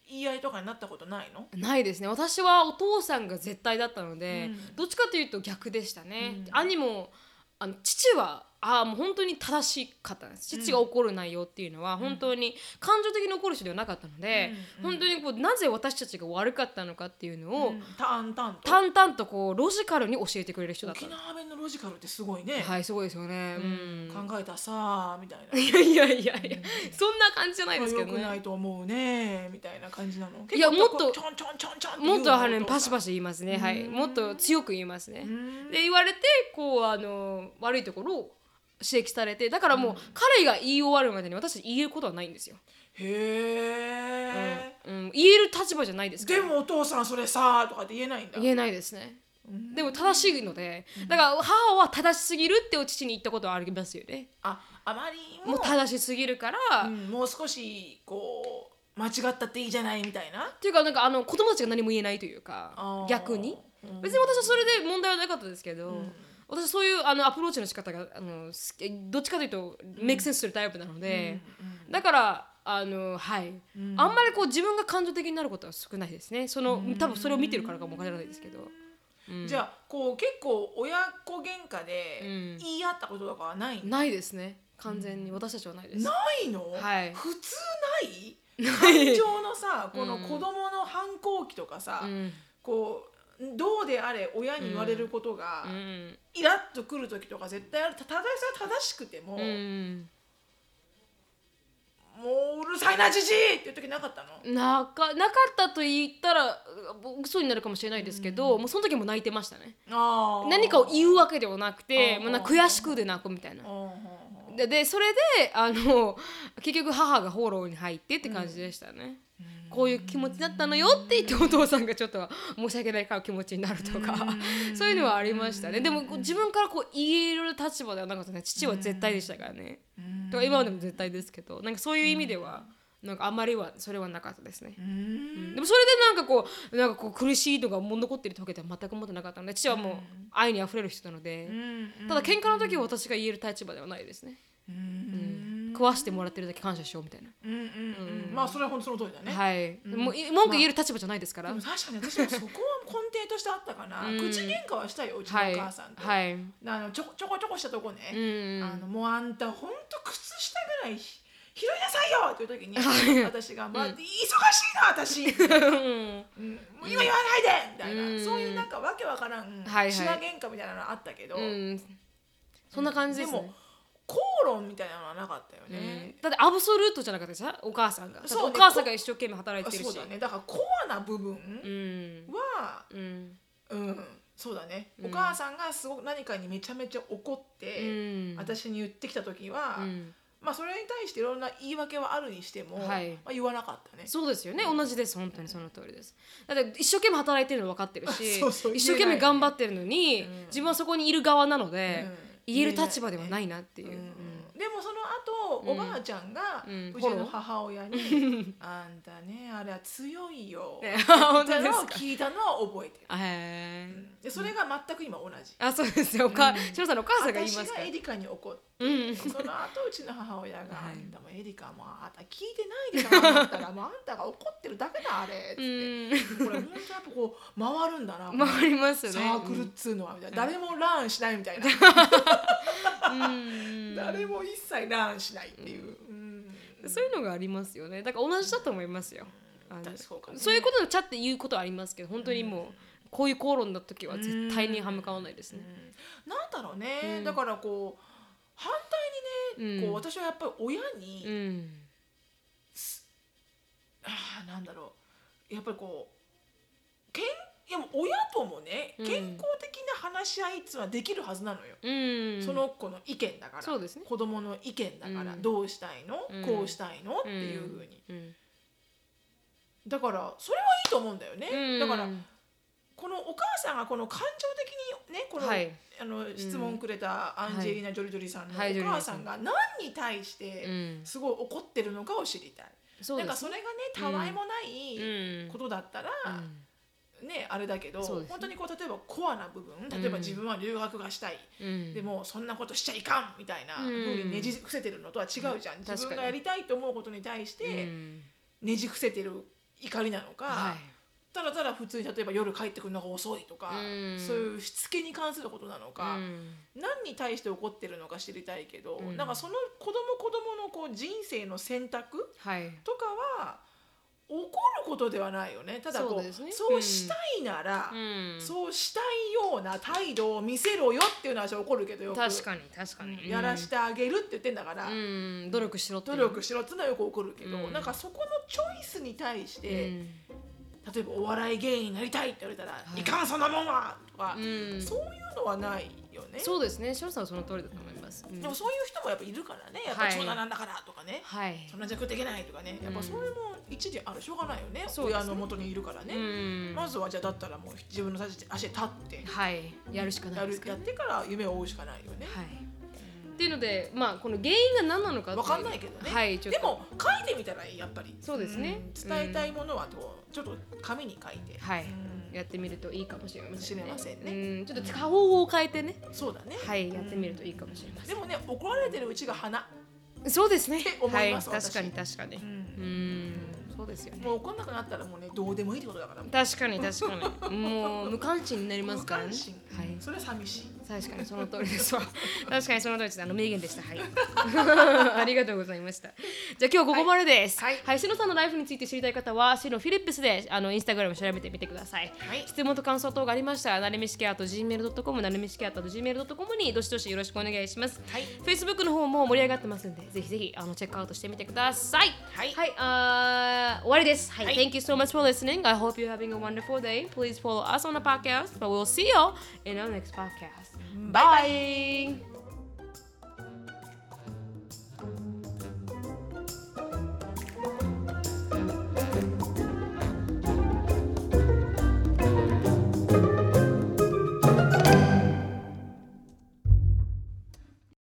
[SPEAKER 2] 言い合いとかになったことないの
[SPEAKER 1] ないですね私はお父さんが絶対だったので、
[SPEAKER 2] うん
[SPEAKER 1] どっちかというと逆でしたね、
[SPEAKER 2] うん
[SPEAKER 1] 兄もあの父はあーもう本当に正しかったんです
[SPEAKER 2] うん
[SPEAKER 1] 父が怒る内容っていうのは本当に感情的に怒る人ではなかったので、
[SPEAKER 2] うん
[SPEAKER 1] 本当にこうなぜ私たちが悪かったのかっていうのを、
[SPEAKER 2] うん淡々と
[SPEAKER 1] 淡々とこうロジカルに教えてくれる人だった
[SPEAKER 2] 沖
[SPEAKER 1] の
[SPEAKER 2] 縄弁のロジカルってすごいね、
[SPEAKER 1] はいすごいですよね、うん [laughs]
[SPEAKER 2] 考えたさみたいな
[SPEAKER 1] いやいやいやいやそんな感じじゃないですけ
[SPEAKER 2] 良
[SPEAKER 1] ど
[SPEAKER 2] くない
[SPEAKER 1] ね
[SPEAKER 2] と思うねみたいな感じなの
[SPEAKER 1] いや
[SPEAKER 2] 結構
[SPEAKER 1] もっと
[SPEAKER 2] ちょんちょんちょんちょんって言う
[SPEAKER 1] もっとあの
[SPEAKER 2] お父さん
[SPEAKER 1] パシパシ言いますねはい
[SPEAKER 2] うん
[SPEAKER 1] もっと強く言いますね
[SPEAKER 2] うん
[SPEAKER 1] で言われてこうあの悪いところを指摘されてだからもう、彼が言い終わるまでに私たち言えることはないんですよ、
[SPEAKER 2] へえ、
[SPEAKER 1] うん、言える立場じゃないですか
[SPEAKER 2] で
[SPEAKER 1] ら
[SPEAKER 2] もお父さんそれさとかって言えないんだ
[SPEAKER 1] 言えないですね
[SPEAKER 2] うん
[SPEAKER 1] でも正しいので、だから母は正しすぎるってお父に言ったことはありますよね。
[SPEAKER 2] ああまりにも
[SPEAKER 1] もう正しすぎるから、
[SPEAKER 2] う
[SPEAKER 1] っ
[SPEAKER 2] んもう少しこう間違ったっていいじゃないみたいな
[SPEAKER 1] ていうかなんかあの子供たちが何も言えないという
[SPEAKER 2] あ
[SPEAKER 1] か
[SPEAKER 2] ー
[SPEAKER 1] 逆に
[SPEAKER 2] うん
[SPEAKER 1] 別に私はそれで問題はなかったですけど、
[SPEAKER 2] うん
[SPEAKER 1] 私はそういうあのアプローチの仕方があのすどっちかというとメイクセンスするタイプなので、だからあのはい、
[SPEAKER 2] うん
[SPEAKER 1] あんまりこう自分が感情的になることは少ないですねその多分それを見てるからかもわからないですけど、うん
[SPEAKER 2] じゃあこう結構親子喧嘩で
[SPEAKER 1] うん
[SPEAKER 2] 言い合ったこととかはないの、
[SPEAKER 1] ないですね完全に私たちはないです。
[SPEAKER 2] ないの、
[SPEAKER 1] はい
[SPEAKER 2] 普通ない感情のさこ
[SPEAKER 1] [laughs]
[SPEAKER 2] の
[SPEAKER 1] うん
[SPEAKER 2] 子供の反抗期とかさ、
[SPEAKER 1] うん
[SPEAKER 2] こうどうであれ親に言われることが
[SPEAKER 1] うん
[SPEAKER 2] イラッとくる時とか絶対あるた正しさ正しくても、
[SPEAKER 1] うん
[SPEAKER 2] もううるさいなじじいっていう時なかったの、
[SPEAKER 1] なかなかったと言ったらう嘘になるかもしれないですけど、もうその時も泣いてましたね
[SPEAKER 2] あー
[SPEAKER 1] 何かを言うわけではなくて
[SPEAKER 2] あー
[SPEAKER 1] もうなんか悔しくで泣くみたいな
[SPEAKER 2] あー
[SPEAKER 1] ででそれであの結局母がフォローに入ってって感じでしたね、こういう気持ちだったのよって言ってお父さんがちょっと申し訳ないか気持ちになるとか、そういうのはありましたねでもこう自分からこう言える立場ではなかったね父は絶対でしたからね、
[SPEAKER 2] うん
[SPEAKER 1] とか今でも絶対ですけどなんかそういう意味ではなんかあんまりはそれはなかったですね、
[SPEAKER 2] うん
[SPEAKER 1] でもそれでなんかこうなんかこう苦しいとかもう残ってるってわけでは全く思ってなかったので父はもう愛にあふれる人なので、
[SPEAKER 2] うん
[SPEAKER 1] ただ喧嘩の時は私が言える立場ではないですね、
[SPEAKER 2] うん
[SPEAKER 1] 食わしてもらってるだけ感謝しようみたいな、
[SPEAKER 2] うんうんうんまあそれは本当その通りだね、
[SPEAKER 1] はい、もうい文句言える立場じゃないですから、
[SPEAKER 2] でも確かに私もそこは根底としてあったかな、
[SPEAKER 1] うん
[SPEAKER 2] 口喧嘩はしたようちのお
[SPEAKER 1] はい
[SPEAKER 2] 母さんと、
[SPEAKER 1] はい
[SPEAKER 2] あのちょこちょこちょこしたとこね、
[SPEAKER 1] うん
[SPEAKER 2] あのもうあんたほんと靴下ぐらいひ拾いなさいよっていう時に私が「まあ忙しいな私、うんもう今言わないで!」みたいな、
[SPEAKER 1] うん
[SPEAKER 2] そういうなんかわけわからん
[SPEAKER 1] はいはい
[SPEAKER 2] 品喧嘩みたいなのあったけど、
[SPEAKER 1] うんそんな感じです、ね、
[SPEAKER 2] も口論みたいなのはなかったよ
[SPEAKER 1] うん
[SPEAKER 2] ね。
[SPEAKER 1] だってアブソルートじゃなかったですかお母さんがだって
[SPEAKER 2] そう
[SPEAKER 1] お
[SPEAKER 2] ね
[SPEAKER 1] 母さんが一生懸命働い
[SPEAKER 2] あ
[SPEAKER 1] てる
[SPEAKER 2] そう
[SPEAKER 1] し
[SPEAKER 2] だねだからコアな部
[SPEAKER 1] う
[SPEAKER 2] 分
[SPEAKER 1] ん
[SPEAKER 2] は、
[SPEAKER 1] うん
[SPEAKER 2] うん、そうだね、お母さんがすごく何かにめちゃめちゃ怒っ
[SPEAKER 1] う
[SPEAKER 2] て、
[SPEAKER 1] ん
[SPEAKER 2] 私に言ってきた時は、
[SPEAKER 1] うん
[SPEAKER 2] まあそれに対していろんな言い訳はあるにしても、
[SPEAKER 1] はい
[SPEAKER 2] まあ、言わなかったね。
[SPEAKER 1] そうですよね同じです本当にその通りですだって一生懸命働いてるの分かってるし
[SPEAKER 2] そうそう
[SPEAKER 1] 一生懸命頑張ってるのに、自分はそこにいる側なので、
[SPEAKER 2] うん
[SPEAKER 1] 言える立場ではないいなっていう、
[SPEAKER 2] ね
[SPEAKER 1] うん [laughs]
[SPEAKER 2] うんでもその後、
[SPEAKER 1] うん
[SPEAKER 2] おばあちゃんが、
[SPEAKER 1] う
[SPEAKER 2] うんちの母親に「あんたねあれは強いよ」
[SPEAKER 1] ね
[SPEAKER 2] っ
[SPEAKER 1] [laughs]
[SPEAKER 2] て
[SPEAKER 1] 本当
[SPEAKER 2] 言っ
[SPEAKER 1] で
[SPEAKER 2] たの
[SPEAKER 1] す
[SPEAKER 2] を
[SPEAKER 1] か
[SPEAKER 2] 聞いたのは覚えてる。
[SPEAKER 1] へ
[SPEAKER 2] う
[SPEAKER 1] ー
[SPEAKER 2] んでそれが全く今同じ。
[SPEAKER 1] あそうですよおか、シロさんのお母さんが言い
[SPEAKER 2] 私
[SPEAKER 1] ますか
[SPEAKER 2] が
[SPEAKER 1] ら
[SPEAKER 2] エリカに怒って、
[SPEAKER 1] うん
[SPEAKER 2] その後うちの母親が「
[SPEAKER 1] はい
[SPEAKER 2] あんたもエリカもあんた聞いてないでしょあんたがもうあんたが怒ってるだけだあれ」っつって、これ本当やっぱこう回るんだな
[SPEAKER 1] うん回りますよね
[SPEAKER 2] サークルっつうのはみたいな、誰もランしないみたいな、
[SPEAKER 1] うん
[SPEAKER 2] 誰も一切ランしないっていう、うん
[SPEAKER 1] そういうのがありますよねだから同じだと思いますよ、あの
[SPEAKER 2] 確かにそうかね
[SPEAKER 1] そういうことのちゃって言うことはありますけど本当にもう、こういう口論の時は絶対に歯向かわないですね、
[SPEAKER 2] なんだろうね、
[SPEAKER 1] うん
[SPEAKER 2] だからこう反対にね、
[SPEAKER 1] うん
[SPEAKER 2] こう私はやっぱり親に、
[SPEAKER 1] うん
[SPEAKER 2] あーなんだろうやっぱりこうけんいやもう親ともね
[SPEAKER 1] うん
[SPEAKER 2] 健康的な話し合いっていうのはできるはずなのよ、
[SPEAKER 1] うん
[SPEAKER 2] その子の意見だから
[SPEAKER 1] そうですね
[SPEAKER 2] 子供の意見だから、
[SPEAKER 1] うん
[SPEAKER 2] どうしたいの、
[SPEAKER 1] うん
[SPEAKER 2] こうしたいのっていうふうに、、
[SPEAKER 1] んうん
[SPEAKER 2] だからそれはいいと思うんだよね、
[SPEAKER 1] うん
[SPEAKER 2] だからこのお母さんがこの感情的にねこの,、
[SPEAKER 1] はい
[SPEAKER 2] あの質問くれたアンジェリーナ・ジョリジョリさんの
[SPEAKER 1] はい
[SPEAKER 2] お母さんが何に対し
[SPEAKER 1] う
[SPEAKER 2] て
[SPEAKER 1] ん、
[SPEAKER 2] すごい怒ってるのかを知りたい、
[SPEAKER 1] そう
[SPEAKER 2] なん
[SPEAKER 1] で
[SPEAKER 2] か
[SPEAKER 1] す
[SPEAKER 2] それがねたわいもない
[SPEAKER 1] うん
[SPEAKER 2] ことだったら、
[SPEAKER 1] うん
[SPEAKER 2] ねあれだけど、
[SPEAKER 1] そうですね
[SPEAKER 2] 本当にこう例えばコアな部分例えば自分は留学がしたい、
[SPEAKER 1] うん
[SPEAKER 2] でもそんなことしちゃいかんみたいな
[SPEAKER 1] うん
[SPEAKER 2] 風にねじ伏せてるのとは違うじゃん、
[SPEAKER 1] かに
[SPEAKER 2] 自分がやりたいと思うことに対し
[SPEAKER 1] う
[SPEAKER 2] て
[SPEAKER 1] ん
[SPEAKER 2] ねじ伏せてる怒りなのか、
[SPEAKER 1] はい
[SPEAKER 2] ただただ普通に例えば夜帰ってくるのが遅いとか、
[SPEAKER 1] うん
[SPEAKER 2] そういうしつけに関することなのか、
[SPEAKER 1] うん
[SPEAKER 2] 何に対して怒ってるのか知りたいけど、
[SPEAKER 1] うん
[SPEAKER 2] なんかその子供子供のこう人生の選択
[SPEAKER 1] はい
[SPEAKER 2] とかは怒ることではないよねただ
[SPEAKER 1] そ
[SPEAKER 2] こ
[SPEAKER 1] う
[SPEAKER 2] う
[SPEAKER 1] ですね
[SPEAKER 2] そうしたいなら、
[SPEAKER 1] うん
[SPEAKER 2] そうしたいような態度を見せろよっていうのは私は怒るけどよく
[SPEAKER 1] 確かに確かに、
[SPEAKER 2] やらしてあげるって言ってんだから、
[SPEAKER 1] うん努力しろってい
[SPEAKER 2] 努
[SPEAKER 1] う
[SPEAKER 2] 力しろっていうのはよく怒るけど、
[SPEAKER 1] うん
[SPEAKER 2] なんかそこのチョイスに対し
[SPEAKER 1] う
[SPEAKER 2] て、
[SPEAKER 1] ん
[SPEAKER 2] 例えばお笑い芸人になりたいって言われたら「
[SPEAKER 1] い
[SPEAKER 2] い、かんそんなもんは!」とか、
[SPEAKER 1] うん
[SPEAKER 2] そういうのはないよね。
[SPEAKER 1] そうですね、シロさんはその通りだと思います。ます、うん
[SPEAKER 2] でもそういう人もやっぱいるからねやっぱ長男なんだからとかね、
[SPEAKER 1] はい
[SPEAKER 2] そんな弱できないとかねやっぱそれも一理あるしょうがないよね、
[SPEAKER 1] そうですね
[SPEAKER 2] 親の元にいるからね、
[SPEAKER 1] うん
[SPEAKER 2] まずはじゃあだったらもう自分の足で足で立って
[SPEAKER 1] はいやるしかな
[SPEAKER 2] や
[SPEAKER 1] いで
[SPEAKER 2] る
[SPEAKER 1] すか
[SPEAKER 2] や
[SPEAKER 1] らね
[SPEAKER 2] ってから夢を追うしかないよね、
[SPEAKER 1] はいっていうのでまあこの原因が何なのかってう
[SPEAKER 2] わかんないけどね、
[SPEAKER 1] はいちょっ
[SPEAKER 2] で
[SPEAKER 1] と
[SPEAKER 2] も書いてみたらやっぱり
[SPEAKER 1] そうですね
[SPEAKER 2] ん伝えたいものはこうちょっと紙に書いて、
[SPEAKER 1] はい
[SPEAKER 2] うん
[SPEAKER 1] やってみるといいかもしれませんね
[SPEAKER 2] 知れませんね
[SPEAKER 1] うんちょっと顔を変えてね
[SPEAKER 2] そうだね、
[SPEAKER 1] はいやってみるといいかもしれません
[SPEAKER 2] でもね怒られてるうちが花、
[SPEAKER 1] そうですね
[SPEAKER 2] って思います
[SPEAKER 1] はい、
[SPEAKER 2] 私
[SPEAKER 1] 確かに確かにうんそうですよね
[SPEAKER 2] もう怒んなくなったらもうねどうでもいいってことだからもう
[SPEAKER 1] 確かに確かにもう無関心になります
[SPEAKER 2] 無
[SPEAKER 1] から
[SPEAKER 2] 関
[SPEAKER 1] ね
[SPEAKER 2] 心、
[SPEAKER 1] はい
[SPEAKER 2] それは寂しい
[SPEAKER 1] 確かにその通りです [laughs] わ確かにその通りですあの名言でしたはい [laughs] ありがとうございましたじゃあ今日ここまでです
[SPEAKER 2] はい
[SPEAKER 1] はい、シノさんのライフについて知りたい方はシノフィリップスであのインスタグラム調べてみてください
[SPEAKER 2] はい
[SPEAKER 1] 質問と感想等がありましたらなるみしケアと gmail.com なるみしケアと gmail.com にどしどしよろしくお願いします
[SPEAKER 2] はい
[SPEAKER 1] Facebook の方も盛り上がってますんでぜひぜひあのチェックアウトしてみてください
[SPEAKER 2] はい
[SPEAKER 1] はい、あー終わりです。はい、
[SPEAKER 2] はい
[SPEAKER 1] Thank you so much for listening. I hope you're having a wonderful day. Please follow us on the podcast, but we'll see you in our next podcast. Bye.